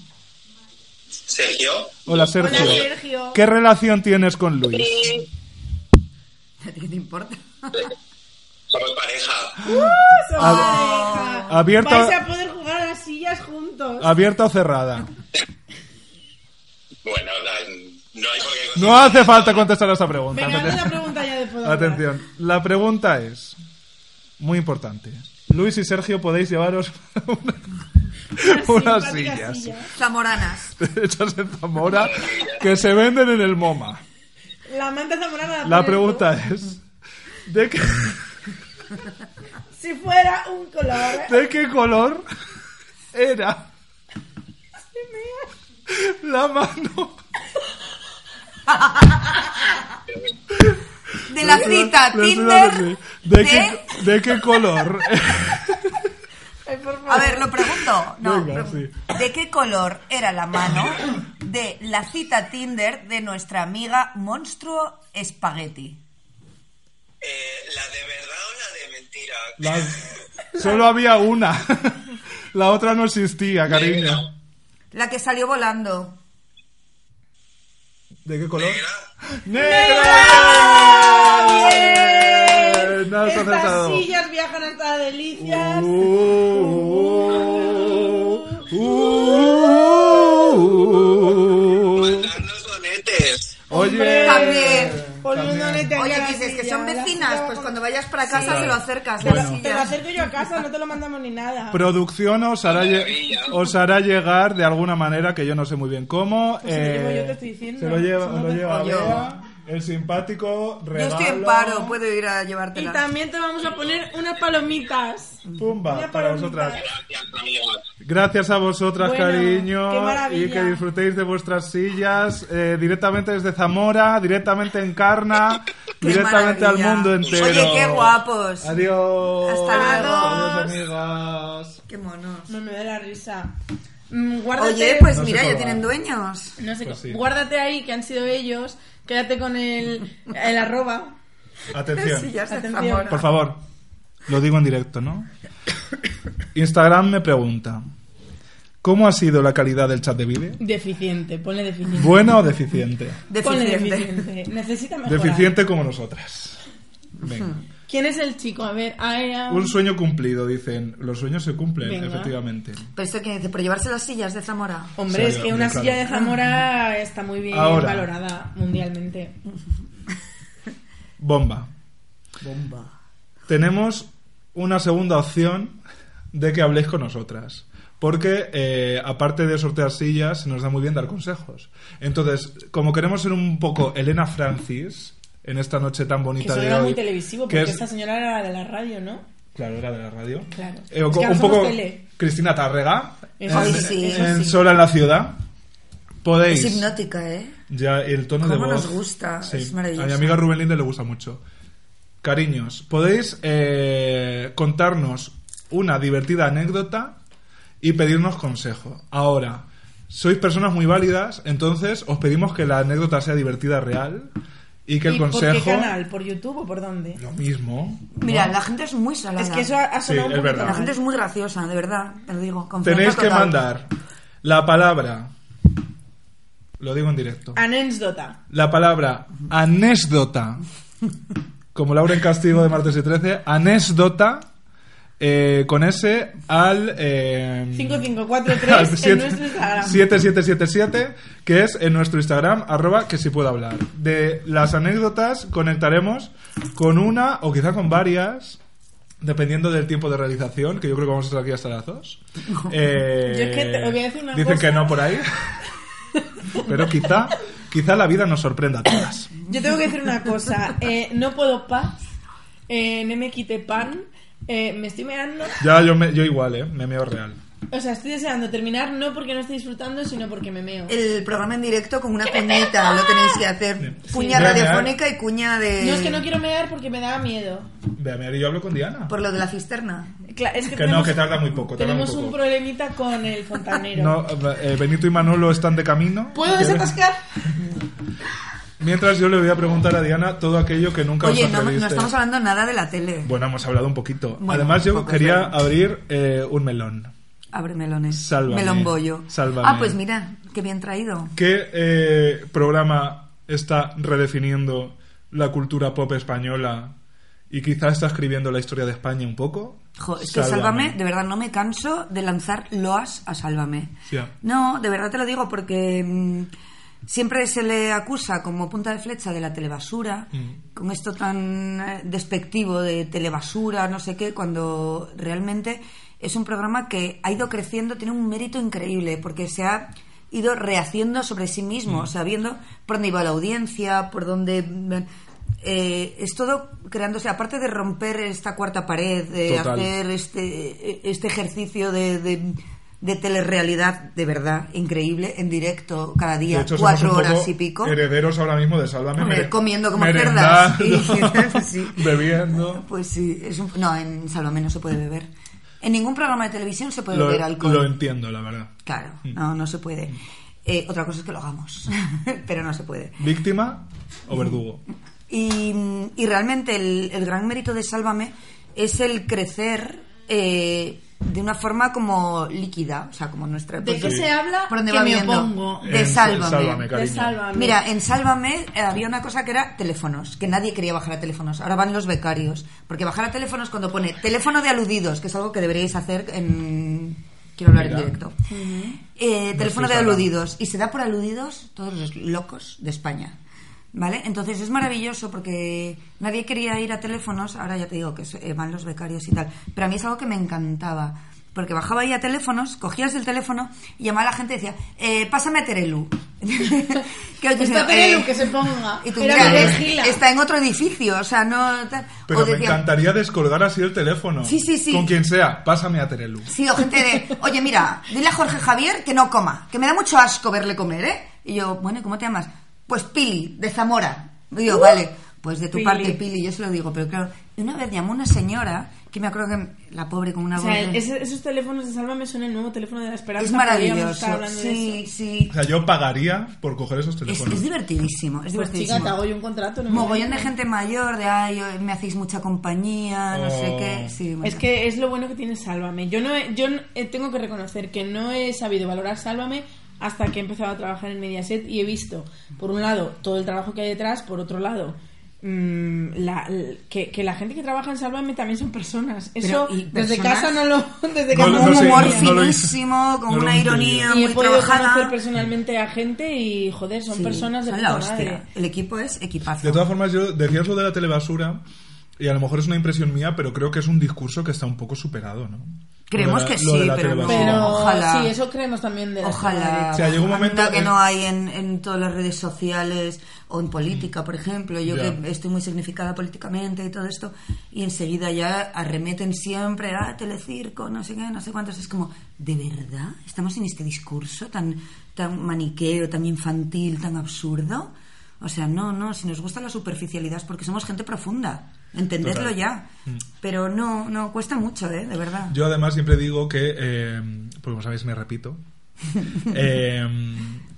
Speaker 5: Sergio.
Speaker 1: Hola, Sergio.
Speaker 2: Hola, Sergio.
Speaker 1: ¿Qué relación tienes con Luis?
Speaker 4: ¿A ti qué te importa?
Speaker 5: Somos pareja.
Speaker 2: Somos
Speaker 1: Ab-
Speaker 2: pareja.
Speaker 1: abierta- Ah,
Speaker 2: Vais a poder jugar a las sillas juntos.
Speaker 1: ¿Abierta o cerrada?
Speaker 5: Bueno, la- no hay por qué...
Speaker 1: No hace falta contestar a esa pregunta.
Speaker 2: Venga, haz la pregunta ya de puedo hablar.
Speaker 1: Atención, la pregunta es muy importante. Luis y Sergio podéis llevaros una-
Speaker 2: Una
Speaker 1: unas
Speaker 2: simpática
Speaker 1: sillas
Speaker 2: silla.
Speaker 4: Zamoranas.
Speaker 1: hechas en Zamora que se venden en el MoMA.
Speaker 2: La manta zamorana. la
Speaker 1: La
Speaker 2: pones tú.
Speaker 1: pregunta es ¿de qué,
Speaker 2: Si fuera un color.
Speaker 1: de qué color era la mano
Speaker 4: De la cita
Speaker 1: Les- les-
Speaker 4: Tinder.
Speaker 1: de
Speaker 4: de-
Speaker 1: qué, de qué color
Speaker 2: Ay, por favor.
Speaker 4: A ver, lo pregunto. No,
Speaker 1: Venga,
Speaker 4: pregun- ¿De qué color era la mano de la cita Tinder de nuestra amiga Monstruo Espagueti?
Speaker 5: Eh, ¿La de verdad o la de mentira?
Speaker 1: Las- solo había una la otra no existía cariño
Speaker 4: La que salió volando.
Speaker 1: ¿de qué color?
Speaker 2: ¡Ah,
Speaker 1: ¡Negra!
Speaker 2: bien!
Speaker 1: No has
Speaker 2: Estas
Speaker 1: acertado.
Speaker 2: sillas viajan hasta delicias.
Speaker 1: Uh, uh, uh.
Speaker 5: Darnos sonetes.
Speaker 1: Oye,
Speaker 4: También.
Speaker 2: Poniéndole teoría a
Speaker 4: Oye,
Speaker 2: la
Speaker 4: dices que
Speaker 2: Eh, silla,
Speaker 4: son
Speaker 2: la silla
Speaker 4: vecinas, pues
Speaker 2: bajo-
Speaker 4: cuando vayas para casa
Speaker 1: claro.
Speaker 4: se lo acercas.
Speaker 1: Bueno.
Speaker 4: las
Speaker 2: Te lo
Speaker 4: sillas.
Speaker 2: acerco yo a casa, no te lo mandamos ni nada.
Speaker 1: producción os hará, lle- os hará llegar de alguna manera que yo no sé muy bien cómo. eh,
Speaker 2: Pues se lo llevo yo, te estoy diciendo.
Speaker 1: Se lo lleva,
Speaker 2: Somos
Speaker 1: lo
Speaker 2: de
Speaker 1: lleva
Speaker 4: pollo.
Speaker 1: Bea, el simpático
Speaker 4: Yo
Speaker 1: regalo.
Speaker 4: estoy en paro, puedo ir a
Speaker 2: Y
Speaker 4: llevártela.
Speaker 2: también te vamos a poner unas palomitas.
Speaker 1: Pumba
Speaker 2: Una
Speaker 1: Ah, para
Speaker 2: palomita.
Speaker 1: vosotras.
Speaker 5: Gracias, amigo.
Speaker 1: Gracias a vosotras,
Speaker 2: Bueno,
Speaker 1: cariño.
Speaker 2: qué maravilla.
Speaker 1: y que disfrutéis de vuestras sillas eh, directamente desde Zamora, directamente en Carna,
Speaker 4: Qué
Speaker 1: directamente
Speaker 4: maravilla.
Speaker 1: al mundo entero.
Speaker 4: Oye, qué guapos.
Speaker 1: Adiós.
Speaker 4: Hasta
Speaker 2: luego.
Speaker 1: Adiós, amigas.
Speaker 4: Qué monos.
Speaker 2: No me da la risa. Mm, Guárdate.
Speaker 4: Oye, pues
Speaker 1: No se
Speaker 4: mira, ya
Speaker 1: colgaba.
Speaker 4: tienen dueños.
Speaker 2: No sé,
Speaker 1: Pues sí.
Speaker 2: guárdate ahí que han sido ellos. Quédate con el, el arroba.
Speaker 4: Sí,
Speaker 1: Atención.
Speaker 4: ya se
Speaker 2: Atención.
Speaker 4: zamora.
Speaker 1: Por favor, lo digo en directo, ¿no? Instagram me pregunta, ¿cómo ha sido la calidad del chat de vídeo?
Speaker 2: Deficiente, ponle deficiente.
Speaker 1: ¿Buena o deficiente?
Speaker 2: Ponle
Speaker 4: Deficiente.
Speaker 2: deficiente. Necesita mejorar.
Speaker 1: Deficiente como nosotras. Venga.
Speaker 2: ¿Quién es el chico? A ver, Aya.
Speaker 1: Un sueño cumplido, dicen. Los sueños se cumplen,
Speaker 2: Venga.
Speaker 1: efectivamente.
Speaker 4: Pero esto que dice, por llevarse las sillas de Zamora.
Speaker 2: Hombre, es
Speaker 1: Sí,
Speaker 2: que una
Speaker 1: claro.
Speaker 2: silla de Zamora está muy bien
Speaker 1: Ahora.
Speaker 2: valorada mundialmente.
Speaker 1: Bomba.
Speaker 4: Bomba.
Speaker 1: Tenemos una segunda opción de que habléis con nosotras. Porque, eh, aparte de sortear sillas, se nos da muy bien dar consejos. Entonces, como queremos ser un poco Elena Francis, en esta noche tan
Speaker 2: Que
Speaker 1: bonita
Speaker 2: eso
Speaker 1: de
Speaker 2: era
Speaker 1: hoy.
Speaker 2: muy televisivo,
Speaker 1: que
Speaker 2: porque
Speaker 1: es-
Speaker 2: esta señora era la de la radio, ¿no?
Speaker 1: Claro, era de la radio.
Speaker 2: Claro.
Speaker 1: Eh, o
Speaker 2: Es
Speaker 1: co-
Speaker 2: que ahora
Speaker 1: un
Speaker 2: somos
Speaker 1: poco
Speaker 2: tele.
Speaker 1: Cristina Tárrega
Speaker 2: Eso
Speaker 1: en,
Speaker 4: sí,
Speaker 2: eso
Speaker 1: en
Speaker 2: sí.
Speaker 1: Sola en la ciudad.
Speaker 4: Es
Speaker 1: Podéis.
Speaker 4: hipnótica, ¿eh?
Speaker 1: Ya el tono de
Speaker 4: Cómo
Speaker 1: voz.
Speaker 4: nos gusta, es maravilloso.
Speaker 1: A mi amiga Rubén Linde le gusta mucho. Cariños, podéis eh, contarnos una divertida anécdota y pedirnos consejo. Ahora, sois personas muy válidas, entonces os pedimos que la anécdota sea divertida real y que el
Speaker 2: ¿Y
Speaker 1: consejo
Speaker 2: ¿Por qué canal? ¿Por YouTube o por dónde?
Speaker 1: lo mismo.
Speaker 4: Mira,
Speaker 1: ¿no?
Speaker 4: la gente es muy salada.
Speaker 2: Es que eso ha, ha
Speaker 1: Sí,
Speaker 2: sonado un
Speaker 1: es
Speaker 2: poquito
Speaker 1: verdad.
Speaker 4: La
Speaker 2: mal.
Speaker 4: gente es muy graciosa, de verdad, te lo digo. confianza
Speaker 1: tenéis que
Speaker 4: total.
Speaker 1: mandar la palabra. Lo digo en directo.
Speaker 2: Anécdota.
Speaker 1: La palabra anécdota, como Laura en Castigo de martes y 13, anécdota eh, con S al. eh,
Speaker 2: 5543 en
Speaker 1: siete-
Speaker 2: nuestro Instagram.
Speaker 1: 7777, que es en nuestro Instagram, arroba que si puedo hablar. De las anécdotas conectaremos con una o quizá con varias, dependiendo del tiempo de realización, que yo creo que vamos a estar aquí hasta las dos. Eh,
Speaker 2: Yo es que te- os voy a decir una
Speaker 1: Dicen
Speaker 2: cosa.
Speaker 1: que no por ahí, pero quizá, quizá la vida nos sorprenda a todas.
Speaker 2: Yo tengo que decir una cosa. Eh, no puedo paz. Eh, no me quite pan. Eh, me estoy mirando.
Speaker 1: Ya yo, me- yo igual, ¿eh? Me meo real.
Speaker 2: O sea, estoy deseando terminar no porque no esté disfrutando, sino porque me meo.
Speaker 4: El programa en directo con una cuñita, lo tenéis que hacer.
Speaker 1: Sí.
Speaker 4: Cuña
Speaker 1: Voy a mirar.
Speaker 4: radiofónica y cuña de...
Speaker 2: No es que no quiero mear porque me da miedo.
Speaker 1: Ve a mear y yo hablo con Diana.
Speaker 4: Por lo de la cisterna.
Speaker 2: Cla- es que,
Speaker 1: Que
Speaker 2: tenemos,
Speaker 1: no, que tarda muy poco. tarda muy
Speaker 2: tenemos un
Speaker 1: poco.
Speaker 2: problemita con el fontanero.
Speaker 1: No, eh, Benito y Manolo están de camino.
Speaker 2: ¿Puedo desatascar?
Speaker 1: Mientras yo le voy a preguntar a Diana todo aquello que nunca
Speaker 4: Oye,
Speaker 1: os
Speaker 4: no,
Speaker 1: atreviste.
Speaker 4: no estamos hablando nada de la tele.
Speaker 1: eh. Bueno, hemos hablado un poquito.
Speaker 4: Bueno,
Speaker 1: Además, yo
Speaker 4: poco,
Speaker 1: quería
Speaker 4: claro.
Speaker 1: abrir eh, un melón.
Speaker 4: Abre melones.
Speaker 1: Sálvame.
Speaker 4: Melón bollo.
Speaker 1: Sálvame.
Speaker 4: Ah, pues mira, qué bien traído.
Speaker 1: ¿Qué eh, programa está redefiniendo la cultura pop española y quizá está escribiendo la historia de España un poco?
Speaker 4: Jo, es que Sálvame, de verdad, no me canso de lanzar loas a Sálvame.
Speaker 1: Ya.
Speaker 4: No, de verdad te lo digo porque mm, siempre se le acusa como punta de flecha de la telebasura, con esto tan eh, despectivo de telebasura, no sé qué, cuando realmente es un programa que ha ido creciendo, tiene un mérito increíble porque se ha ido rehaciendo sobre sí mismo, o sea, viendo por dónde iba la audiencia, por dónde... mm, eh, es todo creándose, aparte de romper esta cuarta pared, de
Speaker 1: Total.
Speaker 4: hacer este, este ejercicio de, de, de telerrealidad de verdad increíble en directo cada
Speaker 1: De
Speaker 4: día,
Speaker 1: hecho, somos
Speaker 4: cuatro
Speaker 1: un poco
Speaker 4: horas y pico.
Speaker 1: Herederos ahora mismo de Sálvame.
Speaker 4: Hombre,
Speaker 1: mere-
Speaker 4: comiendo como
Speaker 1: merendando,
Speaker 4: cerdas, sí.
Speaker 1: bebiendo.
Speaker 4: Pues sí, es un- no, en Salomé no se puede beber. En ningún programa de televisión se puede
Speaker 1: Lo,
Speaker 4: beber alcohol.
Speaker 1: lo Mm. entiendo, la verdad.
Speaker 4: claro, no, no se puede. Eh, otra cosa es que lo hagamos, pero no se puede.
Speaker 1: ¿Víctima o verdugo?
Speaker 4: Y, y realmente el, el gran mérito de Sálvame es el crecer eh, de una forma como líquida, o sea, como nuestra...
Speaker 2: ¿De qué
Speaker 4: pues,
Speaker 2: se habla?
Speaker 4: ¿Por dónde
Speaker 2: que
Speaker 4: va
Speaker 2: me
Speaker 4: viendo?
Speaker 2: opongo.
Speaker 4: De
Speaker 1: En-
Speaker 4: Sálvame.
Speaker 1: Sálvame,
Speaker 2: De
Speaker 1: cariño.
Speaker 2: sálvame.
Speaker 4: Mira, en Sálvame eh, había una cosa que era teléfonos, que nadie quería bajar a teléfonos. Ahora van los becarios. Porque bajar a teléfonos cuando pone teléfono de aludidos, que es algo que deberíais hacer en... Quiero hablar
Speaker 1: Mira.
Speaker 4: en directo. Eh, teléfono de
Speaker 1: estoy hablando.
Speaker 4: aludidos. Y se da por aludidos todos los locos de España. ¿Vale? Entonces es maravilloso porque nadie quería ir a teléfonos. Ahora ya te digo que eh, van los becarios y tal. Pero a mí es algo que me encantaba. Porque bajaba ahí a teléfonos, cogías el teléfono y llamaba a la gente y decía, eh, pásame a Terelu. Que
Speaker 2: Está
Speaker 4: decía,
Speaker 2: Terelu,
Speaker 4: eh,
Speaker 2: que se ponga.
Speaker 4: y tú,
Speaker 2: Era
Speaker 4: mira, eh,
Speaker 2: perejila.
Speaker 4: está en otro edificio, o sea, no... tal.
Speaker 1: Pero
Speaker 4: O
Speaker 1: me
Speaker 4: decía,
Speaker 1: encantaría descolgar así el teléfono.
Speaker 4: Sí, sí, sí.
Speaker 1: Con quien sea, pásame a Terelu.
Speaker 4: Sí, o gente de, oye, mira, dile a Jorge Javier que no coma, que me da mucho asco verle comer, ¿eh? Y yo, bueno, ¿y cómo te llamas? Pues Pili, de Zamora. Y yo, vale, pues de tu
Speaker 2: Uh, Pili.
Speaker 4: parte, Pili, yo se lo digo, pero claro, y una vez llamó una señora, que me acuerdo que la pobre con una
Speaker 2: O
Speaker 4: voz
Speaker 2: sea,
Speaker 4: de-
Speaker 2: ese- esos teléfonos de Sálvame son el nuevo teléfono de la esperanza.
Speaker 4: Ah, es
Speaker 2: podríamos estar
Speaker 4: maravilloso,
Speaker 2: hablando de
Speaker 4: sí,
Speaker 2: eso.
Speaker 4: sí.
Speaker 1: O sea, yo pagaría por coger esos
Speaker 4: Es,
Speaker 1: teléfonos.
Speaker 4: es divertidísimo, es
Speaker 2: Pues
Speaker 4: divertidísimo.
Speaker 2: chica, te hago yo un contrato. No me
Speaker 4: Mogollón de
Speaker 2: meto.
Speaker 4: gente mayor, de, ay, me hacéis mucha compañía, no sé
Speaker 1: Oh.
Speaker 4: qué. Sí,
Speaker 2: Es
Speaker 4: bueno.
Speaker 2: que es lo bueno que tiene Sálvame. Yo no he- yo no- eh, tengo que reconocer que no he sabido valorar Sálvame hasta que he empezado a trabajar en Mediaset y he visto, por un lado, todo el trabajo que hay detrás, por otro lado, mm, la- l- que, que la gente que trabaja en Sálvame también son personas. Eso
Speaker 4: Pero, ¿y
Speaker 2: desde
Speaker 4: personas?
Speaker 2: casa no lo desde casa
Speaker 1: No,
Speaker 4: con
Speaker 1: no,
Speaker 2: no
Speaker 4: un
Speaker 2: lo
Speaker 1: sé,
Speaker 4: humor
Speaker 2: veía.
Speaker 1: no lo hice.
Speaker 4: finísimo, con
Speaker 1: No lo
Speaker 4: una
Speaker 1: hice yo.
Speaker 4: ironía
Speaker 2: y he
Speaker 4: muy
Speaker 2: podido conocer
Speaker 4: trabajada.
Speaker 2: personalmente a gente y joder, son
Speaker 4: Sí,
Speaker 2: personas de
Speaker 4: son
Speaker 2: puta
Speaker 4: la
Speaker 2: madre.
Speaker 4: hostia. El equipo es equipazo.
Speaker 1: De todas formas, yo decías lo de la telebasura, y a lo mejor es una impresión mía, pero creo que es un discurso que está un poco superado, ¿no?
Speaker 4: Creemos
Speaker 1: Lo de la-
Speaker 4: que
Speaker 1: lo de
Speaker 4: sí,
Speaker 1: la
Speaker 4: pero no.
Speaker 1: televisión.
Speaker 2: Pero
Speaker 4: Ojalá.
Speaker 2: sí, eso creemos también de la
Speaker 4: Ojalá.
Speaker 1: O sea, llega un momento
Speaker 4: Anda que
Speaker 1: en-
Speaker 4: no hay en, en todas las redes sociales o en política, por ejemplo. Yo
Speaker 1: Ya.
Speaker 4: que estoy muy significada políticamente y todo esto. Y enseguida ya arremeten siempre a Telecirco, no sé qué, no sé cuántos. Es como, ¿de verdad? ¿Estamos en este discurso tan, tan maniqueo, tan infantil, tan absurdo? O sea, no, no, si nos gusta la superficialidad es porque somos gente profunda. Entenderlo
Speaker 1: Total. Mm.
Speaker 4: ya. Pero no, no, cuesta mucho, ¿eh? De verdad.
Speaker 1: Yo además siempre digo que, eh, porque como sabéis me repito, eh,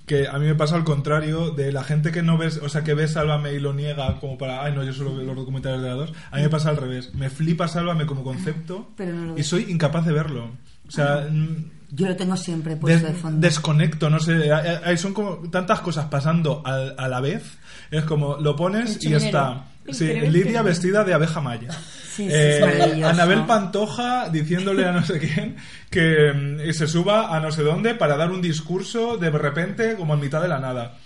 Speaker 1: que a mí me pasa al contrario de la gente que no ves, o sea, que ve Sálvame y lo niega como para, ay no, yo solo veo los documentales de la 2, a mí me pasa al revés, me flipa Sálvame como concepto
Speaker 4: Pero no lo
Speaker 1: y
Speaker 4: ves.
Speaker 1: soy incapaz de verlo. O sea, mm,
Speaker 4: Yo lo tengo siempre
Speaker 1: des-
Speaker 4: puesto de fondo.
Speaker 1: desconecto, no sé, hay- hay- son como tantas cosas pasando al- a, la vez, es como lo pones
Speaker 2: Mucho
Speaker 1: y
Speaker 2: dinero.
Speaker 1: está. Sí,
Speaker 2: Increíble.
Speaker 1: Lidia vestida de abeja maya. Eh,
Speaker 4: Sí, sí, es maravilloso.
Speaker 1: Anabel Pantoja diciéndole a no sé quién que mm, se suba a no sé dónde para dar un discurso de repente como en mitad de la nada.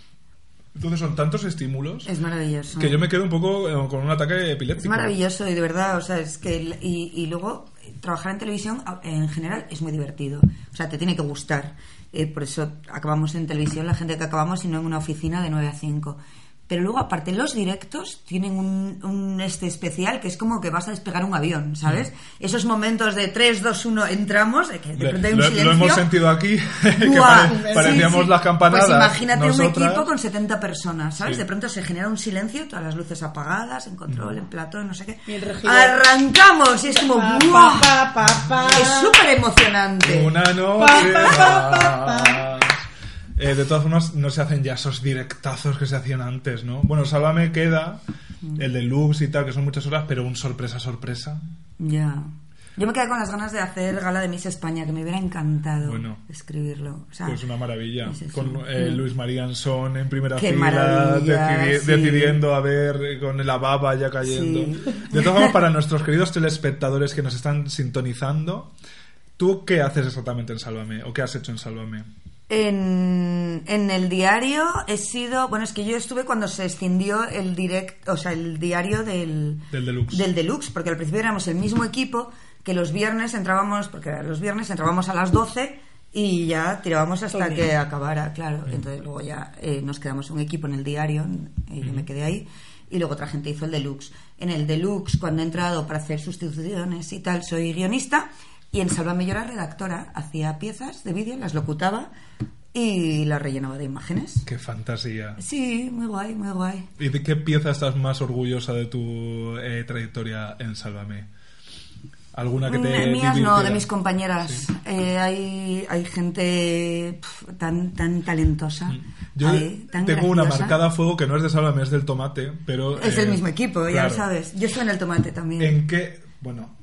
Speaker 1: Entonces son tantos estímulos
Speaker 4: Es maravilloso.
Speaker 1: que yo me quedo un poco eh, con un ataque
Speaker 4: Es
Speaker 1: epiléptico.
Speaker 4: maravilloso y de verdad, o sea, es que. el- Y, y luego, eh, trabajar en televisión a- en general es muy divertido. O sea, te tiene que gustar. Eh, por eso acabamos en televisión la gente que acabamos y no en una oficina de 9 a 5. Pero luego, aparte, los directos tienen un, un este especial que es como que vas a despegar un avión, ¿sabes? Esos momentos de 3, 2, 1, entramos, eh, que de
Speaker 1: Mm. Hombre,
Speaker 4: repente hay un
Speaker 1: lo, lo
Speaker 4: silencio.
Speaker 1: hemos sentido aquí, que
Speaker 4: Buah,
Speaker 1: pare-
Speaker 4: sí,
Speaker 1: parecíamos
Speaker 4: sí.
Speaker 1: las campanadas.
Speaker 4: Pues imagínate un
Speaker 1: nosotras.
Speaker 4: equipo con 70 personas, ¿sabes?
Speaker 1: Sí.
Speaker 4: De pronto se genera un silencio, todas las luces apagadas, en control, en plató, no sé qué.
Speaker 2: Y el regidor.
Speaker 4: Arrancamos y es como
Speaker 2: Pa,
Speaker 4: ¡buah!
Speaker 2: pa, pa, pa, pa.
Speaker 4: Es súper emocionante.
Speaker 1: Una noche más. Eh, de todas formas, no se hacen ya esos directazos que se hacían antes, ¿no? Bueno, Sálvame queda
Speaker 4: Mm.
Speaker 1: el de Lux y tal, que son muchas horas, pero un sorpresa, sorpresa.
Speaker 4: Ya. Yo me quedé con las ganas de hacer gala de Miss España, que me hubiera encantado
Speaker 1: Bueno.
Speaker 4: escribirlo. O sea,
Speaker 1: Pues una maravilla.
Speaker 4: Ah, Sí, sí, sí.
Speaker 1: Con eh,
Speaker 4: Mm.
Speaker 1: Luis María Ansón en primera
Speaker 4: Qué
Speaker 1: fila,
Speaker 4: maravilla,
Speaker 1: decidi-
Speaker 4: sí.
Speaker 1: decidiendo a ver eh, con la baba ya cayendo.
Speaker 4: Sí.
Speaker 1: De todas formas, para nuestros queridos telespectadores que nos están sintonizando, ¿tú qué haces exactamente en Sálvame? ¿O qué has hecho en Sálvame?
Speaker 4: En, en el diario he sido. Bueno, es que yo estuve cuando se escindió el directo, o sea, el diario del.
Speaker 1: Del Deluxe.
Speaker 4: Del Deluxe, porque al principio éramos el mismo equipo que los viernes entrábamos, porque era los viernes entrábamos a las 12 y ya tirábamos hasta que acabara, claro. Entonces luego ya eh, nos quedamos un equipo en el diario, y yo me quedé ahí, y luego otra gente hizo el Deluxe. En el Deluxe, cuando he entrado para hacer sustituciones y tal, soy guionista. Y en Sálvame yo era redactora, hacía piezas de vídeo, las locutaba y las rellenaba de imágenes.
Speaker 1: ¡Qué fantasía!
Speaker 4: Sí, muy guay, muy guay.
Speaker 1: ¿Y de qué pieza estás más orgullosa de tu eh, trayectoria en Sálvame? ¿Alguna que te
Speaker 4: Mm, mías no,
Speaker 1: divirtiera?
Speaker 4: de mis compañeras. Eh, hay, hay gente pf, tan, tan talentosa.
Speaker 1: Mm. Yo
Speaker 4: ahí, tan
Speaker 1: tengo una
Speaker 4: graciosa.
Speaker 1: marcada a fuego que no es de Sálvame, es del tomate, pero...
Speaker 4: Es
Speaker 1: eh,
Speaker 4: el mismo equipo, ya
Speaker 1: claro.
Speaker 4: lo sabes. Yo soy en el tomate también.
Speaker 1: ¿En qué...? Bueno...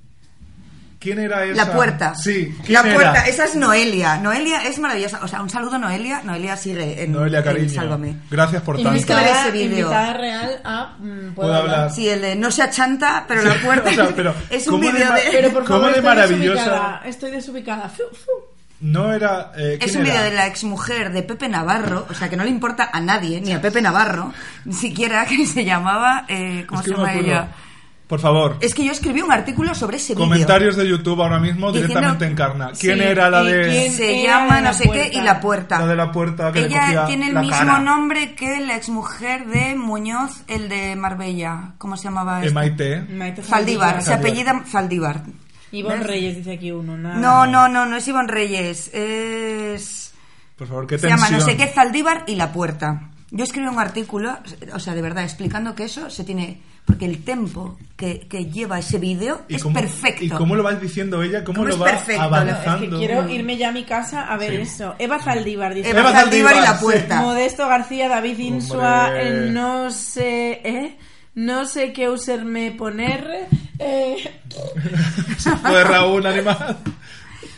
Speaker 1: ¿Quién era esa?
Speaker 4: La puerta.
Speaker 1: Sí. ¿quién
Speaker 4: La puerta.
Speaker 1: era?
Speaker 4: Esa es Noelia. Noelia es maravillosa. O sea, un saludo Noelia. Noelia sigue en,
Speaker 1: Noelia,
Speaker 4: en
Speaker 1: cariño.
Speaker 4: Sálvame.
Speaker 1: Gracias por
Speaker 4: Tienes que
Speaker 1: tanto.
Speaker 4: ver
Speaker 2: Invitada-
Speaker 4: ese vídeo.
Speaker 2: Invitada real a... mm,
Speaker 1: Puedo hablar.
Speaker 4: Sí, el de no se achanta, pero la puerta
Speaker 1: O sea, pero
Speaker 4: es un
Speaker 1: ¿cómo de
Speaker 4: vídeo
Speaker 1: ma-
Speaker 4: de...
Speaker 2: Pero por
Speaker 1: ¿Cómo
Speaker 2: favor,
Speaker 1: de
Speaker 2: estoy
Speaker 1: maravillosa?
Speaker 2: desubicada. Estoy desubicada. Fiu, fiu.
Speaker 1: No era... eh,
Speaker 4: Es
Speaker 1: ¿quién
Speaker 4: un vídeo
Speaker 1: era?
Speaker 4: de la exmujer de Pepe Navarro, o sea que no le importa a nadie, ni a Pepe Navarro, ni siquiera que se llamaba. Eh, ¿Cómo
Speaker 1: Es que
Speaker 4: se
Speaker 1: no me
Speaker 4: llama
Speaker 1: acuerdo.
Speaker 4: ella?
Speaker 1: Por favor.
Speaker 4: Es que yo escribí un artículo sobre ese vídeo.
Speaker 1: Comentarios de YouTube ahora mismo
Speaker 4: Diciendo-
Speaker 1: directamente en carna. ¿Quién
Speaker 2: Sí,
Speaker 1: era la
Speaker 2: ¿y
Speaker 1: de...?
Speaker 2: quién
Speaker 4: Se
Speaker 2: Era
Speaker 4: llama
Speaker 2: de la
Speaker 4: no sé qué
Speaker 2: puerta.
Speaker 4: y la puerta.
Speaker 1: La de la puerta que le
Speaker 4: Ella
Speaker 1: cogía
Speaker 4: tiene el
Speaker 1: la
Speaker 4: mismo
Speaker 1: cara.
Speaker 4: nombre que la exmujer de Muñoz, el de Marbella. ¿Cómo se llamaba?
Speaker 1: Eh,
Speaker 4: esta?
Speaker 1: Maite.
Speaker 2: Maite
Speaker 4: Faldívar. Se
Speaker 1: Faldívar.
Speaker 4: apellida Faldívar.
Speaker 2: Ivonne
Speaker 4: ¿Ves?
Speaker 2: Reyes dice aquí uno. Nada.
Speaker 4: No, no, no, no es Ivonne Reyes. Es.
Speaker 1: Por favor, qué
Speaker 4: Se
Speaker 1: tensión.
Speaker 4: llama no sé qué Zaldívar y la puerta. Yo escribí un artículo, o sea, de verdad, explicando que eso se tiene... Porque el tempo que, que lleva ese vídeo
Speaker 1: ¿Y
Speaker 4: es
Speaker 1: cómo-
Speaker 4: perfecto.
Speaker 1: ¿Y cómo lo vas diciendo ella? ¿Cómo,
Speaker 4: ¿Cómo
Speaker 1: lo
Speaker 4: es
Speaker 1: va
Speaker 4: perfecto?
Speaker 2: Es que
Speaker 1: avanzando?
Speaker 2: quiero irme ya a mi casa a ver eso. Eva Faldívar dice...
Speaker 4: Eva
Speaker 1: Eva
Speaker 4: Zaldívar y
Speaker 1: Zaldívar,
Speaker 4: la
Speaker 1: sí.
Speaker 4: puerta.
Speaker 2: Modesto García, David Insua,
Speaker 1: Hombre.
Speaker 2: eh, no sé, ¿eh? No sé qué usarme poner. eh,
Speaker 1: Joder, Raúl, animal.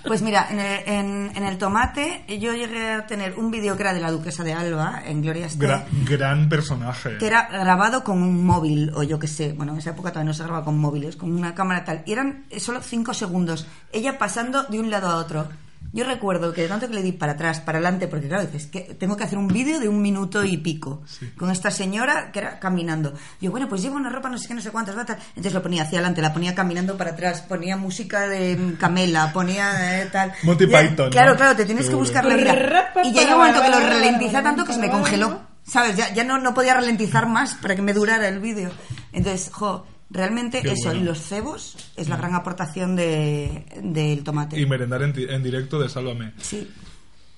Speaker 4: Pues mira, en el, en- en el tomate yo llegué a tener un vídeo que era de la duquesa de Alba, en Gloria Estef,
Speaker 1: Gra- gran personaje.
Speaker 4: que era grabado con un móvil, o yo qué sé, bueno, en esa época todavía no se grababa con móviles, con una cámara tal, y eran eh, solo cinco segundos, ella pasando de un lado a otro. Yo recuerdo que de tanto que le di para atrás, para adelante, porque claro, dices que tengo que hacer un vídeo de un minuto y pico con esta señora que era caminando. Yo, bueno, pues llevo una ropa, no sé qué, no sé cuántas batas. Entonces lo ponía hacia adelante, la ponía caminando para atrás, ponía música de mm, Camela, ponía eh, tal.
Speaker 1: Monty
Speaker 4: Y ya-
Speaker 1: Python, ¿no?
Speaker 4: Claro, claro, te tienes que
Speaker 1: Seguro.
Speaker 4: buscar la vida. Y ya llegó un momento que lo ralentizé tanto que se me congeló. ¿Sabes? Ya, ya no, no podía ralentizar más para que me durara el vídeo. Entonces, jo, realmente
Speaker 1: Qué
Speaker 4: eso,
Speaker 1: bueno. Mm.
Speaker 4: los cebos es la gran aportación de, del tomate.
Speaker 1: Y merendar en, ti- en directo de Sálvame.
Speaker 4: Sí.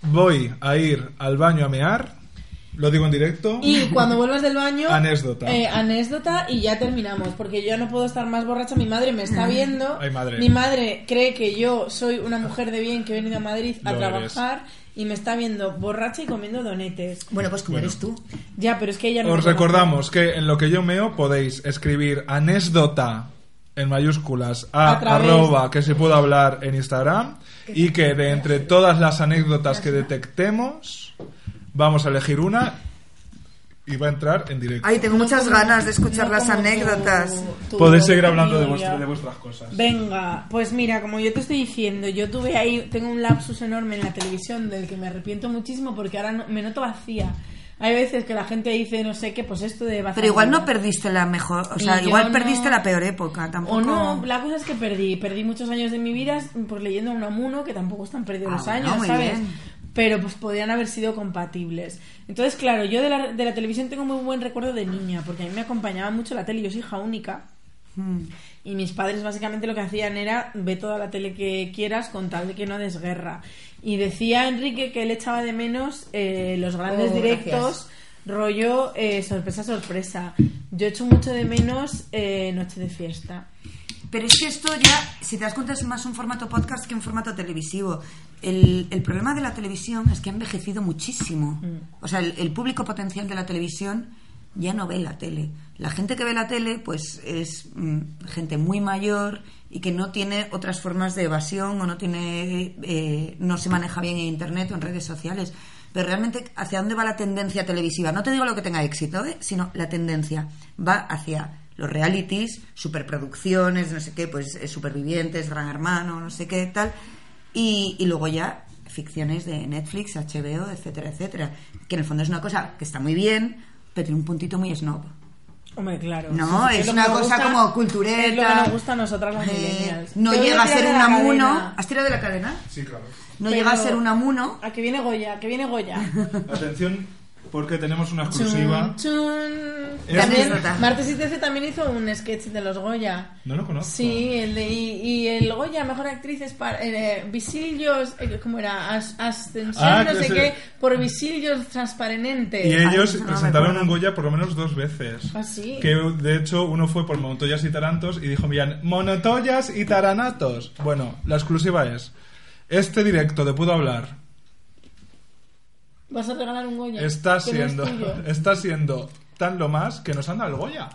Speaker 1: Voy a ir al baño a mear. Lo digo en directo.
Speaker 2: Y cuando vuelvas del baño...
Speaker 1: Anécdota.
Speaker 2: eh, anécdota y ya terminamos, porque yo no puedo estar más borracha. Mi madre me está viendo.
Speaker 1: Ay, madre.
Speaker 2: Mi madre cree que yo soy una mujer de bien que he venido a Madrid a
Speaker 1: Lo eres.
Speaker 2: trabajar y me está viendo borracha y comiendo donetes.
Speaker 4: Bueno, pues como
Speaker 1: Bueno.
Speaker 4: eres tú.
Speaker 2: Ya, pero es que ella no... me
Speaker 1: Os
Speaker 2: conoce.
Speaker 1: recordamos que en lo que yo meo podéis escribir anécdota en mayúsculas a,
Speaker 2: A través.
Speaker 1: arroba que se pueda hablar en Instagram y que de entre todas las anécdotas que detectemos vamos a elegir una y va a entrar en directo.
Speaker 4: Ay, tengo muchas
Speaker 2: como-
Speaker 4: ganas de escuchar
Speaker 2: no
Speaker 4: las
Speaker 2: como
Speaker 4: anécdotas.
Speaker 2: tu- tu
Speaker 1: Podéis seguir hablando de,
Speaker 2: familia.
Speaker 1: vuestra- de vuestras cosas.
Speaker 2: Venga, pues mira, como yo te estoy diciendo, yo tuve ahí, tengo un lapsus enorme en la televisión del que me arrepiento muchísimo porque ahora no- me noto vacía. Hay veces que la gente dice, no sé qué, pues esto de vacía.
Speaker 4: Pero igual no perdiste la mejor, o sea,
Speaker 2: Y yo
Speaker 4: igual
Speaker 2: no-
Speaker 4: perdiste la peor época, tampoco.
Speaker 2: O no, la cosa es que perdí. Perdí muchos años de mi vida por leyendo a Unamuno, que tampoco están perdidos
Speaker 4: Ah,
Speaker 2: los
Speaker 4: bueno,
Speaker 2: años,
Speaker 4: muy
Speaker 2: ¿sabes?
Speaker 4: bien.
Speaker 2: Pero pues podían haber sido compatibles. Entonces, claro, yo de la, de la televisión tengo muy buen recuerdo de niña, porque a mí me acompañaba mucho la tele. Yo soy hija única. Mm. Y mis padres básicamente lo que hacían era ve toda la tele que quieras con tal de que no des guerra. Y decía Enrique que él echaba de menos eh, los grandes
Speaker 4: Oh,
Speaker 2: directos, rollo eh, sorpresa, sorpresa. Yo echo mucho de menos eh, noche de fiesta.
Speaker 4: Pero es que esto ya, si te das cuenta, es más un formato podcast que un formato televisivo. El, el problema de la televisión es que ha envejecido muchísimo. O sea, el, el público potencial de la televisión ya no ve la tele. La gente que ve la tele, pues es mm, gente muy mayor y que no tiene otras formas de evasión o no tiene, eh, no se maneja bien en internet o en redes sociales. Pero realmente, ¿hacia dónde va la tendencia televisiva? No te digo lo que tenga éxito, ¿eh? sino la tendencia va hacia los realities, superproducciones, no sé qué, pues eh, supervivientes, Gran Hermano, no sé qué, tal. Y, y luego ya ficciones de Netflix, HBO, etcétera, etcétera. Que en el fondo es una cosa que está muy bien, pero tiene un puntito muy snob.
Speaker 2: Hombre, claro.
Speaker 4: No,
Speaker 2: Sí, sí,
Speaker 4: es
Speaker 2: lo
Speaker 4: una
Speaker 2: que nos
Speaker 4: cosa
Speaker 2: gusta-
Speaker 4: como cultureta.
Speaker 2: Es lo que nos gusta a nosotras las
Speaker 4: Eh,
Speaker 2: millennials.
Speaker 4: no
Speaker 2: Yo voy
Speaker 4: llega a ser
Speaker 2: tirar
Speaker 4: un
Speaker 2: de la
Speaker 4: amuno.
Speaker 2: cadena.
Speaker 4: ¿Has tirado de la cadena?
Speaker 1: Sí, claro.
Speaker 4: No
Speaker 2: Pero-
Speaker 4: llega a ser un amuno.
Speaker 2: A que viene Goya, que viene Goya.
Speaker 1: Atención, porque tenemos una exclusiva.
Speaker 2: Chun, chun.
Speaker 1: Es-
Speaker 2: También,
Speaker 4: Anécdota.
Speaker 2: Martes y Trece también hizo un sketch de los Goya.
Speaker 1: No lo conozco.
Speaker 2: Sí, el de, y, y el Goya, mejor actriz es para eh, Visillos, eh, ¿cómo era? As- ascensión,
Speaker 1: Ah,
Speaker 2: no
Speaker 1: que
Speaker 2: sé
Speaker 1: se-
Speaker 2: qué, por Visillos transparentes.
Speaker 1: Y ellos
Speaker 4: eso no me
Speaker 1: presentaron
Speaker 4: acuerdo.
Speaker 1: un Goya por lo menos dos veces.
Speaker 2: ¿Ah, sí?
Speaker 1: Que de hecho uno fue por Montoyas y Tarantos y dijo, miran, Monotoyas y Taranatos. Bueno, la exclusiva es, este directo de Pudo Hablar
Speaker 2: Vas a regalar un Goya.
Speaker 1: está
Speaker 2: que no es
Speaker 1: siendo,
Speaker 2: tuyo.
Speaker 1: está siendo tan lo más que nos anda el Goya.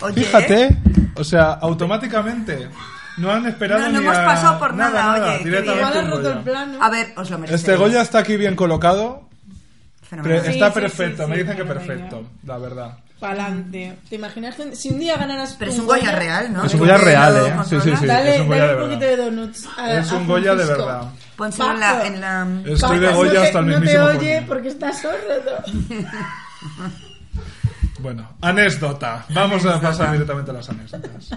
Speaker 4: Oye,
Speaker 1: Fíjate, o sea, automáticamente no han esperado
Speaker 4: No, no
Speaker 1: ni
Speaker 4: hemos
Speaker 1: a-
Speaker 4: pasado por nada, oye, qué
Speaker 1: directamente
Speaker 2: Igual
Speaker 4: bien.
Speaker 2: has
Speaker 1: un
Speaker 2: roto el
Speaker 1: Goya.
Speaker 2: plano.
Speaker 4: A ver, os lo merecéis.
Speaker 1: Este Goya está aquí bien colocado, pre-
Speaker 4: Fenomenal.
Speaker 2: Sí,
Speaker 1: está
Speaker 2: sí, sí,
Speaker 1: perfecto,
Speaker 2: sí,
Speaker 1: me dicen que
Speaker 2: bueno, venga.
Speaker 1: perfecto, la verdad.
Speaker 2: Pa'lante. ¿Te imaginas? que Si un día ganaras
Speaker 4: Pero es un Goya real, ¿no?
Speaker 1: Es un Goya
Speaker 4: Porque
Speaker 1: real,
Speaker 4: lo
Speaker 1: ¿eh? Sí, sí,
Speaker 4: controla.
Speaker 1: sí.
Speaker 2: Dale,
Speaker 1: es un Goya
Speaker 2: dale
Speaker 1: de
Speaker 2: un poquito de
Speaker 1: verdad.
Speaker 2: donuts. a- ah,
Speaker 1: Es un
Speaker 2: a
Speaker 1: Goya de
Speaker 2: Francisco.
Speaker 1: verdad.
Speaker 4: Pónselo en la,
Speaker 2: Paco.
Speaker 4: en la-
Speaker 1: Estoy de
Speaker 2: Paco,
Speaker 1: Goya
Speaker 2: no te-
Speaker 1: hasta el mismísimo
Speaker 2: No te oye
Speaker 1: Goya.
Speaker 2: porque está sordo.
Speaker 1: Bueno, anécdota. Vamos a pasar directamente a las anécdotas.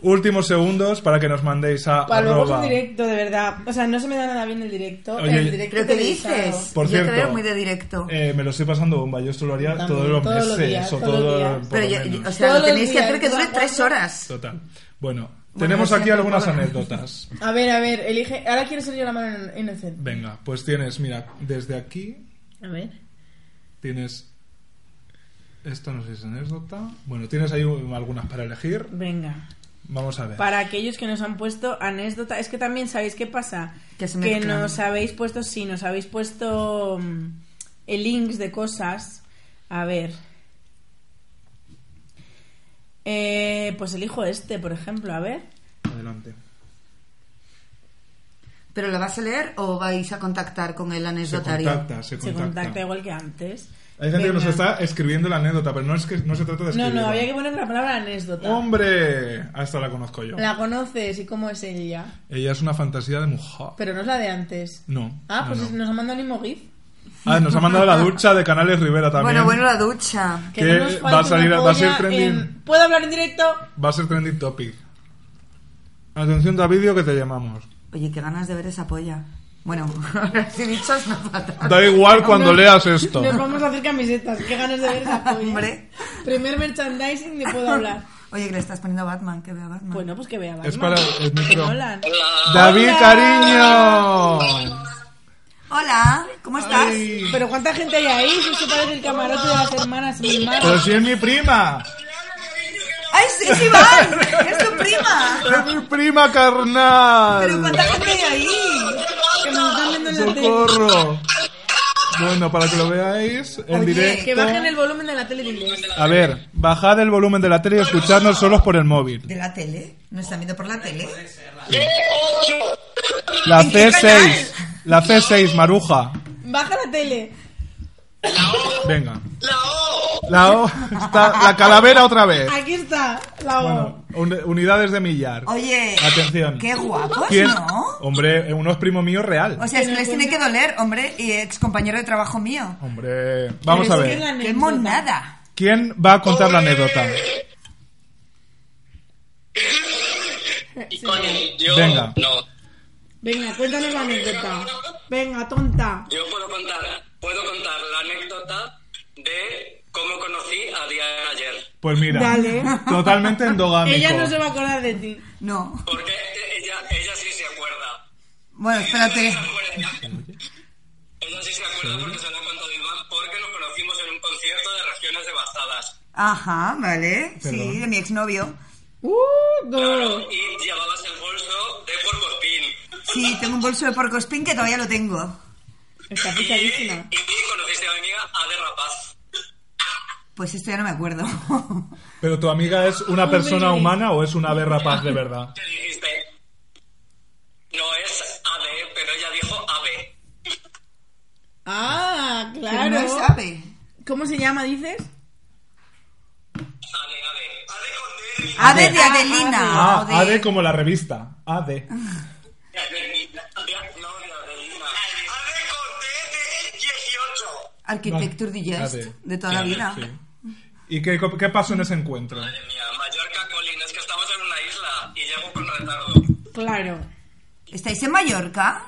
Speaker 1: Últimos segundos para que nos mandéis a
Speaker 2: Para luego es
Speaker 1: arroba.
Speaker 2: un directo, de verdad. O sea, no se me da nada bien el directo.
Speaker 1: Oye,
Speaker 2: el directo
Speaker 4: ¿Pero qué
Speaker 2: televisado.
Speaker 4: dices?
Speaker 1: Por
Speaker 4: Yo
Speaker 1: cierto,
Speaker 4: te veo muy de directo.
Speaker 1: Eh, me lo estoy pasando bomba. Yo esto lo haría
Speaker 2: También,
Speaker 1: todos los
Speaker 2: todos los
Speaker 1: meses.
Speaker 2: días,
Speaker 1: o
Speaker 2: todos
Speaker 1: todo-
Speaker 2: los días.
Speaker 1: por
Speaker 4: Pero
Speaker 1: lo
Speaker 4: yo-
Speaker 1: menos.
Speaker 4: o sea,
Speaker 2: Todos
Speaker 4: lo tenéis
Speaker 2: los
Speaker 4: que
Speaker 2: días,
Speaker 4: hacer que dure
Speaker 2: ¿no?
Speaker 4: tres horas.
Speaker 1: Total. Bueno, tenemos aquí
Speaker 4: siempre,
Speaker 1: algunas
Speaker 4: bueno.
Speaker 1: anécdotas.
Speaker 2: A ver, a ver, elige. Ahora quiero ser yo la mano inocente.
Speaker 1: Venga, pues tienes, mira, desde aquí
Speaker 2: A ver.
Speaker 1: tienes. Esto no sé si es anécdota. Bueno, tienes ahí un- algunas para elegir.
Speaker 2: Venga.
Speaker 1: Vamos a ver.
Speaker 2: Para aquellos que nos han puesto anécdota, es que también sabéis qué pasa.
Speaker 4: Que se
Speaker 2: que
Speaker 4: mezclan.
Speaker 2: nos habéis puesto, sí, nos habéis puesto mm, eh, links de cosas. A ver. Eh, pues elijo este, por ejemplo, a ver.
Speaker 1: Adelante.
Speaker 4: ¿Pero la vas a leer o vais a contactar con el
Speaker 1: Se
Speaker 4: anecdotario?
Speaker 1: contacta, se
Speaker 2: Se
Speaker 1: contacta.
Speaker 2: contacta igual que antes.
Speaker 1: Hay gente que nos
Speaker 2: Venga.
Speaker 1: está escribiendo la anécdota, pero no, es que, no se trata de
Speaker 2: No,
Speaker 1: escribir.
Speaker 2: no, había que poner la palabra anécdota.
Speaker 1: ¡Hombre! A esta la conozco yo.
Speaker 2: La conoces y cómo es ella.
Speaker 1: Ella es una fantasía de mujer.
Speaker 2: Pero no es la de antes.
Speaker 1: No.
Speaker 2: Ah,
Speaker 1: no,
Speaker 2: pues
Speaker 1: no.
Speaker 2: nos ha mandado el mismo GIF.
Speaker 1: Ah, nos ha mandado la ducha de Canales Rivera también.
Speaker 4: Bueno, bueno, la ducha.
Speaker 2: Que
Speaker 1: Que
Speaker 2: no nos
Speaker 1: va
Speaker 2: falte
Speaker 1: a salir-
Speaker 2: una
Speaker 1: va a ser
Speaker 2: polla
Speaker 1: trending.
Speaker 2: en- ¿Puedo hablar en directo?
Speaker 1: Va a ser trending topic. Atención, Davidio, que te llamamos.
Speaker 4: Oye, qué ganas de ver esa polla. Bueno, ahora sí dichas no fatal.
Speaker 1: Da igual cuando
Speaker 2: No.
Speaker 1: leas esto.
Speaker 2: Nos vamos a hacer camisetas. Qué ganas de ver esa polla.
Speaker 4: Hombre.
Speaker 2: Primer merchandising de Puedo Hablar.
Speaker 4: Oye, que le estás poniendo Batman, que vea Batman.
Speaker 2: Bueno, pues que vea Batman.
Speaker 1: Es para- es mi
Speaker 2: Que
Speaker 1: pro.
Speaker 2: molan.
Speaker 1: David,
Speaker 2: Hola.
Speaker 1: cariño.
Speaker 4: Hola, ¿cómo estás?
Speaker 1: Ay.
Speaker 2: Pero ¿cuánta gente hay ahí? Si se parece el camarote de las hermanas Mimar.
Speaker 1: Pero si es mi prima.
Speaker 4: ¡Ay, sí, es Iván! ¡Es tu prima!
Speaker 1: Es mi prima,
Speaker 4: Pero
Speaker 1: carnal.
Speaker 4: ¿cuánta gente hay ahí?
Speaker 2: Que nos están viendo en la tele.
Speaker 1: Socorro. Bueno, para que lo veáis en
Speaker 4: Oye,
Speaker 1: directo.
Speaker 2: Que bajen el volumen de la tele de inglés.
Speaker 1: A ver, bajad el volumen de la tele y escuchadnos solos por el móvil.
Speaker 4: ¿De la tele? ¿No están viendo por la tele?
Speaker 1: La
Speaker 4: ¿En qué
Speaker 1: C6. La C6, Maruja.
Speaker 2: Baja la tele.
Speaker 1: Venga. La O. Está, la calavera otra vez.
Speaker 2: Aquí está la O.
Speaker 1: Bueno, un- unidades de millar.
Speaker 4: Oye,
Speaker 1: Atención.
Speaker 4: qué guapos,
Speaker 1: ¿Quién?
Speaker 4: ¿no?
Speaker 1: Hombre, uno es primo mío real.
Speaker 4: O sea, es que les tiene que doler, hombre, y ex compañero de trabajo mío.
Speaker 1: Hombre, vamos a
Speaker 2: Pero es que
Speaker 1: ver.
Speaker 2: la
Speaker 4: ¡Qué
Speaker 2: anécdota.
Speaker 4: monada!
Speaker 1: ¿Quién va a contar la anécdota?
Speaker 5: Y con yo
Speaker 1: Venga.
Speaker 5: no.
Speaker 2: Venga, cuéntanos la anécdota. Venga, tonta.
Speaker 5: Yo puedo contar, puedo contar la anécdota de cómo conocí a Diana ayer.
Speaker 1: Pues mira,
Speaker 2: Dale.
Speaker 1: totalmente endogámico.
Speaker 2: Ella no se va a acordar de ti.
Speaker 4: No.
Speaker 5: Porque ella, ella sí se acuerda.
Speaker 4: Bueno, espérate.
Speaker 5: Ella sí se acuerda porque se lo ha contado Iván, porque nos conocimos en un concierto de regiones devastadas.
Speaker 4: Ajá, vale. Sí,
Speaker 1: Perdón.
Speaker 4: de mi exnovio.
Speaker 2: Uh,
Speaker 5: Claro,
Speaker 2: go.
Speaker 5: y llevabas el bolso de porcospin.
Speaker 4: Sí, tengo un bolso de porcospín que todavía lo tengo.
Speaker 2: Está
Speaker 5: Y,
Speaker 2: pichadísima.
Speaker 5: y conociste a mi amiga Ade Rapaz.
Speaker 4: Pues esto ya no me acuerdo.
Speaker 1: Pero tu amiga es una persona
Speaker 2: Hombre.
Speaker 1: humana o es una ave rapaz de verdad?
Speaker 5: Te dijiste, no es Ade, pero ella dijo Ave.
Speaker 2: Ah,
Speaker 4: Pero
Speaker 2: claro.
Speaker 4: no sabe.
Speaker 2: ¿Cómo se llama, dices?
Speaker 5: Ade, Ade. Ade con D.
Speaker 4: Ave de
Speaker 2: Ah,
Speaker 4: Adelina.
Speaker 1: Ah,
Speaker 4: o de-
Speaker 1: AD como la revista. AD.
Speaker 5: No, de Adelina. Ade con D de 18.
Speaker 4: Architecture Digest
Speaker 1: AD.
Speaker 4: de toda la
Speaker 1: Sí,
Speaker 4: vida.
Speaker 1: sí. ¿Y qué, qué pasó en ese encuentro?
Speaker 5: Madre mía, Mallorca, Colin, es que estamos en una isla y llego con retardo.
Speaker 2: Claro.
Speaker 4: ¿Estáis en Mallorca?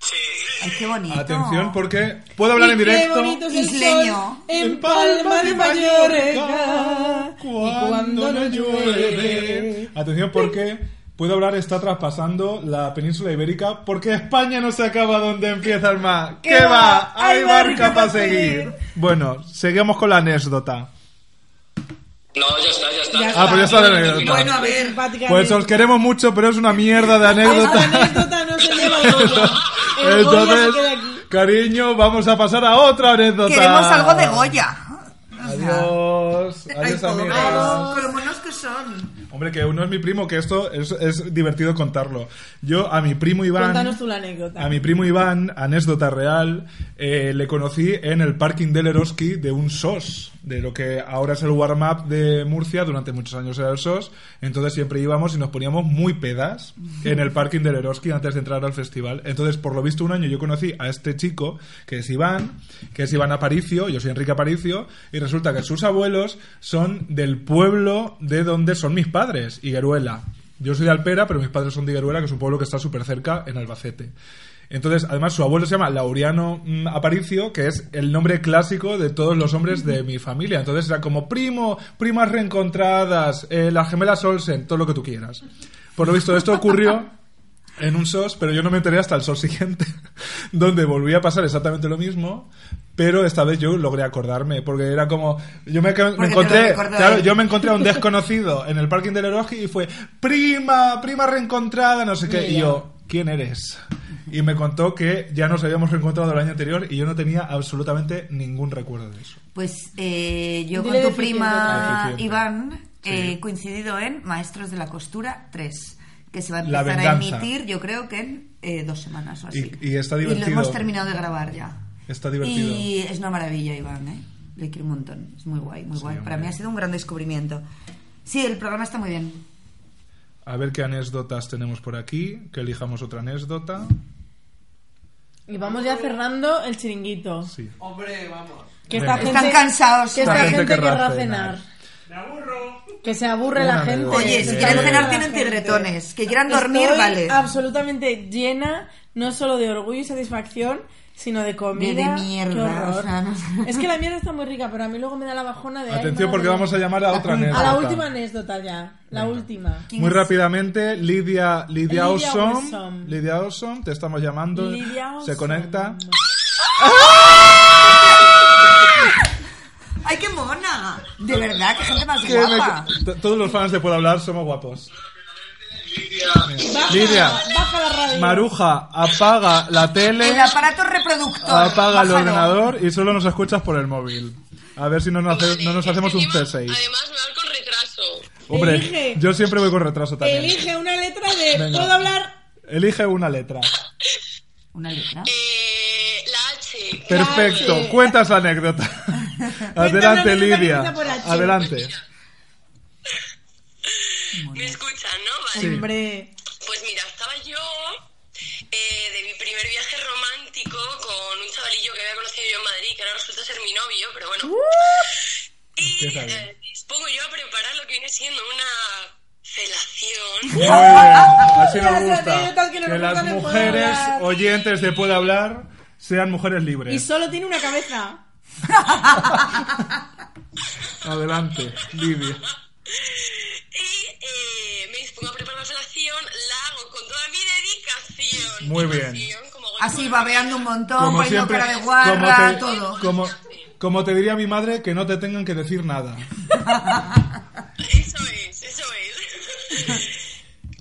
Speaker 5: Sí.
Speaker 4: Ay, qué bonito.
Speaker 1: Atención, porque puedo hablar en directo.
Speaker 2: Qué bonito es el
Speaker 4: Isleño.
Speaker 2: sol en Palma de Mallorca. Y
Speaker 1: cuando no llueve. Atención, porque puedo hablar está traspasando la península ibérica, porque España no se acaba donde empieza el mar.
Speaker 2: ¿Qué
Speaker 1: ¿Qué va?
Speaker 2: va?
Speaker 1: Hay
Speaker 2: Hay
Speaker 1: barca
Speaker 2: barca
Speaker 1: para
Speaker 2: pa'
Speaker 1: seguir.
Speaker 2: seguir.
Speaker 1: Bueno, seguimos con la anécdota.
Speaker 5: No, ya está, ya está.
Speaker 2: Ya
Speaker 1: Ah, pues ya está la anécdota.
Speaker 4: Bueno, a ver.
Speaker 2: Simpática
Speaker 1: Pues os
Speaker 2: anécdota.
Speaker 1: queremos mucho, pero es una mierda de
Speaker 2: Esta
Speaker 1: anécdota.
Speaker 2: anécdota no se lleva el Goya. El Goya se
Speaker 1: Entonces,
Speaker 2: queda aquí.
Speaker 1: cariño, vamos a pasar a otra anécdota.
Speaker 4: Queremos algo de Goya. O sea,
Speaker 1: Adiós.
Speaker 4: ay,
Speaker 1: Adiós,
Speaker 4: pobres,
Speaker 1: amigas.
Speaker 4: Con lo monos que son.
Speaker 1: Hombre, que uno es mi primo, que esto es, es divertido contarlo. Yo a mi primo Iván,
Speaker 2: Cuéntanos tú la
Speaker 1: a
Speaker 2: anécdota.
Speaker 1: mi primo Iván, anécdota real, eh, le conocí en el parking del Eroski de un SOS, de lo que ahora es el warm-up de Murcia, durante muchos años era el SOS, entonces siempre íbamos y nos poníamos muy pedas en el parking del Eroski antes de entrar al festival. Entonces, por lo visto, un año yo conocí a este chico, que es Iván, que es Iván Aparicio, yo soy Enrique Aparicio, y resulta que sus abuelos son del pueblo de donde son mis padres, Higueruela. Yo soy de Alpera, pero mis padres son de Higueruela, que es un pueblo que está súper cerca en Albacete. Entonces, además, su abuelo se llama Laureano mm, Aparicio, que es el nombre clásico de todos los hombres de mi familia. Entonces era como primo, primas reencontradas, eh, las gemelas Olsen, todo lo que tú quieras. Por lo visto, esto ocurrió en un SOS, pero yo no me enteré hasta el SOS siguiente, donde volví a pasar exactamente lo mismo, pero esta vez yo logré acordarme, porque era como, yo me, me
Speaker 4: lo
Speaker 1: encontré,
Speaker 4: recordó
Speaker 1: claro,
Speaker 4: él.
Speaker 1: yo me encontré a un desconocido en el parking del Eroski y fue, prima, prima reencontrada, no sé qué, y yo, ¿quién eres? Y me contó que ya nos habíamos reencontrado el año anterior y yo no tenía absolutamente ningún recuerdo de eso.
Speaker 4: Pues eh, yo
Speaker 2: Dile
Speaker 4: con
Speaker 2: deficiente
Speaker 4: tu prima
Speaker 1: otra vez. Deficiente.
Speaker 4: Iván
Speaker 1: Sí.
Speaker 4: he coincidido en Maestros de la Costura 3, que se va a
Speaker 1: La
Speaker 4: empezar a
Speaker 1: venganza.
Speaker 4: emitir yo creo que en eh, dos semanas o así.
Speaker 1: Y- y está
Speaker 4: lo
Speaker 1: divertido.
Speaker 4: hemos terminado de grabar ya.
Speaker 1: Está divertido.
Speaker 4: Y es una maravilla, Iván, ¿eh? Le quiero un montón. Es muy guay, muy
Speaker 1: Sí,
Speaker 4: guay. Para
Speaker 1: hombre.
Speaker 4: mí ha sido un gran descubrimiento. Sí, el programa está muy bien.
Speaker 1: A ver qué anécdotas tenemos por aquí. Que elijamos otra anécdota.
Speaker 2: Y vamos ya cerrando el chiringuito.
Speaker 1: Sí.
Speaker 6: Hombre, vamos.
Speaker 2: Que
Speaker 1: Venga.
Speaker 2: esta gente,
Speaker 4: Están cansados.
Speaker 2: Que esta
Speaker 1: La
Speaker 2: gente,
Speaker 1: gente querrá
Speaker 2: querrá cenar.
Speaker 1: cenar.
Speaker 6: Me aburro.
Speaker 2: Que se aburre
Speaker 1: Una
Speaker 2: la gente.
Speaker 1: anécdota.
Speaker 4: Oye, si
Speaker 1: Eh,
Speaker 4: quieren
Speaker 1: eh.
Speaker 4: cenar
Speaker 2: tiene
Speaker 4: tienen tigretones. Que quieran dormir,
Speaker 2: Estoy
Speaker 4: vale.
Speaker 2: absolutamente llena, no solo de orgullo y satisfacción, sino de comida.
Speaker 4: De- de mierda,
Speaker 2: Qué horror.
Speaker 4: o sea, no sé.
Speaker 2: Es que la mierda está muy rica, pero a mí luego me da la bajona de... ay,
Speaker 1: Atención
Speaker 2: madre. Mm,
Speaker 1: porque vamos a llamar a otra anécdota.
Speaker 2: A la última anécdota ya, la última.
Speaker 4: ¿Quién
Speaker 1: Muy
Speaker 4: es?
Speaker 1: rápidamente, Lidia, Lidia,
Speaker 2: Lidia
Speaker 1: Osom,
Speaker 2: Osom.
Speaker 1: Lidia Osom, te estamos llamando.
Speaker 2: Lidia
Speaker 1: Se
Speaker 2: Osom.
Speaker 1: conecta.
Speaker 4: ¡Ay, qué mona! De verdad, qué gente más
Speaker 1: Que me-
Speaker 4: guapa.
Speaker 1: T- Todos los fans de Puedo Hablar somos guapos.
Speaker 5: Lidia,
Speaker 2: Baja,
Speaker 1: Lidia,
Speaker 2: baja la radio.
Speaker 1: Maruja, apaga la tele,
Speaker 4: El aparato reproductor.
Speaker 1: apaga el
Speaker 4: bájalo.
Speaker 1: ordenador y solo nos escuchas por el móvil. A ver si no nos, hace- no nos hacemos un T6.
Speaker 7: eh, Además, me vas con retraso.
Speaker 1: Hombre,
Speaker 2: Elige.
Speaker 1: yo siempre voy con retraso también.
Speaker 2: Elige una letra de...
Speaker 1: Venga.
Speaker 2: ¿Puedo hablar?
Speaker 1: Elige una letra.
Speaker 4: Una letra.
Speaker 7: Eh, la H.
Speaker 1: Perfecto,
Speaker 2: H.
Speaker 1: cuentas la anécdota.
Speaker 2: una anécdota
Speaker 1: Adelante,
Speaker 2: que
Speaker 1: Lidia.
Speaker 2: empieza por H.
Speaker 1: Adelante.
Speaker 7: Me escuchan, ¿no? Vale.
Speaker 1: Sí.
Speaker 2: Hombre,
Speaker 7: Pues mira, estaba yo eh, de mi primer viaje romántico con un chavalillo que había conocido yo en Madrid, que ahora resulta ser mi novio, pero bueno. Y
Speaker 1: Uh. Empieza bien.
Speaker 7: eh, dispongo yo a preparar lo que viene siendo una
Speaker 1: Muy
Speaker 7: felación.
Speaker 1: bien, así
Speaker 2: Las
Speaker 1: nos gusta.
Speaker 2: anécdotas que
Speaker 1: Que
Speaker 2: nos
Speaker 1: las
Speaker 2: gustan de Puedo
Speaker 1: mujeres
Speaker 2: Hablar.
Speaker 1: oyentes de Puede Hablar sean mujeres
Speaker 2: y
Speaker 1: libres.
Speaker 2: solo tiene una cabeza.
Speaker 1: Adelante, Lidia.
Speaker 7: Y eh, me dispongo a preparar la felación, la hago con toda mi dedicación.
Speaker 1: Muy
Speaker 7: Y
Speaker 1: bien.
Speaker 7: pasión, como voy
Speaker 4: Así
Speaker 7: con-
Speaker 4: babeando un montón, poniendo cara de guarra,
Speaker 1: como te,
Speaker 4: todo.
Speaker 1: Como, como te diría mi madre, que no te tengan que decir nada.
Speaker 7: Eso es, eso es.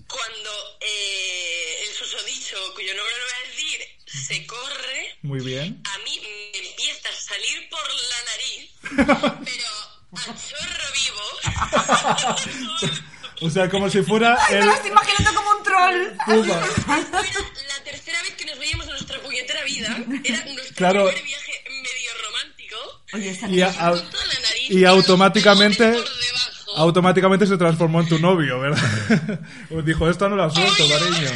Speaker 7: Cuando eh, el susodicho, cuyo nombre no voy a decir, se corre,
Speaker 1: Muy bien.
Speaker 7: a mí me empieza a salir por la nariz, pero a chorro vivo.
Speaker 1: O sea, como si fuera
Speaker 4: Ay, me
Speaker 1: el...
Speaker 4: lo estoy imaginando como un troll.
Speaker 1: Uva.
Speaker 7: Era la tercera vez que nos veíamos en nuestra puñetera vida. Era nuestro
Speaker 1: Claro.
Speaker 7: primer viaje medio romántico.
Speaker 4: Oye, esta
Speaker 1: Y, a-
Speaker 4: niña-
Speaker 1: a-
Speaker 7: Con toda la nariz.
Speaker 1: y automáticamente...
Speaker 7: Por debajo.
Speaker 1: Automáticamente se transformó en tu novio, ¿verdad? Os dijo, esta no la suelto, cariño.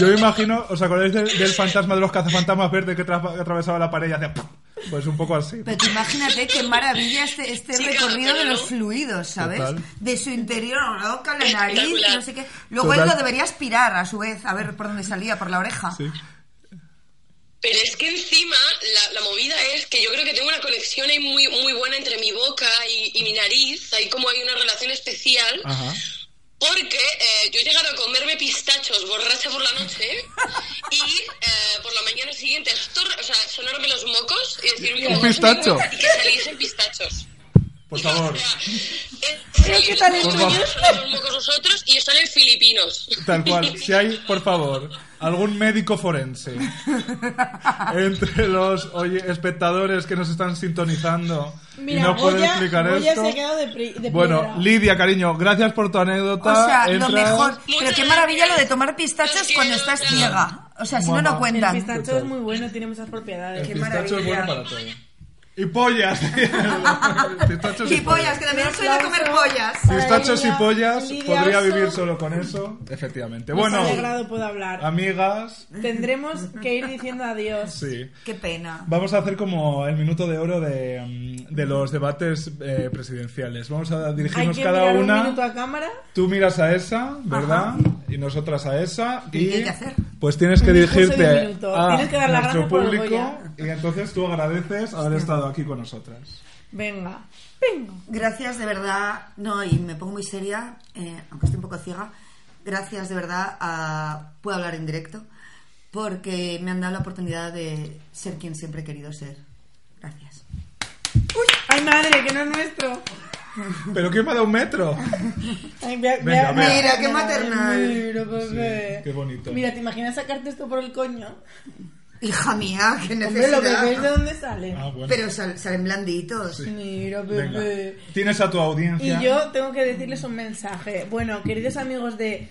Speaker 1: Yo me imagino, ¿os acordáis del, del fantasma de los cazafantasmas verde que, tra- que atravesaba la pared y hacía... ¡pum! Pues un poco así.
Speaker 4: Pero tú imagínate qué maravilla este, este
Speaker 7: Chica,
Speaker 4: recorrido de
Speaker 7: pero
Speaker 4: los
Speaker 7: no.
Speaker 4: fluidos, ¿sabes?
Speaker 1: Total.
Speaker 4: De su interior, la boca, la nariz,
Speaker 7: Espectacular.
Speaker 4: no sé qué. Luego él
Speaker 1: Total.
Speaker 4: lo debería aspirar a su vez, a ver por dónde salía, por la oreja.
Speaker 1: Sí.
Speaker 7: Pero es que encima la, la movida es que yo creo que tengo una conexión ahí muy, muy buena entre mi boca y, y mi nariz, ahí como hay una relación especial,
Speaker 1: Ajá.
Speaker 7: porque eh, yo he llegado a comerme pistachos borracha por la noche y eh, por la mañana siguiente estor- o sea, sonarme los mocos y decir, "Uy,
Speaker 1: Un
Speaker 7: me gusta",
Speaker 1: pistacho.
Speaker 7: Y que saliesen pistachos.
Speaker 1: Por favor.
Speaker 7: O sea, eh,
Speaker 2: Creo que
Speaker 7: salís
Speaker 2: tan
Speaker 7: los
Speaker 1: español.
Speaker 7: mocos, sonáis los mocos vosotros y salen filipinos.
Speaker 1: Tal cual. Si hay, por favor, algún médico forense entre los oye, espectadores que nos están sintonizando
Speaker 2: Mira,
Speaker 1: y no pueden
Speaker 2: Goya-
Speaker 1: explicar
Speaker 2: Goya
Speaker 1: esto.
Speaker 2: se ha quedado de pri- de
Speaker 1: bueno,
Speaker 2: piedra.
Speaker 1: Lidia, cariño, gracias por tu anécdota.
Speaker 4: O sea, lo
Speaker 1: Entras-
Speaker 4: mejor. Pero
Speaker 7: Muchas
Speaker 4: qué maravilla lo de
Speaker 7: gracias.
Speaker 4: tomar pistachos
Speaker 7: Los
Speaker 4: cuando
Speaker 7: quiero,
Speaker 4: estás
Speaker 7: chao.
Speaker 4: ciega. O sea, si no,
Speaker 1: Mamá.
Speaker 4: no
Speaker 2: El
Speaker 4: cuentan.
Speaker 2: pistacho es muy bueno, tiene muchas propiedades.
Speaker 1: El
Speaker 4: qué
Speaker 1: pistacho es bueno
Speaker 4: maravilla.
Speaker 1: para todo. Y pollas. Pistachos y pollas.
Speaker 4: que también
Speaker 2: soy de comer pollas.
Speaker 1: Pistachos y
Speaker 2: Lidia-
Speaker 1: pollas.
Speaker 2: Lidia
Speaker 1: Podría
Speaker 2: Oso.
Speaker 1: vivir solo con eso. Efectivamente.
Speaker 2: Nos
Speaker 1: Bueno,
Speaker 2: ha alegrado puedo hablar.
Speaker 1: amigas,
Speaker 2: Tendremos que ir diciendo adiós.
Speaker 1: sí.
Speaker 4: Qué pena.
Speaker 1: Vamos a hacer como el minuto de oro de, mm, de los debates eh, presidenciales. Vamos a
Speaker 2: Hay
Speaker 1: dirigirnos
Speaker 2: que
Speaker 1: cada
Speaker 2: mirar un
Speaker 1: una.
Speaker 2: minuto a cámara.
Speaker 1: Tú miras a esa, ¿verdad? Y nosotras a esa.
Speaker 4: ¿Qué
Speaker 1: Y
Speaker 4: hay que hacer?
Speaker 1: pues tienes que
Speaker 2: Un discurso de un
Speaker 1: dirigirte
Speaker 2: minuto.
Speaker 1: a
Speaker 2: Tienes que dar las
Speaker 1: nuestro
Speaker 2: gracias por el
Speaker 1: público.
Speaker 2: Goya.
Speaker 1: Y entonces tú agradeces haber estado aquí con nosotras.
Speaker 2: Venga. Venga.
Speaker 4: Gracias de verdad, no, y me pongo muy seria, eh, aunque esté un poco ciega. Gracias de verdad a Puedo hablar en directo, porque me han dado la oportunidad de ser quien siempre he querido ser. Gracias.
Speaker 2: Ay, madre, que no es nuestro.
Speaker 1: ¿Pero quién me ha dado un metro?
Speaker 2: Ay, vea- vea-
Speaker 1: Venga, vea.
Speaker 4: Mira, qué maternal.
Speaker 2: Mira, bebé.
Speaker 1: Sí, qué bonito.
Speaker 2: Mira, ¿te imaginas sacarte esto por el coño?
Speaker 4: Hija mía, qué
Speaker 2: Hombre, los
Speaker 4: necesidad.
Speaker 2: bebés de dónde salen.
Speaker 1: Ah, bueno.
Speaker 4: Pero sal- salen blanditos.
Speaker 2: Mira,
Speaker 1: Venga.
Speaker 2: bebé.
Speaker 1: Tienes a tu audiencia.
Speaker 2: eh, Y yo tengo que decirles un mensaje. Bueno, queridos amigos de...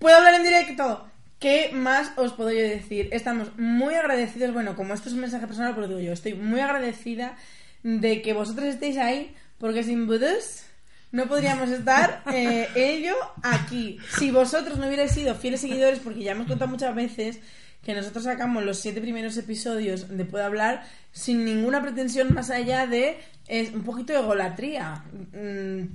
Speaker 2: ¿Puedo hablar en directo? ¿Qué más os puedo yo decir? Estamos muy agradecidos, bueno, como esto es un mensaje personal, pero digo yo, estoy muy agradecida de que vosotros estéis ahí, porque sin vosotros no podríamos estar eh, ello aquí. Si vosotros no hubierais sido fieles seguidores, porque ya hemos contado muchas veces que nosotros sacamos los siete primeros episodios de Puedo Hablar sin ninguna pretensión más allá de es un poquito de golatría. Mm,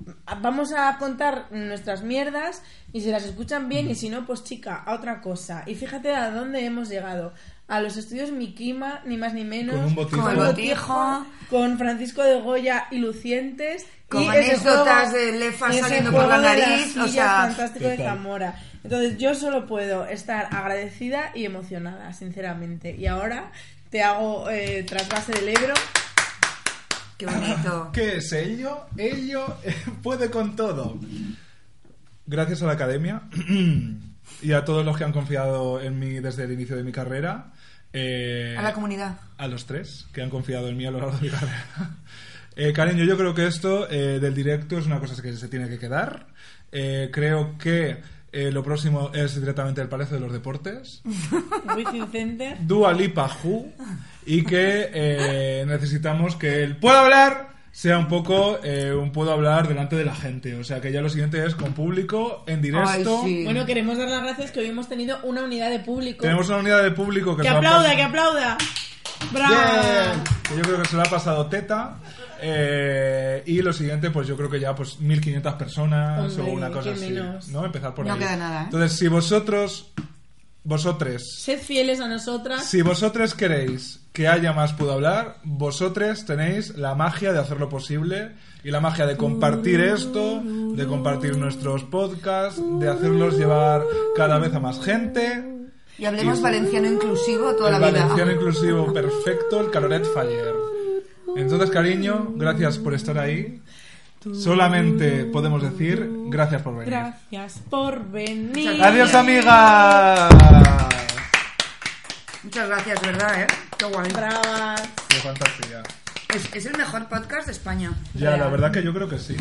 Speaker 2: Vamos a contar nuestras mierdas y si las escuchan bien y si no, pues chica, a otra cosa. Y fíjate a dónde hemos llegado. A los estudios Mikima, ni más ni menos.
Speaker 1: Con un botijo.
Speaker 4: Con el botijo.
Speaker 2: Con Francisco de Goya y Lucientes.
Speaker 4: Con
Speaker 2: y ese
Speaker 4: anécdotas
Speaker 2: juego-
Speaker 4: de Lefa
Speaker 2: ese
Speaker 4: saliendo por
Speaker 2: juego
Speaker 4: la
Speaker 2: de las
Speaker 4: nariz, o
Speaker 2: sillas
Speaker 4: sea,
Speaker 2: fantástico de
Speaker 1: total.
Speaker 2: Zamora. Entonces yo solo puedo estar agradecida y emocionada, sinceramente. Y ahora te hago eh, trasvase del Ebro.
Speaker 4: Qué bonito.
Speaker 1: ¿Qué es ello? Ello eh, puede con todo. Gracias a la academia y a todos los que han confiado en mí desde el inicio de mi carrera. eh,
Speaker 4: A la comunidad.
Speaker 1: a los tres que han confiado en mí a lo largo de mi carrera. Eh, cariño, yo creo que esto eh, del directo es una cosa que se tiene que quedar. Eh, creo que eh, lo próximo es directamente el Palacio de los Deportes.
Speaker 2: Wizzing Center.
Speaker 1: Dua Lipa Who, y que eh, necesitamos que el puedo hablar sea un poco eh, un puedo hablar delante de la gente. O sea, que ya lo siguiente es con público, en directo.
Speaker 4: Ay, sí.
Speaker 2: Bueno, queremos dar las gracias que hoy hemos tenido una unidad de público.
Speaker 1: Tenemos una unidad de público que,
Speaker 2: que
Speaker 1: se la
Speaker 2: aplauda,
Speaker 1: pasa-
Speaker 2: que aplauda. ¡Bravo!
Speaker 1: Bien. Que yo creo que se la ha pasado teta. Eh, y lo siguiente, pues yo creo que ya pues 1500 personas
Speaker 2: Hombre,
Speaker 1: o una cosa
Speaker 2: qué
Speaker 1: así.
Speaker 2: menos.
Speaker 1: ¿no? Empezar por
Speaker 4: No
Speaker 1: ahí.
Speaker 4: queda nada, ¿eh?
Speaker 1: Entonces, si vosotros, vosotres,
Speaker 2: Sed fieles a nosotras.
Speaker 1: Si vosotros queréis que haya más Puedo Hablar, vosotros tenéis la magia de hacerlo posible y la magia de compartir esto, de compartir nuestros podcasts, de hacerlos llevar cada vez a más gente.
Speaker 4: Y hablemos valenciano inclusivo toda
Speaker 1: el
Speaker 4: la vida.
Speaker 1: valenciano inclusivo perfecto, el caloret faller. Entonces, cariño, gracias por estar ahí. Solamente podemos decir gracias por venir.
Speaker 2: Gracias por venir.
Speaker 1: Adiós, amigas.
Speaker 4: Muchas gracias, de ¿verdad? ¿eh? Qué guay.
Speaker 2: Bravas.
Speaker 1: Qué fantasía.
Speaker 4: Es, es el mejor podcast de España.
Speaker 1: Ya, la verdad que yo creo que sí.